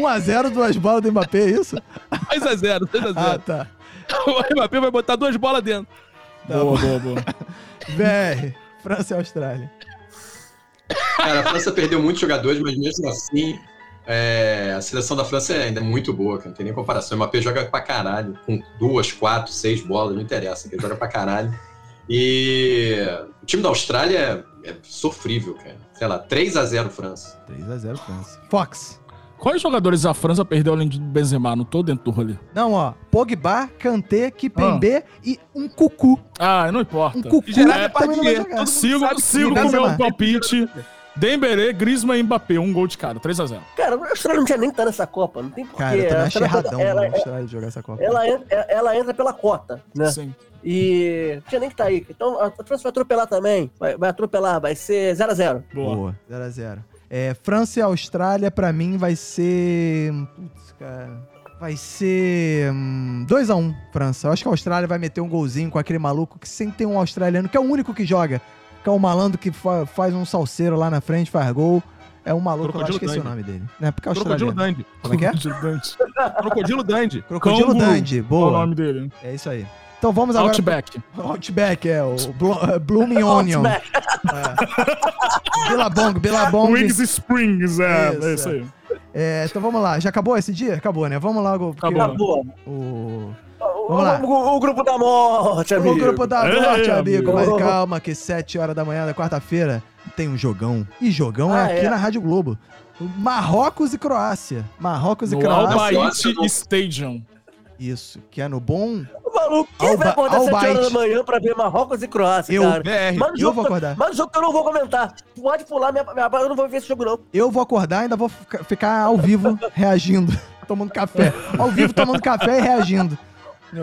1x0, duas bolas do Mbappé, é isso?
2x0,
Ah,
2x0.
tá.
<laughs> O Mbappé vai botar duas bolas dentro.
Boa, boa, boa.
VR, França e Austrália.
Cara, a França perdeu muitos jogadores, mas mesmo assim, é, a seleção da França é ainda é muito boa, cara. Não tem nem comparação. O Mbappé joga pra caralho, com duas, quatro, seis bolas, não interessa. Ele joga pra caralho. E o time da Austrália é, é sofrível, cara. Sei lá, 3 a 0 França.
3x0, França. Fox.
Quais jogadores a França perdeu além de Benzema? Não tô dentro do rolê.
Não, ó. Pogba, Kanté, Kipembe e um cucu.
Ah, não
Um
importa.
cucu
Gerard
também não vai
Depardieu.
jogar.
Todo mundo sabe
Sigo,
que
sigo com o
Benzema. é
meu palpite. Dembélé, Griezmann e Mbappé. Um gol de cada. 3x0.
Cara, a Austrália não tinha nem que estar nessa Copa. Não tem porquê.
Cara, eu também
A
achei
Austrália-
erradão
ela,
a
é-
Austrália jogar essa Copa.
ela, entra, ela entra pela cota, né?
Sim.
E não tinha nem que tá aí. Então a França vai atropelar também. Vai, vai atropelar, vai ser 0x0.
Boa.
Boa. 0x0. É, França e Austrália, pra mim, vai ser. Putz, cara. Vai ser. 2x1, França. Eu acho que a Austrália vai meter um golzinho com aquele maluco que sempre tem um australiano, que é o único que joga. Que é o malandro que fa- faz um salseiro lá na frente, faz gol. É um maluco, eu lá,
Crocodilo
esqueci o
Dundee.
nome dele. Não é porque é
Crocodilo
australiano.
Dandy.
Como é
<laughs>
que é?
Gigante.
Crocodilo Dandy.
Crocodilo
Congo.
Dandy.
Qual o
Boa.
nome dele?
É isso aí. Então vamos agora.
Outback.
Outback, é. O Blo- é, Blooming
<laughs>
Onion.
Outback.
É. Billabong, Billabong.
Wings Springs, é.
Isso,
é isso aí.
É, então vamos lá. Já acabou esse dia? Acabou, né? Vamos lá. porque
Acabou.
Acabou.
O...
O,
Vamos lá.
o- o grupo da morte,
o
amigo.
grupo da
É,
morte, um amigo.
amigo.
Mas calma que 7 horas da manhã da quarta-feira tem um jogão. E jogão
Ah,
é aqui
é.
na Rádio Globo. Marrocos e Croácia. Marrocos e
No
Croácia.
Albaite Stadium.
Isso, que é no bom.
O maluco, quem
Alba-
vai acordar às 7
Albaite.
horas da manhã pra ver Marrocos e Croácia,
Eu.
cara?
BR.
Mas o
Eu
jogo-
vou acordar.
Mas o jogo que eu não vou comentar. Pode pular minha, minha eu não vou ver esse jogo, não.
Eu vou acordar e ainda vou fica- ficar ao vivo reagindo. tomando café. Ao vivo tomando café e reagindo. No-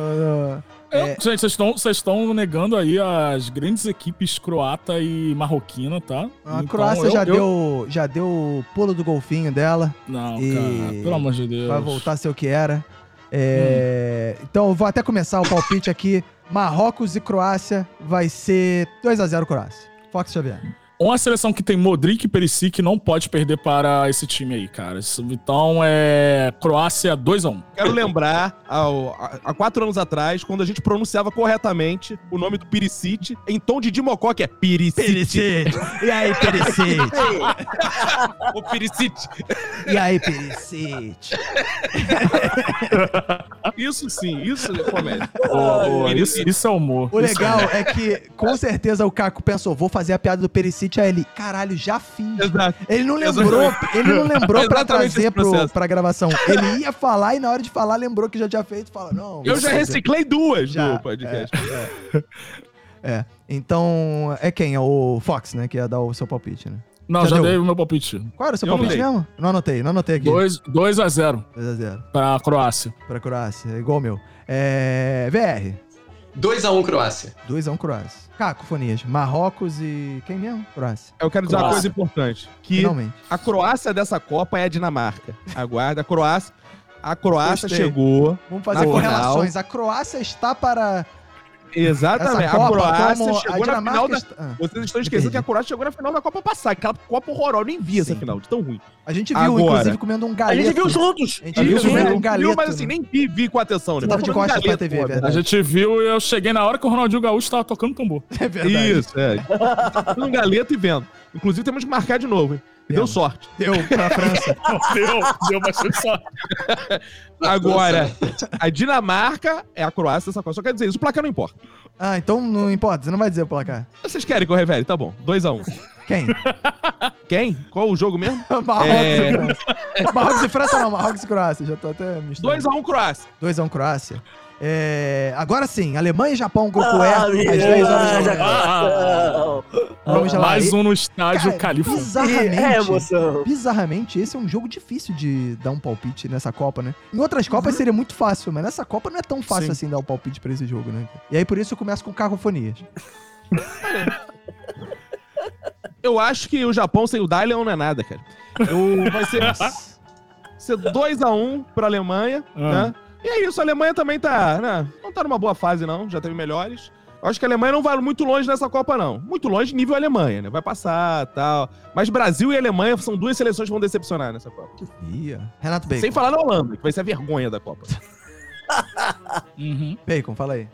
no-
Eu- Gente, vocês estão- vocês estão negando aí as grandes equipes croata e marroquina, tá?
A
Então,
Croácia
eu-
já,
eu-
deu, já deu o pulo do golfinho dela.
Não,
E-
cara, pelo amor de Deus.
Vai voltar a ser o que era. É, Então eu vou até começar o palpite aqui. Marrocos e Croácia vai ser 2x0 Croácia. Fox Xavier.
<laughs>
Uma seleção que tem Modric e Perisic não pode perder para esse time aí, cara. Isso- Então é Croácia 2x1.
Quero lembrar, ao- a- há quatro anos atrás, quando a gente pronunciava corretamente o nome do Piricite em tom de Dimocó, que é Piricite.
E aí, Perisic?
O Piricite.
E aí, Perisic?
Isso sim, isso é comédia.
Boa, boa. Isso,
Perisic.
isso é humor.
O legal é que, com certeza, o Caco pensou, vou fazer a piada do Perisic, aí ele, caralho, já fiz.
Exato.
Ele não lembrou, ele não lembrou pra
Exatamente
trazer
esse
pro,
processo.
pra gravação. Ele ia falar e na hora de falar lembrou que já tinha feito e fala, não.
Eu
vou
já
fazer.
reciclei duas
é Já, é,
do podcast.
Então, é quem? É o Fox, né? Que ia dar o seu palpite, né?
Não,
Já
já
deu.
dei o meu palpite.
Qual era o seu
Eu
palpite
anotei.
mesmo? Não anotei, não anotei aqui.
2x0
2x0
para a Croácia.
pra Croácia, igual o meu. É. VR,
2 a 1 Croácia.
2x1 Croácia. Cacofonias, Marrocos e. Quem mesmo? Croácia.
Eu quero dizer uma
Croácia.
coisa importante. Que
Finalmente.
a Croácia dessa Copa é a Dinamarca. Aguarda, a Croácia. A Croácia
Gostei.
chegou.
Vamos fazer
Na
correlações. A Croácia está para
Exatamente.
essa Copa
a Croácia
como
chegou
a
na final
Dinamarca.
da.
está- Ah,
Vocês estão esquecendo
Entendi.
que a Croácia chegou na final da Copa passada. Aquela Copa horrorosa. Eu nem vi essa
Sim.
final, de tão ruim.
A gente viu,
Agora.
inclusive, comendo um
A
galeto.
gente viu juntos. Ah,
A gente viu
Isso,
comendo
viu,
um galeto.
mas assim,
né?
nem vi, vi com atenção, né?
Você tava de
Tô falando
costas pra
galeto,
TV,
pô,
é
A
verdade.
gente viu e eu cheguei na hora que o Ronaldinho Gaúcho tava tocando tambor.
<laughs>
<laughs>
né?
É verdade.
Isso, é. Tô falando galeto e vendo. Inclusive, temos que marcar de novo, hein? E deu sorte.
Deu pra França.
Deu, deu bastante sorte.
Agora, a Dinamarca é a Croácia dessa Copa. Só quer dizer isso, o placar não importa.
Ah, então não importa, você não vai dizer o placar.
Vocês querem que eu revele? Tá bom. 2x1.
Quem?
Quem? Qual o jogo mesmo?
Marrocos
É.
e França. Marrocos e França não, Marrocos e Croácia. Já tô até misturando.
2x1 Croácia.
2x1 Croácia. É, agora sim, Alemanha e Japão, Goku é
Ah,
às
meu
10 horas da
Deus,
manhã.
ah,
Vamos lá.
Mais um no estádio
Cara,
Califa.
é Bizarramente,
É emoção.
bizarramente, esse é um jogo difícil de dar um palpite nessa Copa, né? Em outras
Uhum.
Copas seria muito fácil, mas nessa Copa não é tão fácil
Sim.
assim dar um palpite pra esse jogo, né? E aí por isso eu começo com cacofonias.
Eu acho que o Japão sem o Dylan não é nada, cara. Eu- vai ser, ser 2x1 pra Alemanha,
Ah.
né? E é isso, a Alemanha também tá, né? Não tá numa boa fase, não. Já teve melhores. Eu acho que a Alemanha não vai muito longe nessa Copa, não. Muito longe nível Alemanha, né? Vai passar tal. Mas Brasil e Alemanha são duas seleções que vão decepcionar nessa Copa.
Ia. Renato Bacon.
Sem falar na Holanda, que vai ser a vergonha da Copa.
Uhum.
Bacon, fala aí.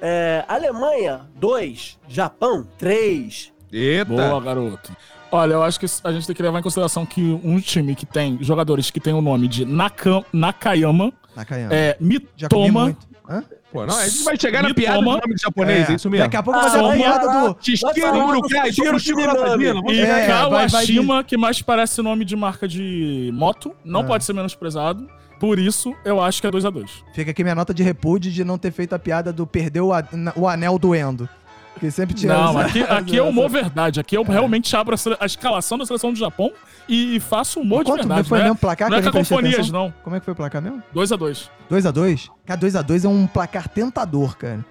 É, Alemanha, 2. Japão, 3.
Eita!
Boa, garoto. Olha, eu acho que a gente tem que levar em consideração que um time que tem jogadores que tem o nome de Naka- Nakayama,
Nakayama.
é,
Já comi
Mitoma,
muito. Hã?
Pô, não, a gente vai chegar na
Me
piada
toma.
do nome de japonês, é, isso mesmo.
Daqui a pouco vai ser
Ah,
a
vai
piada do...
Vai falar
Tisqueiro, Urukai,
do
um Tiro,
Tiro,
Tiro, Latadina.
E
É, vai- vai de-
Kawashima, que mais parece nome de marca de moto, não
É.
pode ser menosprezado. Por isso, eu acho que é 2x2.
Fica aqui minha nota de repúdio de não ter feito a piada do perder o, a- na- o anel do Endo. Porque sempre tinha... um
Não, é
essa-
aqui, aqui eu humor verdade. Aqui eu
É.
realmente abro a, sele- a escalação da seleção do Japão e, e faço humor de
Quanto
verdade.
foi
né?
mesmo placar?
Não é
que eu nem prestei
cacofonias,
atenção?
não.
Como é que foi o placar mesmo?
2x2.
2x2? Cara, 2x2 é um placar tentador, cara.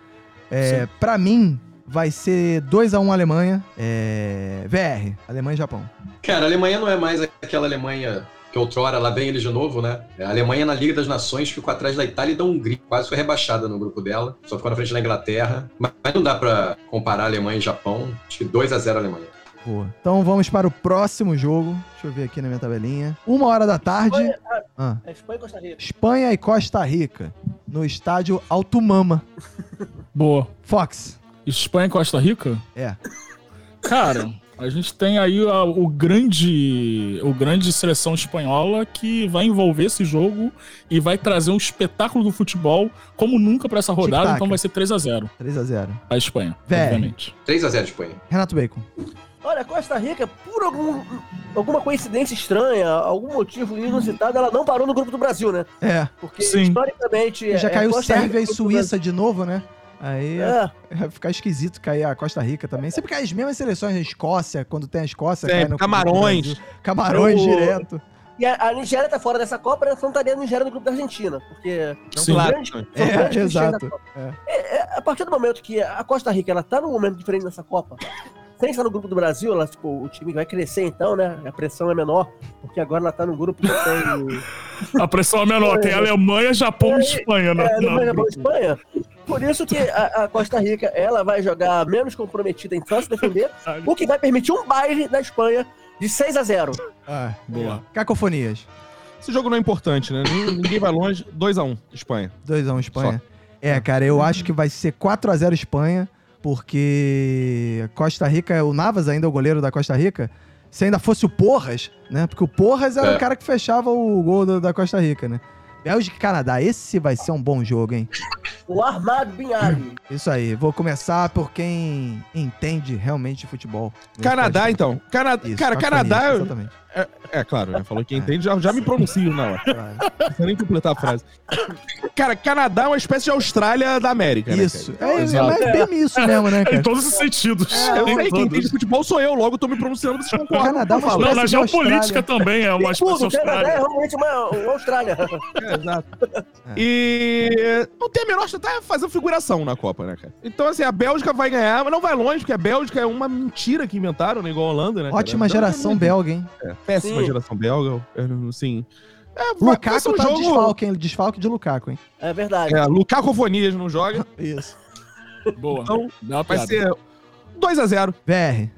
É, pra mim, vai ser 2x1 Alemanha. É, VR, Alemanha e Japão.
Cara, a Alemanha não é mais aquela Alemanha que outrora, lá vem ele de novo, né? A Alemanha na Liga das Nações ficou atrás da Itália e da Hungria. Quase foi rebaixada no grupo dela. Só ficou na frente da Inglaterra. Mas não dá pra comparar Alemanha e Japão. Acho que 2x0 a Alemanha.
Boa. Então vamos para o próximo jogo. Deixa eu ver aqui na minha tabelinha. Uma hora da tarde.
Espanha-
Ah,
É Espanha e Costa Rica.
Espanha e Costa Rica. No estádio Altumama.
Boa.
Fox.
Espanha e Costa Rica?
É.
Cara, a gente tem aí a- o grande o grande seleção espanhola que vai envolver esse jogo e vai trazer um espetáculo do futebol como nunca pra essa rodada,
Tic-tac.
então vai ser 3 a 0
3x0.
a Espanha,
Véi.
obviamente.
3x0 Espanha.
Renato Bacon.
Olha, Costa Rica, por algum, alguma coincidência estranha, algum motivo inusitado, ela não parou no grupo do Brasil, né?
É.
Porque
Sim.
historicamente.
Já
é,
caiu
Costa
Sérvia
Rica
e
no grupo do
Suíça de novo, né? Aí
Brasil. É,
vai ficar esquisito cair a Costa Rica também. Sempre cai as mesmas seleções, a Escócia, quando tem a Escócia, cai
Sempre,
no
Camarões.
Camarões
Eu-
direto.
e a, a Nigéria tá fora dessa Copa, né? Então estaria a Nigéria no grupo da Argentina. Porque
Sim.
Claro.
grandes- são
É,
grandes questões
exato.
da Copa. É, é, a partir do momento que a Costa Rica ela tá num momento diferente nessa Copa, sem estar no grupo do Brasil, ela, tipo, o time vai crescer então, né? A pressão é menor, porque agora ela tá num grupo que tem.
A pressão é menor, tem Alemanha, Japão e Espanha, né?
É, não vai
Não.
levar a Espanha. Por isso que a, a Costa Rica ela vai jogar menos comprometida em só se defender, o que vai permitir um baile da Espanha de 6 a 0
Ah,
Boa.
Cacofonias.
Esse jogo não é importante, né? Ninguém- Ninguém vai longe. 2x1, Espanha.
2x1 Espanha. É, cara, eu acho que vai ser 4x0 Espanha, porque Costa Rica, o Navas ainda é o goleiro da Costa Rica. Se ainda fosse o Porras, né? Porque o Porras era
É.
o cara que fechava o gol da, da Costa Rica, né? Bélgica e Canadá, esse vai ser um bom jogo, hein?
O armado Bin Ali.
Isso aí, vou começar por quem entende realmente de futebol. nesse
Canadá,
podcast.
então. Cana...
Isso,
Cara,
Cacofonias,
Canadá. eu- <laughs>
Exatamente.
É, claro, né? Falou que entende, já, já me pronuncio na hora.
claro.
Não precisa nem completar a frase. Cara, Canadá é uma espécie de Austrália da América. né,
Isso,
cara?
é,
Exato.
é bem isso mesmo,
<laughs>
né,
Em
Então,
cara?
todos os sentidos.
É,
Eu sei, quem
Em todos.
entende de futebol sou eu, logo tô me pronunciando, vocês
O
concordam.
Canadá é uma
Não,
espécie
na
de
geopolítica
Austrália.
também é uma espécie de
Tudo, o Canadá é
Austrália.
realmente uma, uma Austrália.
<laughs>
<laughs>
É, exato. E não tem a menor chance, tá fazendo figuração na Copa, né, cara? Então, assim, a Bélgica vai ganhar, mas não vai longe, porque a Bélgica é uma mentira que inventaram, né, igual a Holanda, né? cara?
Ótima
Então,
geração belga, hein?
é, Péssima
Sim.
geração belga, é, sim. É, vai- vai
Lukaku
ser um
tá de desfalque, hein? Desfalque de Lukaku, hein?
É verdade.
É, Lucacofonias não joga,
Isso.
Boa.
Então,
Dá uma
vai
piada.
ser
<laughs>
2x0.
BR.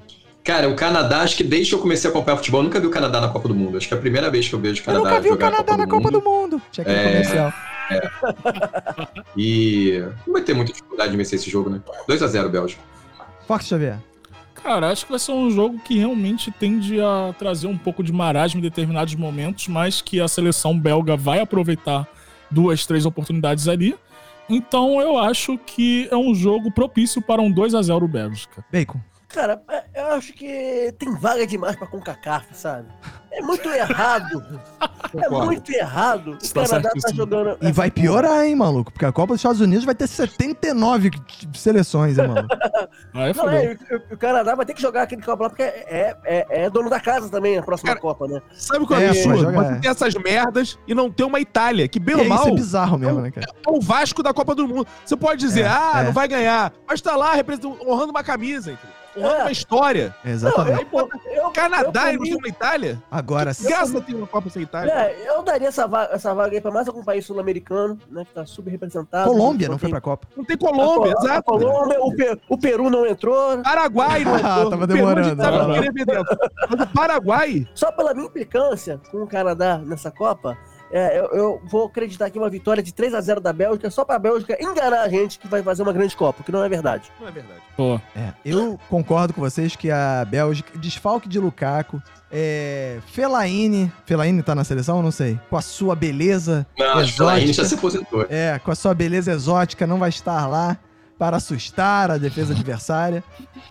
Cara, o Canadá, acho que desde que eu comecei a acompanhar futebol, eu nunca vi o Canadá na Copa do Mundo. Acho que é a primeira vez que eu vejo o
Eu
Canadá
nunca vi o
jogar a
Canadá na Copa do
Mundo.
Mundo. Tinha que ir no
É.
comercial.
E não vai ter muita dificuldade de vencer esse jogo, né? 2x0 Bélgica.
Fox Xavier.
Cara, acho que vai ser um jogo que realmente tende a trazer um pouco de marasmo em determinados momentos, mas que a seleção belga vai aproveitar duas, três oportunidades ali. Então eu acho que é um jogo propício para um 2 a 0 Bélgica.
Bacon.
É,
Cara, é, eu acho que tem vaga demais pra CONCACAF, sabe? É muito errado.
<laughs>
é muito errado. O
Tá
Canadá tá
certíssimo.
jogando.
E vai piorar, hein, maluco? Porque a Copa dos Estados Unidos vai ter 79 seleções, hein,
<laughs>
maluco?
Aí
Não,
fodeu.
é, o, o Canadá vai ter que jogar aquele Copa lá, porque é, é, é dono da casa também na próxima
Cara,
Copa, né?
Sabe qual é,
É,
o
pô,
absurdo?
joga-
Você tem essas merdas e não tem uma Itália, que bem
E
ou
isso
mal
é bizarro mesmo, né, cara?
é o Vasco da Copa do Mundo. Você pode dizer,
É,
ah,
é.
não vai ganhar, mas tá lá representando, honrando uma camisa, entendeu? honrando
É.
uma história.
É, Exatamente.
Aí, pô,
Eu,
Canadá
eu,
e
por
não
mim,
tem uma Itália?
Agora, se-
Graça tem uma Copa sem Itália.
é, eu daria essa vaga, essa vaga aí pra mais algum país sul-americano, né? Que tá subrepresentado.
Colômbia não foi pra Copa.
Não tem
A Col-
Colômbia,
a
exato.
Colômbia, o, Pe- o Peru não entrou.
Paraguai, não
Ah,
entrou.
tava
Peru, a gente
demorando.
sabe
Tava.
que queria ver dentro. Mas o Paraguai,
Só pela minha implicância com o Canadá nessa Copa, é, eu, eu vou acreditar aqui uma vitória de 3 a 0 da Bélgica, só pra Bélgica enganar a gente que vai fazer uma grande Copa, que não é verdade.
não é verdade.
Pô,
É, eu concordo com vocês que a Bélgica, desfalque de Lukaku, é, Felaine, Felaine tá na seleção? Eu Não sei. Com a sua beleza
Não, acho que ela ainda
exótica,
já se aposentou.
é, com a sua beleza exótica, não vai estar lá para assustar a defesa adversária.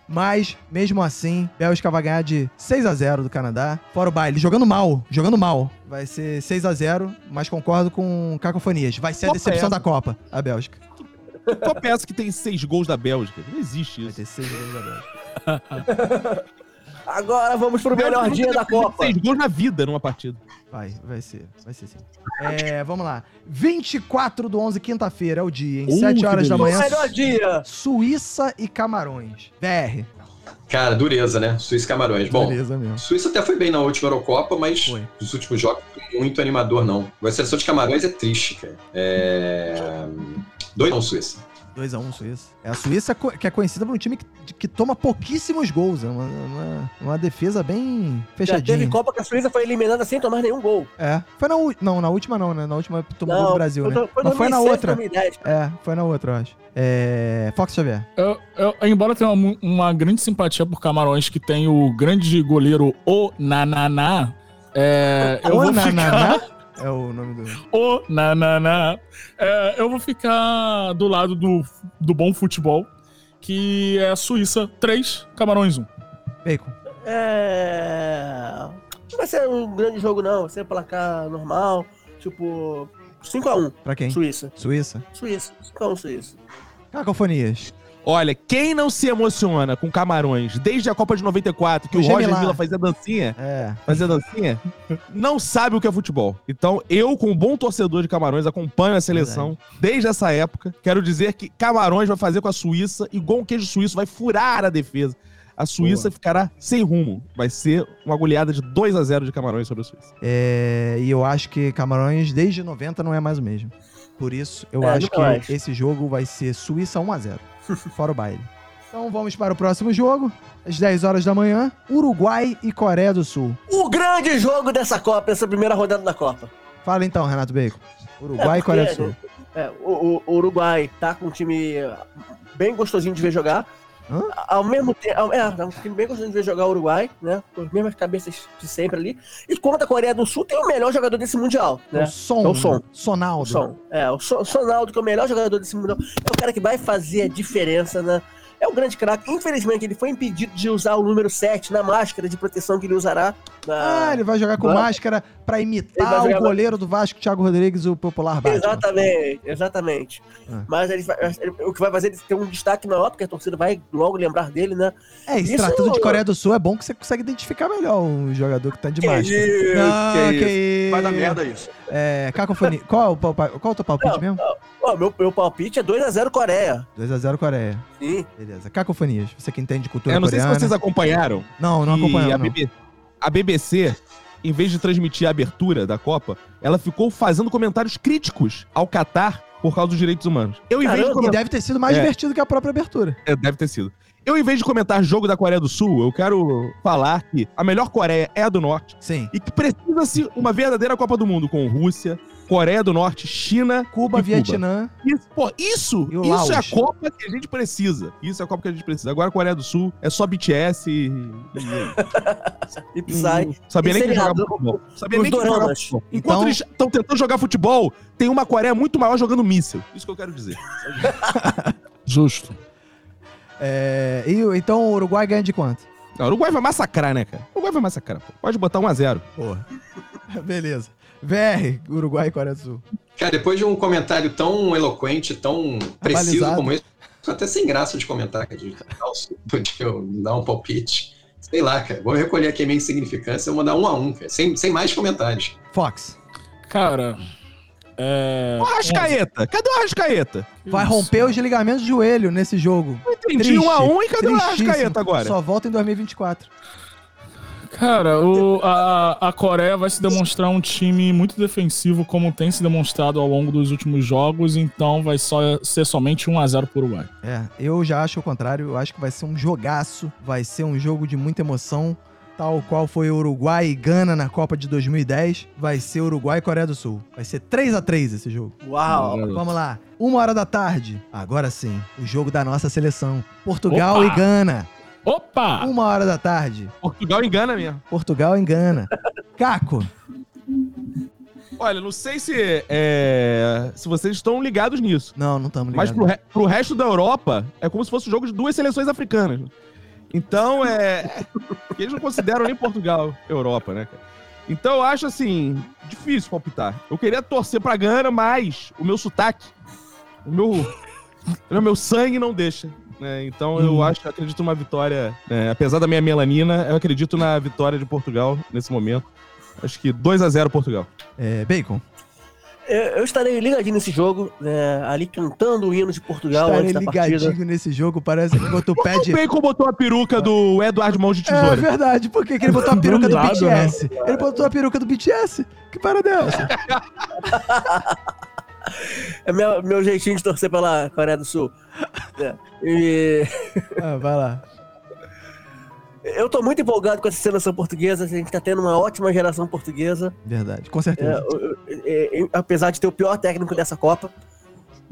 Mas, mesmo assim, Bélgica vai ganhar de 6 a 0 do Canadá. Fora o baile, jogando mal, jogando mal. Vai ser 6 a 0 mas concordo com Cacofonias. Vai ser a
Copa é
decepção
essa?
da Copa, a Bélgica.
Qual peça que tem seis gols da Bélgica? Não existe
Vai
isso.
ter 6 gols da Bélgica.
Agora vamos pro
Bélgica
melhor
nunca
dia
deve
da
fazer
Copa.
Seis gols na vida numa partida.
Vai, vai ser, vai ser sim. É, vamos lá. 24 do 11, quinta-feira, é o dia, hein?
Uh,
7
que
horas da manhã.
delícia.
Melhor dia!
Suíça e Camarões. BR.
Cara, dureza, né? Suíça e Camarões. Bom,
Beleza mesmo.
Suíça até foi bem na última Eurocopa, mas
Foi.
nos últimos jogos foi muito animador, não. A seleção de Camarões é triste, cara. É... Dois não, Suíça.
2x1 Suíça. É a Suíça co- que é conhecida por um time que, de- que toma pouquíssimos gols. É uma, uma, uma defesa bem
Já teve
fechadinha.
Copa que a Suíça foi eliminada sem tomar nenhum gol.
É. Foi na, u- não, na última não, né? Na última tomou gol do Brasil, né?
foi
Mas foi na
2006,
outra.
2010.
É, foi na outra, eu acho. É. Fox Xavier.
eu- eu- embora eu tenha uma, mu- uma grande simpatia por Camarões, que tem o grande goleiro O Nananá, é, eu vou ficar...
Onananá É o nome do.
O Nananá. É, eu vou ficar do lado do, do bom futebol, que é Suíça 3, Camarões 1.
Bacon.
É... Não vai ser um grande jogo, não. Vai ser placar normal. Tipo, 5x1,
Pra quem?
Suíça.
Suíça.
Suíça. 5x1, Suíça.
Cacofonias.
Olha, quem não se emociona com Camarões desde a Copa de 94, que
O
o Roger
Gemelar.
Mila fazia dancinha,
É.
fazia dancinha, não sabe o que é futebol. Então, eu, como bom torcedor de Camarões, acompanho a seleção desde essa época. Quero dizer que Camarões vai fazer com a Suíça, igual um queijo suíço, vai furar a defesa. A Suíça ficará sem rumo. Vai ser uma goleada de 2 a 0 de Camarões sobre a Suíça.
É, e eu acho que Camarões desde 90 não é mais o mesmo. Por isso, eu
É,
acho
nunca
que
mais.
esse jogo vai ser Suíça
<laughs>
1x0. fora o baile. Então vamos para o próximo jogo, às 10 horas da manhã, Uruguai e Coreia do Sul.
O grande jogo dessa Copa, dessa primeira rodada da Copa.
Fala então, Renato Bacon. Uruguai
É,
e Coreia do
porque,
Sul.
É, o, o- o Uruguai tá com um time bem gostosinho de ver jogar.
Hã?
Ao mesmo tempo. É, tá um time bem gostosinho de ver jogar o Uruguai, né? Com as mesmas cabeças de sempre ali. E contra a Coreia do Sul, tem o melhor jogador desse Mundial,
É
né?
o som.
É o som.
Sonaldo.
O Son. É, o Son- Sonaldo, que é o melhor jogador desse mundo. É o cara que vai fazer a diferença, né? É um grande craque. Infelizmente, ele foi impedido de usar o número 7 na máscara de proteção que ele usará. na-
Ah, ele vai jogar com
Não.
máscara pra
Ele vai
imitar o
jogar-
goleiro do Vasco, Thiago Rodrigues, o popular Batman.
Exatamente, exatamente.
Ah.
Mas ele, vai- ele- o que vai fazer é ele ter um destaque maior, porque a torcida vai logo lembrar dele, né?
É, e se
Isso-
tratando de Coreia do Sul, é bom que você consegue identificar melhor o jogador que tá de máscara.
é isso,
Não,
que
Ah, que
Vai dar
isso.
merda isso.
É, cacofonia. qual, é o palpa- qual é o teu palpite
Não,
mesmo?
Ó, meu, meu palpite é 2x0 Coreia.
2x0 Coreia.
Sim.
Beleza. Cacofonias. Você que entende cultura
Eu não sei se
coreana.
vocês acompanharam.
Não, não
que a,
acompanhamos. não.
BB a BBC, em vez de transmitir a abertura da Copa, ela ficou fazendo comentários críticos ao Catar por causa dos direitos humanos. Eu, em vez de
Caramba.
E
comentar...
deve ter sido mais
É.
divertido que a própria abertura.
É, deve ter sido. Eu, em vez de comentar jogo da Coreia do Sul, eu quero falar que a melhor Coreia é a do Norte
Sim.
e que precisa-se uma verdadeira Copa do Mundo com Rússia, Coreia do Norte, China
Cuba,
e
Vietnã.
Isso, pô, isso,
E o Laos.
isso é a Copa que a gente precisa. Isso é a Copa que a gente precisa. Agora a Coreia do Sul é só BTS e. e-
E Psy.
Sabia
E
nem quem jogava
seriado.
futebol. Sabia
Os
nem quem
doramas.
jogava futebol. Enquanto
Então-
eles estão tentando jogar futebol, tem uma Coreia muito maior jogando míssil. Isso que eu quero dizer.
Justo.
É, e, o- então o Uruguai ganha de quanto?
Não, o Uruguai vai massacrar, né, cara? O Uruguai vai massacrar, pô. Pode botar 1x0.
Porra. <laughs> Beleza. VR, Uruguai e Coreia do Sul.
Cara, depois de um comentário tão eloquente, tão preciso
Avalizado.
como esse, tô até sem graça de comentar, cara, de dar, o suco, de eu dar um palpite. Sei lá, cara. Vou recolher aqui a minha insignificância, eu vou mandar um a um, cara. Sem, sem mais comentários.
Fox,
Cara. É.
Ó, a Arrascaeta. Cadê o Arrascaeta?
vai
Isso.
romper os ligamentos do joelho nesse jogo.
Não entendi.
Triste.
1x1 e cadê o
Tristíssimo.
Arrascaeta agora?
Só volta em 2024.
Cara, o- a, a Coreia vai se demonstrar um time muito defensivo, como tem se demonstrado ao longo dos últimos jogos, então vai só ser somente 1x0 pro Uruguai.
É, eu já acho o contrário. Eu acho que vai ser um jogaço. Vai ser um jogo de muita emoção. Tal qual foi Uruguai e Gana na Copa de 2010. Vai ser Uruguai e Coreia do Sul. Vai ser 3 x 3 esse jogo.
Uau.
Vamos lá. Uma hora da tarde. Agora sim, o jogo da nossa seleção. Portugal
Opa!
e Gana.
Opa!
Uma hora da tarde.
Portugal engana mesmo.
Portugal e Gana. Caco,
Olha, não sei se, é, se vocês estão ligados nisso.
não, não estamos
Mas
ligados.
pro, re- pro resto da Europa, é como se fosse um jogo de duas seleções africanas. Então, é. Eles não consideram nem Portugal Europa, né, cara? Então, eu acho assim, difícil palpitar. Eu queria torcer pra Gana, mas o meu sotaque, o meu. O meu sangue não deixa. né? Então, eu acho, eu acredito numa vitória. né, apesar da minha melanina, eu acredito na vitória de Portugal nesse momento. Acho que 2 a 0 Portugal.
É, Bacon,
Eu, eu estarei ligadinho nesse jogo, né, ali cantando o hino de Portugal
estarei
antes da partida.
ligadinho nesse jogo. Parece que botou o pé
O
de...
Bacon botou a peruca do Eduardo Mão de
É
Tesoura.
verdade, por que que ele botou a
<laughs> Do
peruca do,
nada, né?
BTS? Ele botou a peruca do BTS? Que parada é
<laughs>
essa?
É meu, meu jeitinho de torcer pela Coreia
<laughs>
do Sul. É. E
Ah, vai lá.
eu tô muito empolgado com essa seleção portuguesa. A gente tá tendo uma ótima geração portuguesa.
Verdade, com
É,
certeza.
eu- eu- é, eu- apesar de ter o pior técnico dessa Copa.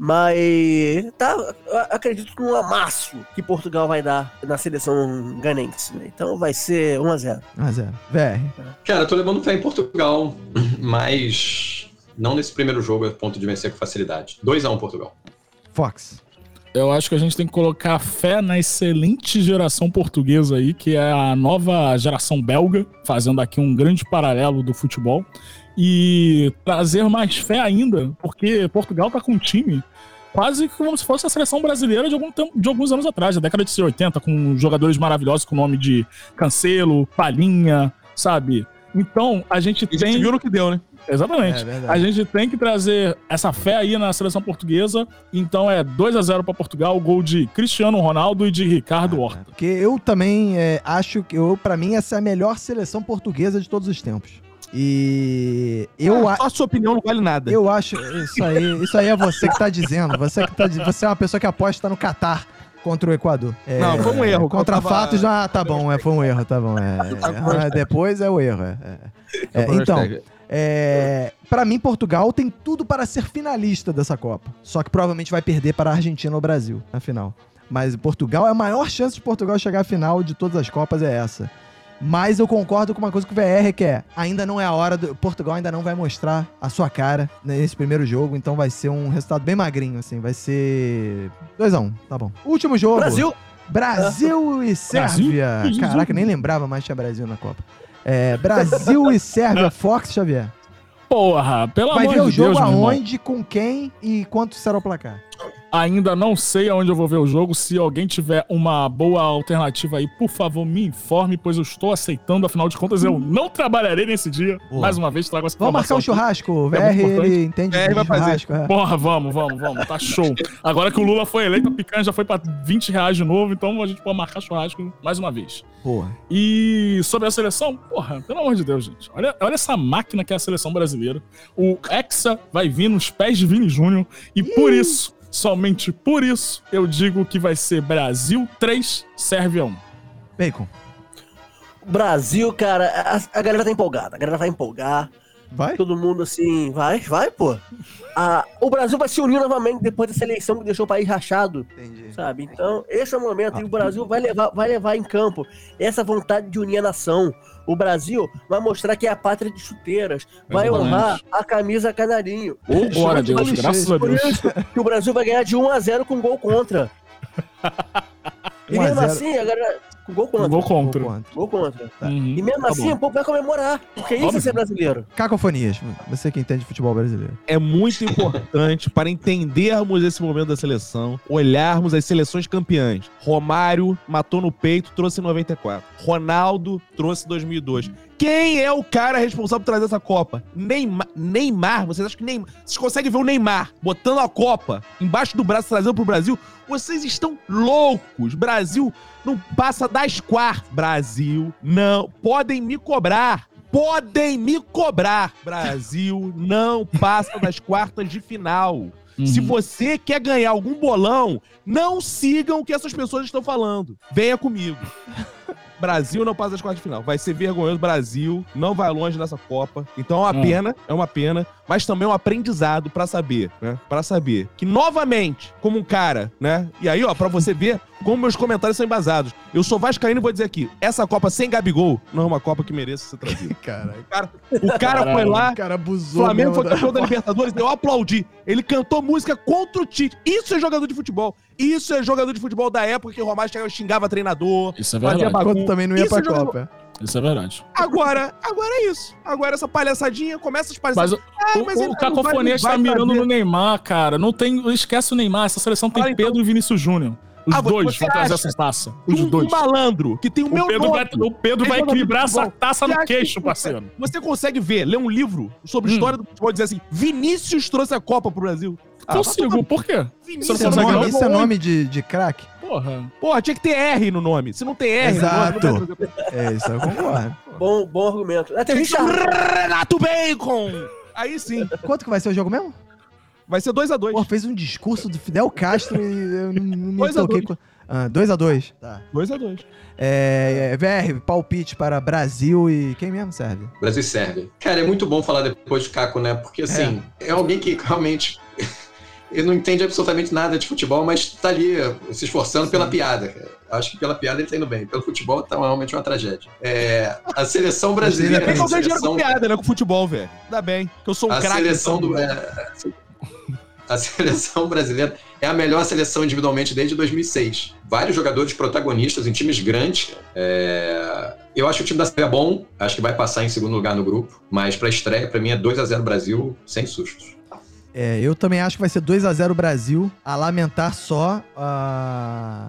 Mas tá, eu acredito num amasso que Portugal vai dar na seleção ganense. né? Então vai ser 1 a 0
Mas é, VR.
Cara, eu tô levando fé em Portugal, <laughs> mas não nesse primeiro jogo a ponto de vencer com facilidade. 2 a 1 Portugal.
Fox,
Eu acho que a gente tem que colocar fé na excelente geração portuguesa aí, que é a nova geração belga, fazendo aqui um grande paralelo do futebol. E trazer mais fé ainda, porque Portugal tá com um time quase que como se fosse a seleção brasileira de, algum tempo- de alguns anos atrás, da década de 80, com jogadores maravilhosos com o nome de Cancelo, Palhinha, sabe? Então, a gente
E a gente
tem...
viu no que deu, né?
Exatamente.
É verdade.
a gente tem que trazer essa fé aí na seleção portuguesa. Então é 2 a 0 para Portugal, gol de Cristiano Ronaldo e de Ricardo Horta.
porque eu também é, acho que, eu, pra mim, essa é a melhor seleção portuguesa de todos os tempos. E eu, a-
Só a sua opinião não vale nada.
Eu acho. Isso aí, isso aí é você que tá dizendo. Você, que tá, di- você é uma pessoa que aposta no Catar contra o Equador. É,
Não, foi um erro. Eu
Contra
tava-
fatos, ah, tá bom, é, foi um erro, <laughs> tá bom. é, é, ah, depois é o erro. é, é. É, então, é, para mim, Portugal tem tudo para ser finalista dessa Copa. Só que provavelmente vai perder para a Argentina ou Brasil na final. Mas Portugal, a maior chance de Portugal chegar à final de todas as Copas é essa. Mas eu concordo com uma coisa que o VR quer. Ainda não é a hora do. Portugal ainda não vai mostrar a sua cara nesse primeiro jogo, então vai ser um resultado bem magrinho, assim. Vai ser. 2x1, tá bom. Último jogo.
Brasil!
Ah.
Brasil e Sérvia.
Brasil?
Caraca, nem lembrava mais que tinha Brasil na Copa. É, Brasil e
<laughs>
Sérvia, Fox Xavier.
Porra, pelo
Vai
amor
ver
de
o jogo
Deus, meu irmão.
aonde, com quem e quanto será o placar.
Ainda não sei aonde eu vou ver o jogo. Se alguém tiver uma boa alternativa aí, por favor, me informe, pois eu estou aceitando. Afinal de contas, eu não trabalharei nesse dia.
Boa.
Mais uma vez, trago essa
Vamos marcar um
informação aqui.
churrasco. O VR,
É muito importante.
ele entende
VR
de
vai fazer.
churrasco. é.
Porra, vamos, vamos, vamos. Tá show. Agora que o Lula foi eleito, a picanha já foi pra 20 reais de novo, então a gente pode marcar churrasco mais uma vez.
Porra.
E sobre a seleção, porra, pelo amor de Deus, gente. Olha, olha essa máquina que é a seleção brasileira. O Hexa vai vir nos pés de Vini Júnior. E por isso, somente por isso, eu digo que vai ser Brasil 3, Sérvia 1.
Bacon.
Brasil, cara, a, a galera tá empolgada, a galera vai empolgar.
Vai?
Todo mundo assim, vai, vai, pô. Ah, o Brasil vai se unir novamente depois dessa eleição que deixou o país rachado,
Entendi.
sabe? Então, esse é o momento. E o Brasil vai levar, vai levar em campo essa vontade de unir a nação. O Brasil vai mostrar que é a pátria de chuteiras. Vai
Exatamente.
honrar a camisa canarinho.
Glória a Deus, graças a
Por
Deus.
isso que o Brasil vai ganhar de 1 a 0 com gol contra. E
1 a
mesmo
0.
assim, a galera. Com gol contra.
Vou contra.
Contra.
Gol contra.
Uhum.
E mesmo
Um Tá
assim,
bom.
o povo vai comemorar. Porque isso é
Óbvio.
ser brasileiro.
Cacofonias, você que entende de futebol brasileiro.
é muito importante para entendermos esse momento da seleção, olharmos as seleções campeãs. Romário matou no peito, trouxe em 94. Ronaldo trouxe em 2002. Quem é o cara responsável por trazer essa Copa? Neymar, Neymar, vocês acham que Neymar... Vocês conseguem ver o Neymar botando a Copa embaixo do braço, trazendo pro Brasil? Vocês estão loucos. Brasil não passa das quartas. Brasil, não. Podem me cobrar. Podem me cobrar. Brasil não passa das quartas de final.
Uhum.
Se você quer ganhar algum bolão, não sigam o que essas pessoas estão falando. Venha comigo. Brasil não passa das quartas de final. Vai ser vergonhoso. Brasil não vai longe nessa Copa. Então é uma
Hum.
pena, é uma pena, mas também é um aprendizado pra saber, né? Pra saber que novamente, como um cara, né? E aí, ó, pra você ver como meus comentários são embasados. Eu sou vascaíno e vou dizer aqui, essa Copa sem Gabigol não é uma Copa que mereça ser trazida.
Caralho.
O cara foi
Caralho.
lá,
O cara abusou.
Flamengo
mesmo
foi
da-
campeão da Libertadores, eu aplaudi. Ele cantou música contra o Tite. Isso é jogador de futebol. Isso é jogador de futebol da época que o Romário chegava e xingava treinador,
Isso é
fazia
verdade.
Enquanto
bagunça.
também não ia
Isso
pra
é jogador-
Copa.
Isso é verdade.
Agora, agora é isso. Agora essa palhaçadinha, começa as
Mas
palhaçadas.
o,
Ah,
o-
mas
o
ele não vai-
Cacofonia
não
está
vai
mirando
fazer.
no Neymar, cara. Não tem, esquece o Neymar. Essa seleção tem
Fala, então.
Pedro e Vinícius Júnior. Os
Ah, você
dois vão trazer
acha?
essa taça. Os
Um, um
dois.
malandro que tem o,
O
meu
Pedro,
nome.
vai, o Pedro
Ele
vai
joga
equilibrar
futebol.
essa taça
Você
no
acha que
queixo,
isso
parceiro.
Você consegue ver, ler um livro sobre
Hum.
história do futebol e dizer assim: Vinícius trouxe a Copa pro Brasil. Ah, assim,
Consigo, por quê?
Vinícius
Isso é
Você não consegue
nome,
não?
isso é nome de, de craque?
Porra.
Porra, tinha que ter R no nome. Se não tem R
Exato.
no nome, não vai trazer
É isso, eu concordo.
Bom, bom argumento. Até gente
Renato Bacon! Aí sim,
Quanto que vai ser o jogo mesmo?
vai ser 2x2.
Pô, fez um discurso do Fidel Castro e eu não, não me
Dois a
toquei. 2x2.
dois.
Ah, 2x2. Tá.
2x2.
É, é, VR, palpite para Brasil e quem mesmo serve?
Brasil e Sérvia. Cara, é muito bom falar depois de Caco, né? Porque, assim, é, alguém que realmente. <laughs> ele não entende absolutamente nada de futebol, mas tá ali se esforçando pela piada, cara. Acho que pela piada ele tá indo bem. Pelo futebol tá realmente uma tragédia. É, a seleção brasileira.
Tem que
a
ganhar é dinheiro com
seleção-
piada, né? Com futebol, velho. Ainda bem, que eu sou um
a
craque.
seleção
então.
do. é, a <laughs> seleção brasileira é a melhor seleção individualmente desde 2006. Vários jogadores protagonistas em times grandes. É, Eu acho que o time da Sérvia é bom, acho que vai passar em segundo lugar no grupo, mas pra estreia, pra mim é 2 a 0 Brasil, sem sustos.
É, eu também acho que vai ser 2x0 Brasil, a lamentar só a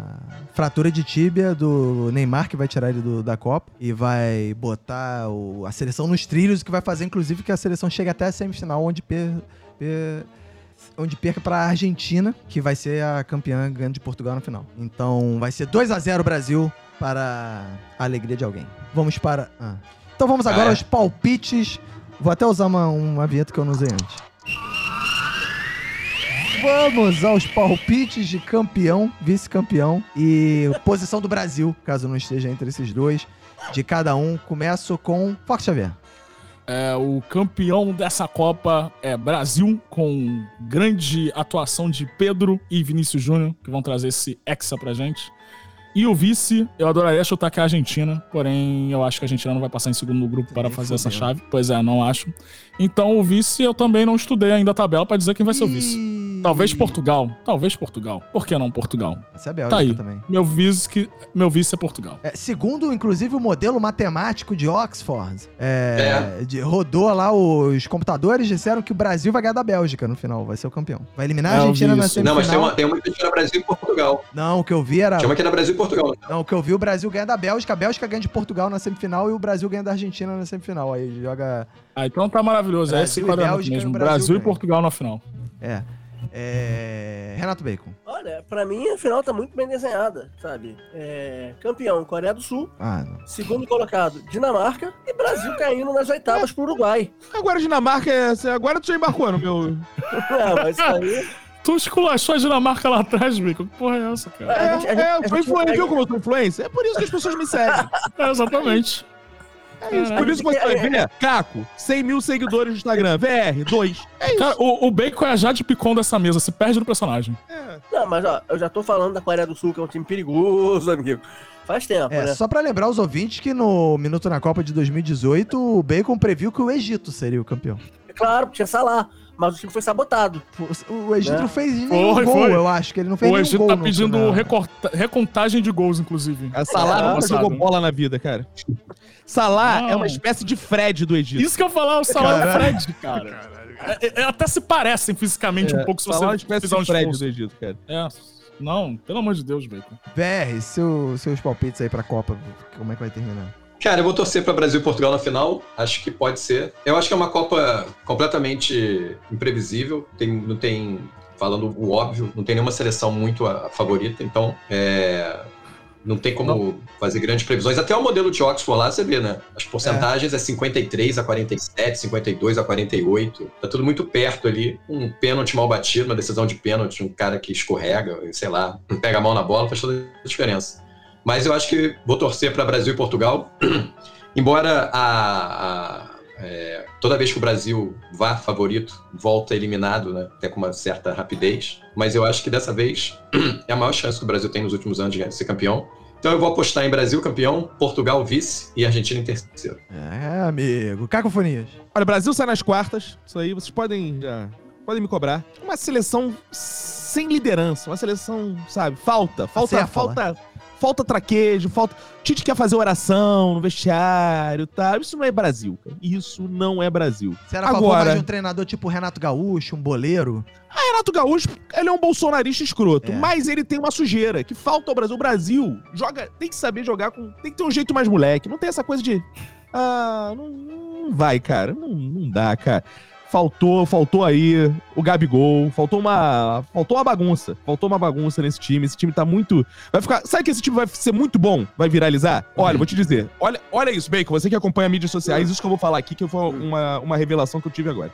fratura de tíbia do Neymar, que vai tirar ele do- da Copa, e vai botar o- a seleção nos trilhos, o que vai fazer, inclusive, que a seleção chegue até a semifinal, onde, per, per- onde perca pra Argentina, que vai ser a campeã ganhando de Portugal no final. Então, vai ser 2x0 Brasil para a alegria de alguém. Vamos para... ah. Então vamos agora
Ah, é.
aos palpites. Vou até usar uma, uma vinheta que eu não usei antes. Vamos aos palpites de campeão, vice-campeão e posição do Brasil, caso não esteja entre esses dois, de cada um. Começo com Fox Xavier.
É, o campeão dessa Copa é Brasil, com grande atuação de Pedro e Vinícius Júnior, que vão trazer esse Hexa pra gente. E o vice, eu adoraria chutar que é a Argentina, porém eu acho que a Argentina não vai passar em segundo no grupo para
Nem
fazer essa
fudeu.
chave. Pois é, não acho. Então o vice eu também não estudei ainda a tabela pra dizer quem vai ser o vice.
Ih,
Talvez Portugal, talvez Portugal. Por que não Portugal?
Essa é a Bélgica
Tá aí.
também.
Meu vice, que, meu vice é Portugal.
É, segundo, inclusive, o modelo matemático de Oxford, é, de- rodou lá os computadores, disseram que o Brasil vai ganhar da Bélgica no final, vai ser o campeão. Vai eliminar a
É, eu vi
Argentina na
isso.
semifinal.
Não, mas tem uma, tem uma que era Brasil e Portugal.
Não, o que eu vi era
Tinha uma que era Brasil e Portugal.
Não, o que eu vi, o Brasil ganha da Bélgica, a Bélgica ganha de Portugal na semifinal e o Brasil ganha da Argentina na semifinal. Aí joga.
Ah, então tá maravilhoso. é
Brasil
esse
e
quadramento
Bélgica,
mesmo.
o Brasil
Brasil e
ganha.
Portugal na final.
É. é, Renato Bacon.
Olha, pra mim a final tá muito bem desenhada, sabe? É, campeão, Coreia do Sul.
Ah, não.
Segundo colocado, Dinamarca. E Brasil caindo nas oitavas pro Uruguai.
Agora a Dinamarca é. assim, Agora tu já embarcou no meu.
É, mas
<laughs>
isso aí.
Tu esculachou a Dinamarca lá atrás, Bico? Que porra é essa, <laughs> cara?
É,
A gente- a gente-
é,
a
eu sou
gente
influente,
vai-
viu como eu sou influencer? É por isso que as pessoas me seguem.
É, exatamente.
É isso. Por isso que você vai ver, Caco, 100 mil seguidores no Instagram. VR, 2.
Cara, o, o Bacon é a Jade Picon dessa mesa, se perde no personagem.
Não, mas ó, eu já tô falando da Coreia do Sul, que é um time perigoso, amigo. Faz tempo,
É,
né?
só pra lembrar os ouvintes que no Minuto na Copa de 2018, o Bacon previu que o Egito seria o campeão.
É Claro, tinha Salah, mas o time foi sabotado.
O- O Egito
Né?
não fez nenhum
Foi,
gol,
foi.
eu acho que ele não fez
O
nenhum
Egito
gol.
tá
no
pedindo
final.
recorta- recontagem de gols, inclusive.
A Salah
Ah,
nunca
sabe.
jogou bola na vida, cara. Salah
Não.
é uma espécie de Fred do Egito.
Isso que eu falar, o salário do
Caralho.
Fred, cara. É, é- é- até se parecem fisicamente um pouco se
Salah é uma
você
espécie
fizer um
de Fred
esforço.
do Egito, cara.
É, não, pelo amor de Deus, Bacon. <laughs>
VR, seu- seus palpites aí pra Copa, como é que vai terminar?
Cara, eu vou torcer para Brasil e Portugal na final. Acho que pode ser. Eu acho que é uma Copa completamente imprevisível. Tem- não tem, falando o óbvio, não tem nenhuma seleção muito a, a favorita. Então, é, não tem como fazer grandes previsões. Até o modelo de Oxford lá, você vê, né? As porcentagens é. 53 a 47, 52 a 48. Tá tudo muito perto ali. Um pênalti mal batido, uma decisão de pênalti, um cara que escorrega, sei lá, pega a mão na bola, faz toda a diferença. Mas eu acho que vou torcer para Brasil e Portugal. <clears throat> Embora a- a- é, toda vez que o Brasil vá favorito, volta eliminado, né? até com uma certa rapidez. Mas eu acho que dessa vez <clears throat> é a maior chance que o Brasil tem nos últimos anos de ser campeão. Então eu vou apostar em Brasil campeão, Portugal vice e Argentina em terceiro.
É, amigo. Cacofonias.
Olha, o Brasil sai nas quartas. Isso aí vocês podem já. Podem me cobrar. Uma seleção sem liderança. Uma seleção, sabe? Falta. Falta.
Acéfala.
Falta. Falta traquejo. Falta. Tite quer fazer oração no vestiário tá? Isso não é Brasil, cara. Isso não é Brasil.
Você era a favor
Agora-
mais de um treinador tipo Renato Gaúcho, um boleiro?
Renato Gaúcho, ele é um bolsonarista escroto,
É.
mas ele tem uma sujeira que falta ao Brasil. O Brasil joga, tem que saber jogar com. Tem que ter um jeito mais moleque. Não tem essa coisa de. Ah, não, não vai, cara. Não, não dá, cara. Faltou, faltou aí o Gabigol, faltou uma, faltou uma bagunça, faltou uma bagunça nesse time. Esse time tá muito, vai ficar, sabe que esse time vai ser muito bom, vai viralizar. Olha, vou te dizer, olha, olha isso, Bacon, você que acompanha mídias sociais, isso que eu vou falar aqui que foi uma, uma revelação que eu tive agora.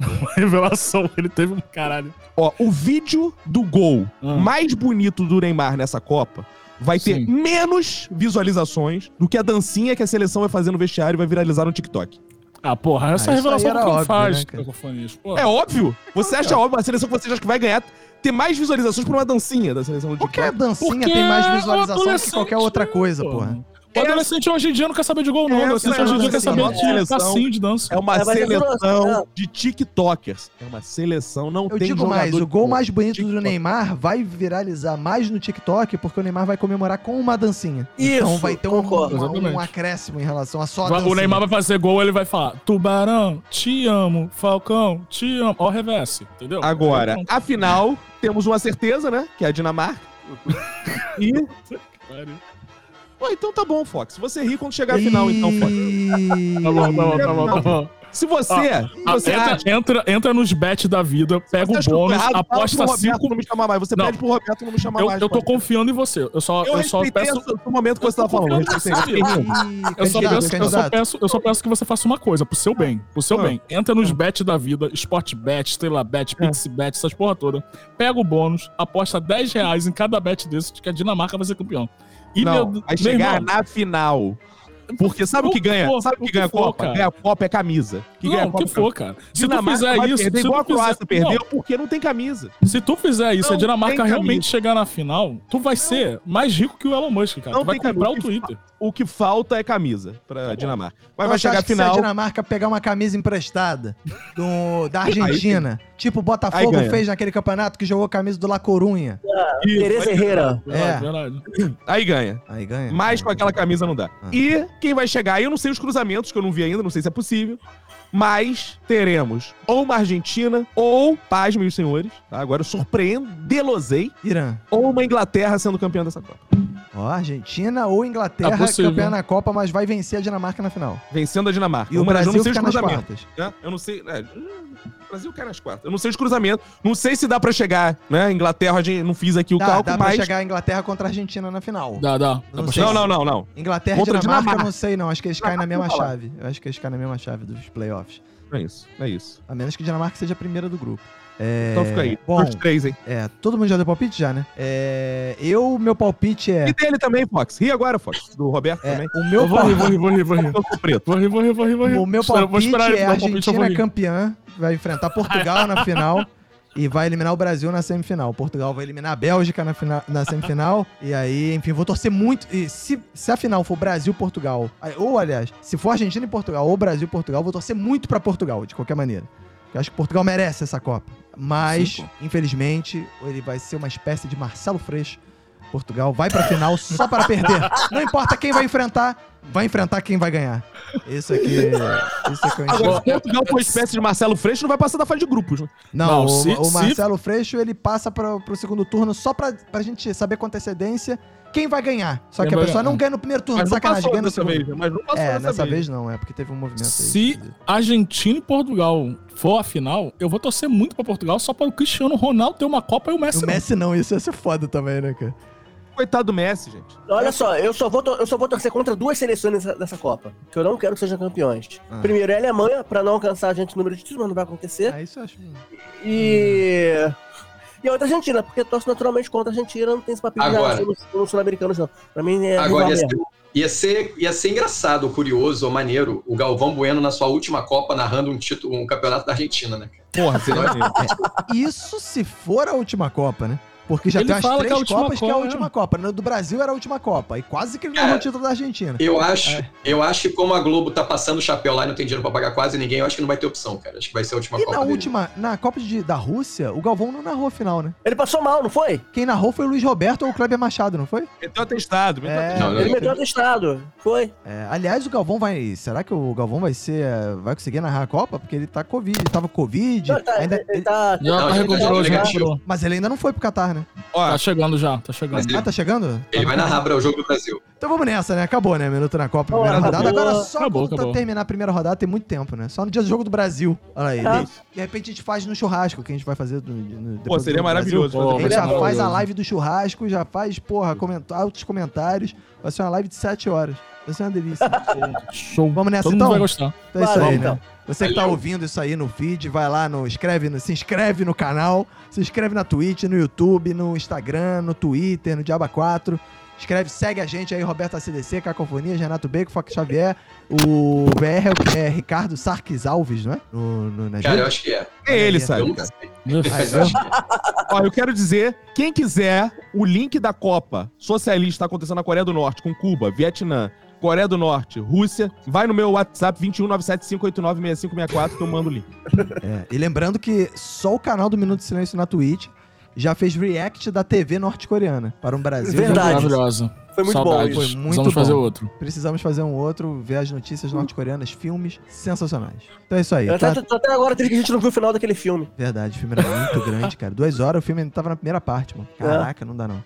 Uma revelação, ele teve um caralho.
Ó, o vídeo do gol
Ah.
mais bonito do Neymar nessa Copa vai ter
Sim.
menos visualizações do que a dancinha que a seleção vai fazer no vestiário e vai viralizar no TikTok.
Ah, porra, essa
Ah, isso
revelação
aí era
que
óbvio,
faz,
né, cara?
cacofonias. Pô,
É óbvio! Você acha óbvio uma seleção que você acha que vai ganhar ter mais visualizações por uma dancinha da seleção do
Qualquer
TikTok?
dancinha
Porque
tem mais
é um
visualização que
adolescente,
qualquer outra
né,
coisa,
pô? É,
porra.
O adolescente hoje em dia não quer saber de gol, não. O
Essa
adolescente
é
hoje em dia
a
quer saber
nossa
de
seleção.
passinho de dança.
É uma
É, mas é
seleção
seleção.
de TikTokers. É uma seleção, não
Eu
tem
digo mais,
jogador
o gol
de-
mais bonito do
TikTok.
Neymar vai viralizar mais no TikTok, porque o Neymar vai comemorar com uma dancinha. então
Isso,
vai ter um,
concordo.
um-
Exatamente.
um acréscimo em relação a só a
Vai-
dancinha.
O Neymar vai fazer gol, ele vai falar: Tubarão, te amo. Falcão, te amo. Ó, o reverse, entendeu?
Agora, afinal, temos uma certeza, né? Que é
<laughs>
a Dinamarca. e. Pô, então tá bom, Fox. Você ri quando chegar a final, então, Fox.
Ih,
Tá bom, tá bom, tá bom, tá bom.
Se você, se
Ah,
você acha,
entra, entra, entra nos bet da vida, pega o
acha que eu tô
bônus,
errado, fala
aposta
pro Roberto
5.
não me chamar mais. Você
Não.
pede pro Roberto não me chamar
Eu,
mais.
eu tô
pode.
confiando em você. Eu só, eu só
respeitei
peço.
essa- o momento que você tava falando. Eu respeitei, eu respeitei.
Eu só,
Candidato,
peço, eu, só
candidato.
peço, eu só peço que você faça uma coisa, pro seu bem. Pro seu
Ah. É.
bem. Entra nos bet da vida, Sportbet, Estrela Bet, Pixibet, essas porra toda. Pega o bônus, aposta 10 reais em cada bet desse de que a Dinamarca vai ser campeão. E
Não, vai chegar
irmão,
na final. Porque sabe o que
que
ganha?
for,
sabe o que
o que
ganha a
for,
Copa?
cara.
Ganha a Copa é camisa. Que ganha a
não,
Copa
que
é
for,
camisa.
cara. Se tu
Dinamarca
fizer
vai
isso,
perder
se
igual
tu
a Croácia
fizer,
perdeu
não,
porque não tem camisa.
se tu fizer isso, e
Não
a
tem
Dinamarca
camisa.
realmente chegar na final, tu vai ser mais rico que o Elon Musk, cara.
Não
tu vai
tem camisa.
comprar o Twitter.
O que falta é camisa pra Dinamarca. Mas vai
Então, você
chegar
acha
a
que Se a
final.
Dinamarca pegar uma camisa emprestada do- da Argentina, tipo o
Aí
Botafogo
ganha.
fez naquele campeonato que jogou a camisa do La Corunha,
Tereza Herrera.
Verdade,
É.
verdade.
Aí ganha.
aí ganha.
<laughs> Mas com aquela camisa não dá.
Ah.
E quem vai chegar, aí eu não sei os cruzamentos, que eu não vi ainda, não sei se é possível. Mas teremos ou uma Argentina, ou, paz, meus senhores, tá? agora eu surpreendelosei,
Irã.
ou uma Inglaterra sendo campeã dessa Copa.
Ó, Argentina ou Inglaterra
É possível.
campeã na Copa, mas vai vencer a Dinamarca na final.
Vencendo a Dinamarca.
E o
Mas eu
Brasil
não sei os
fica nas
cruzamentos.
quartas.
Né? Eu não sei. é, o Brasil cai nas quartas. Eu não sei os cruzamentos. Não sei se dá pra chegar, né? Inglaterra, a gente não fiz aqui o
Dá,
cálculo,
dá pra
mas.
chegar a Inglaterra contra a Argentina na final.
Dá, dá.
Não sei.
Não, não, não, não.
Inglaterra e
Contra a
Dinamarca,
Dinamarca.
não sei não. Acho que eles caem na mesma
Dinamarca, não
chave. Eu acho que eles caem na mesma chave dos playoffs.
É isso, é isso.
A menos que a Dinamarca seja a primeira do grupo. É,
Então fica aí.
bom.
Os três, hein?
É, todo mundo já deu palpite já, né? É, eu, meu palpite é.
E dele também, Fox. Ri agora, Fox. Do Roberto
é,
também.
o
Eu
meu
vou
palpite,
rir, vou rir, vou rir, vou rir.
Eu sou preto.
Vou rir, vou rir, vou rir, vou rir.
o meu
Espera, vou
palpite
esperar ele
é a
dar o palpite, eu vou
Argentina
rir.
campeã, vai enfrentar Portugal na final e vai eliminar o Brasil na semifinal. Portugal vai eliminar a Bélgica na, fina- na semifinal. E aí, enfim, vou torcer muito. E se, se a final for Brasil-Portugal, aí- ou aliás, se for Argentina e Portugal ou Brasil-Portugal, vou torcer muito pra Portugal, de qualquer maneira. Eu acho que Portugal merece essa Copa. Mas, infelizmente, ele vai ser uma espécie de Marcelo Freixo. Portugal vai pra final só para perder. Não importa quem vai enfrentar, vai enfrentar quem vai ganhar. Isso aqui. Isso aqui é um eu
Agora,
enxergo.
se Portugal for espécie de Marcelo Freixo, não vai passar da fase de grupos, né?
Não,
Não,
o,
se-
o
se-
Marcelo Freixo ele passa pro, pro segundo turno só pra, pra gente saber com antecedência quem vai ganhar. Só
Quem
que a
vai
pessoa
ganhar.
não ganha no primeiro turno,
Mas não
sacanagem,
passou
ganha no
dessa
segundo.
vez. né? Mas não passou
É,
dessa,
dessa
vez.
vez não, é porque teve um movimento aí.
Se Argentina e Portugal for a final, eu vou torcer muito pra Portugal só para o Cristiano Ronaldo ter uma Copa e o Messi.
O
não.
Messi não, isso ia ser foda também, né, cara?
Coitado do Messi, gente.
Olha só, eu só, vou, to- eu só vou torcer contra duas seleções nessa, nessa Copa, que eu não quero que sejam campeões.
Ah.
Primeiro é a Alemanha, pra não alcançar a gente no número de títulos, mas não vai acontecer.
Ah, isso eu acho.
E. E a outra Argentina, porque eu torço naturalmente contra a Argentina, não tem esse papinho
Agora.
de relação com os sul-americanos, não. Pra mim é. rival
Agora, ia
mesmo.
ser, ia, ser, ia ser engraçado, ou curioso ou maneiro o Galvão Bueno na sua última Copa narrando um título, um campeonato da Argentina, né? cara?
Porra, seria maneiro.
Isso se for a última Copa, né? Porque já
Ele
tem umas
fala que é a
três
última
Copas que é a
Copa,
última
é.
Copa. No do Brasil era a última Copa. E quase que ele ganhou o título da Argentina.
Eu acho, eu acho que como a Globo tá passando o chapéu lá e não tem dinheiro pra pagar quase ninguém, eu acho que não vai ter opção, cara. Acho que vai ser a última
E
Copa
na
dele.
última, na Copa de- da Rússia, o Galvão não narrou a final, né?
Ele passou mal, não foi?
Quem narrou foi o Luiz Roberto ou o Kleber Machado, não foi?
Meteu atestado. Meteu
É.
atestado.
Não,
Ele meteu um atestado. Foi.
É, aliás, o Galvão vai. Será que o Galvão vai ser. eh, Vai conseguir narrar a Copa? Porque ele tá Covid, ele tava Covid.
Não, tá,
ainda-
ele,
ele-
tá.
Já
Não,
tá
já
recuperou,
tá
já
negativo.
recuperou.
mas ele ainda não foi pro Catar, né?
Ó,
Tá chegando já, tá chegando.
Mas ele-
Ah, tá chegando?
Ele vai narrar para o jogo do Brasil.
Então vamos nessa, né? Acabou, né? Minuto na Copa, primeira
Acabou.
rodada. Agora só
Acabou,
quando tá
acabou.
terminar a primeira rodada tem muito tempo, né? Só no dia do jogo do Brasil. Olha aí.
Ah.
De repente a gente faz no churrasco, que a gente vai fazer no, no, depois
pô,
do
seria
jogo do
maravilhoso.
Brasil,
A
pô,
fazer
gente já
Maravilhoso.
faz a live do churrasco, já faz, porra, comenta- altos comentários. Vai ser uma live de 7 horas. Vai ser uma
<laughs>
delícia.
Show.
Vamos nessa
Todo
então?
mundo vai gostar.
Então é isso
Valeu,
aí,
então.
né? Você que tá ouvindo isso aí no feed, vai lá no escreve, no- se inscreve no canal, se inscreve na Twitch, no YouTube, no Instagram, no Twitter, no Diaba 4. Escreve, segue a gente aí, Roberto ACDC, Cacofonias, Renato Bacon, Fox Xavier, o BR é, é Ricardo Sarques Alves, não é? No, no, nas
Cara, eu
redes.
acho que é.
É ele,
Eu
sabe?
nunca sei. Mas eu
Isso.
acho que é.
Ó, eu quero dizer, quem quiser o link da Copa Socialista acontecendo na Coreia do Norte, com Cuba, Vietnã, Coreia do Norte, Rússia, vai no meu WhatsApp 21975896564 que eu mando o link.
É, E lembrando que só o canal do Minuto de Silêncio na Twitch já fez react da TV norte-coreana para um Brasil.
Verdade.
Maravilhosa.
Foi muito bom
Saudades.
isso.
Foi muito
Vamos fazer
bom.
outro.
Precisamos fazer um outro, ver as notícias norte-coreanas, filmes sensacionais. Então é isso aí.
Eu
tá?
até, tô- tô até agora triste que a gente não viu o final daquele filme.
Verdade, o filme era muito grande, cara. Duas horas, o filme ainda tava na primeira parte, mano.
É.
Caraca, não dá não.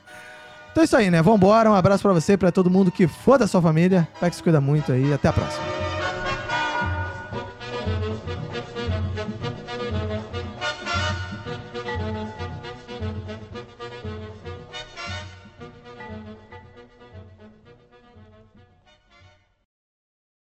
Então Tá é isso aí, né? Vambora, um abraço pra você, pra todo mundo que foda a sua família. Vai que se cuida muito aí, até a próxima.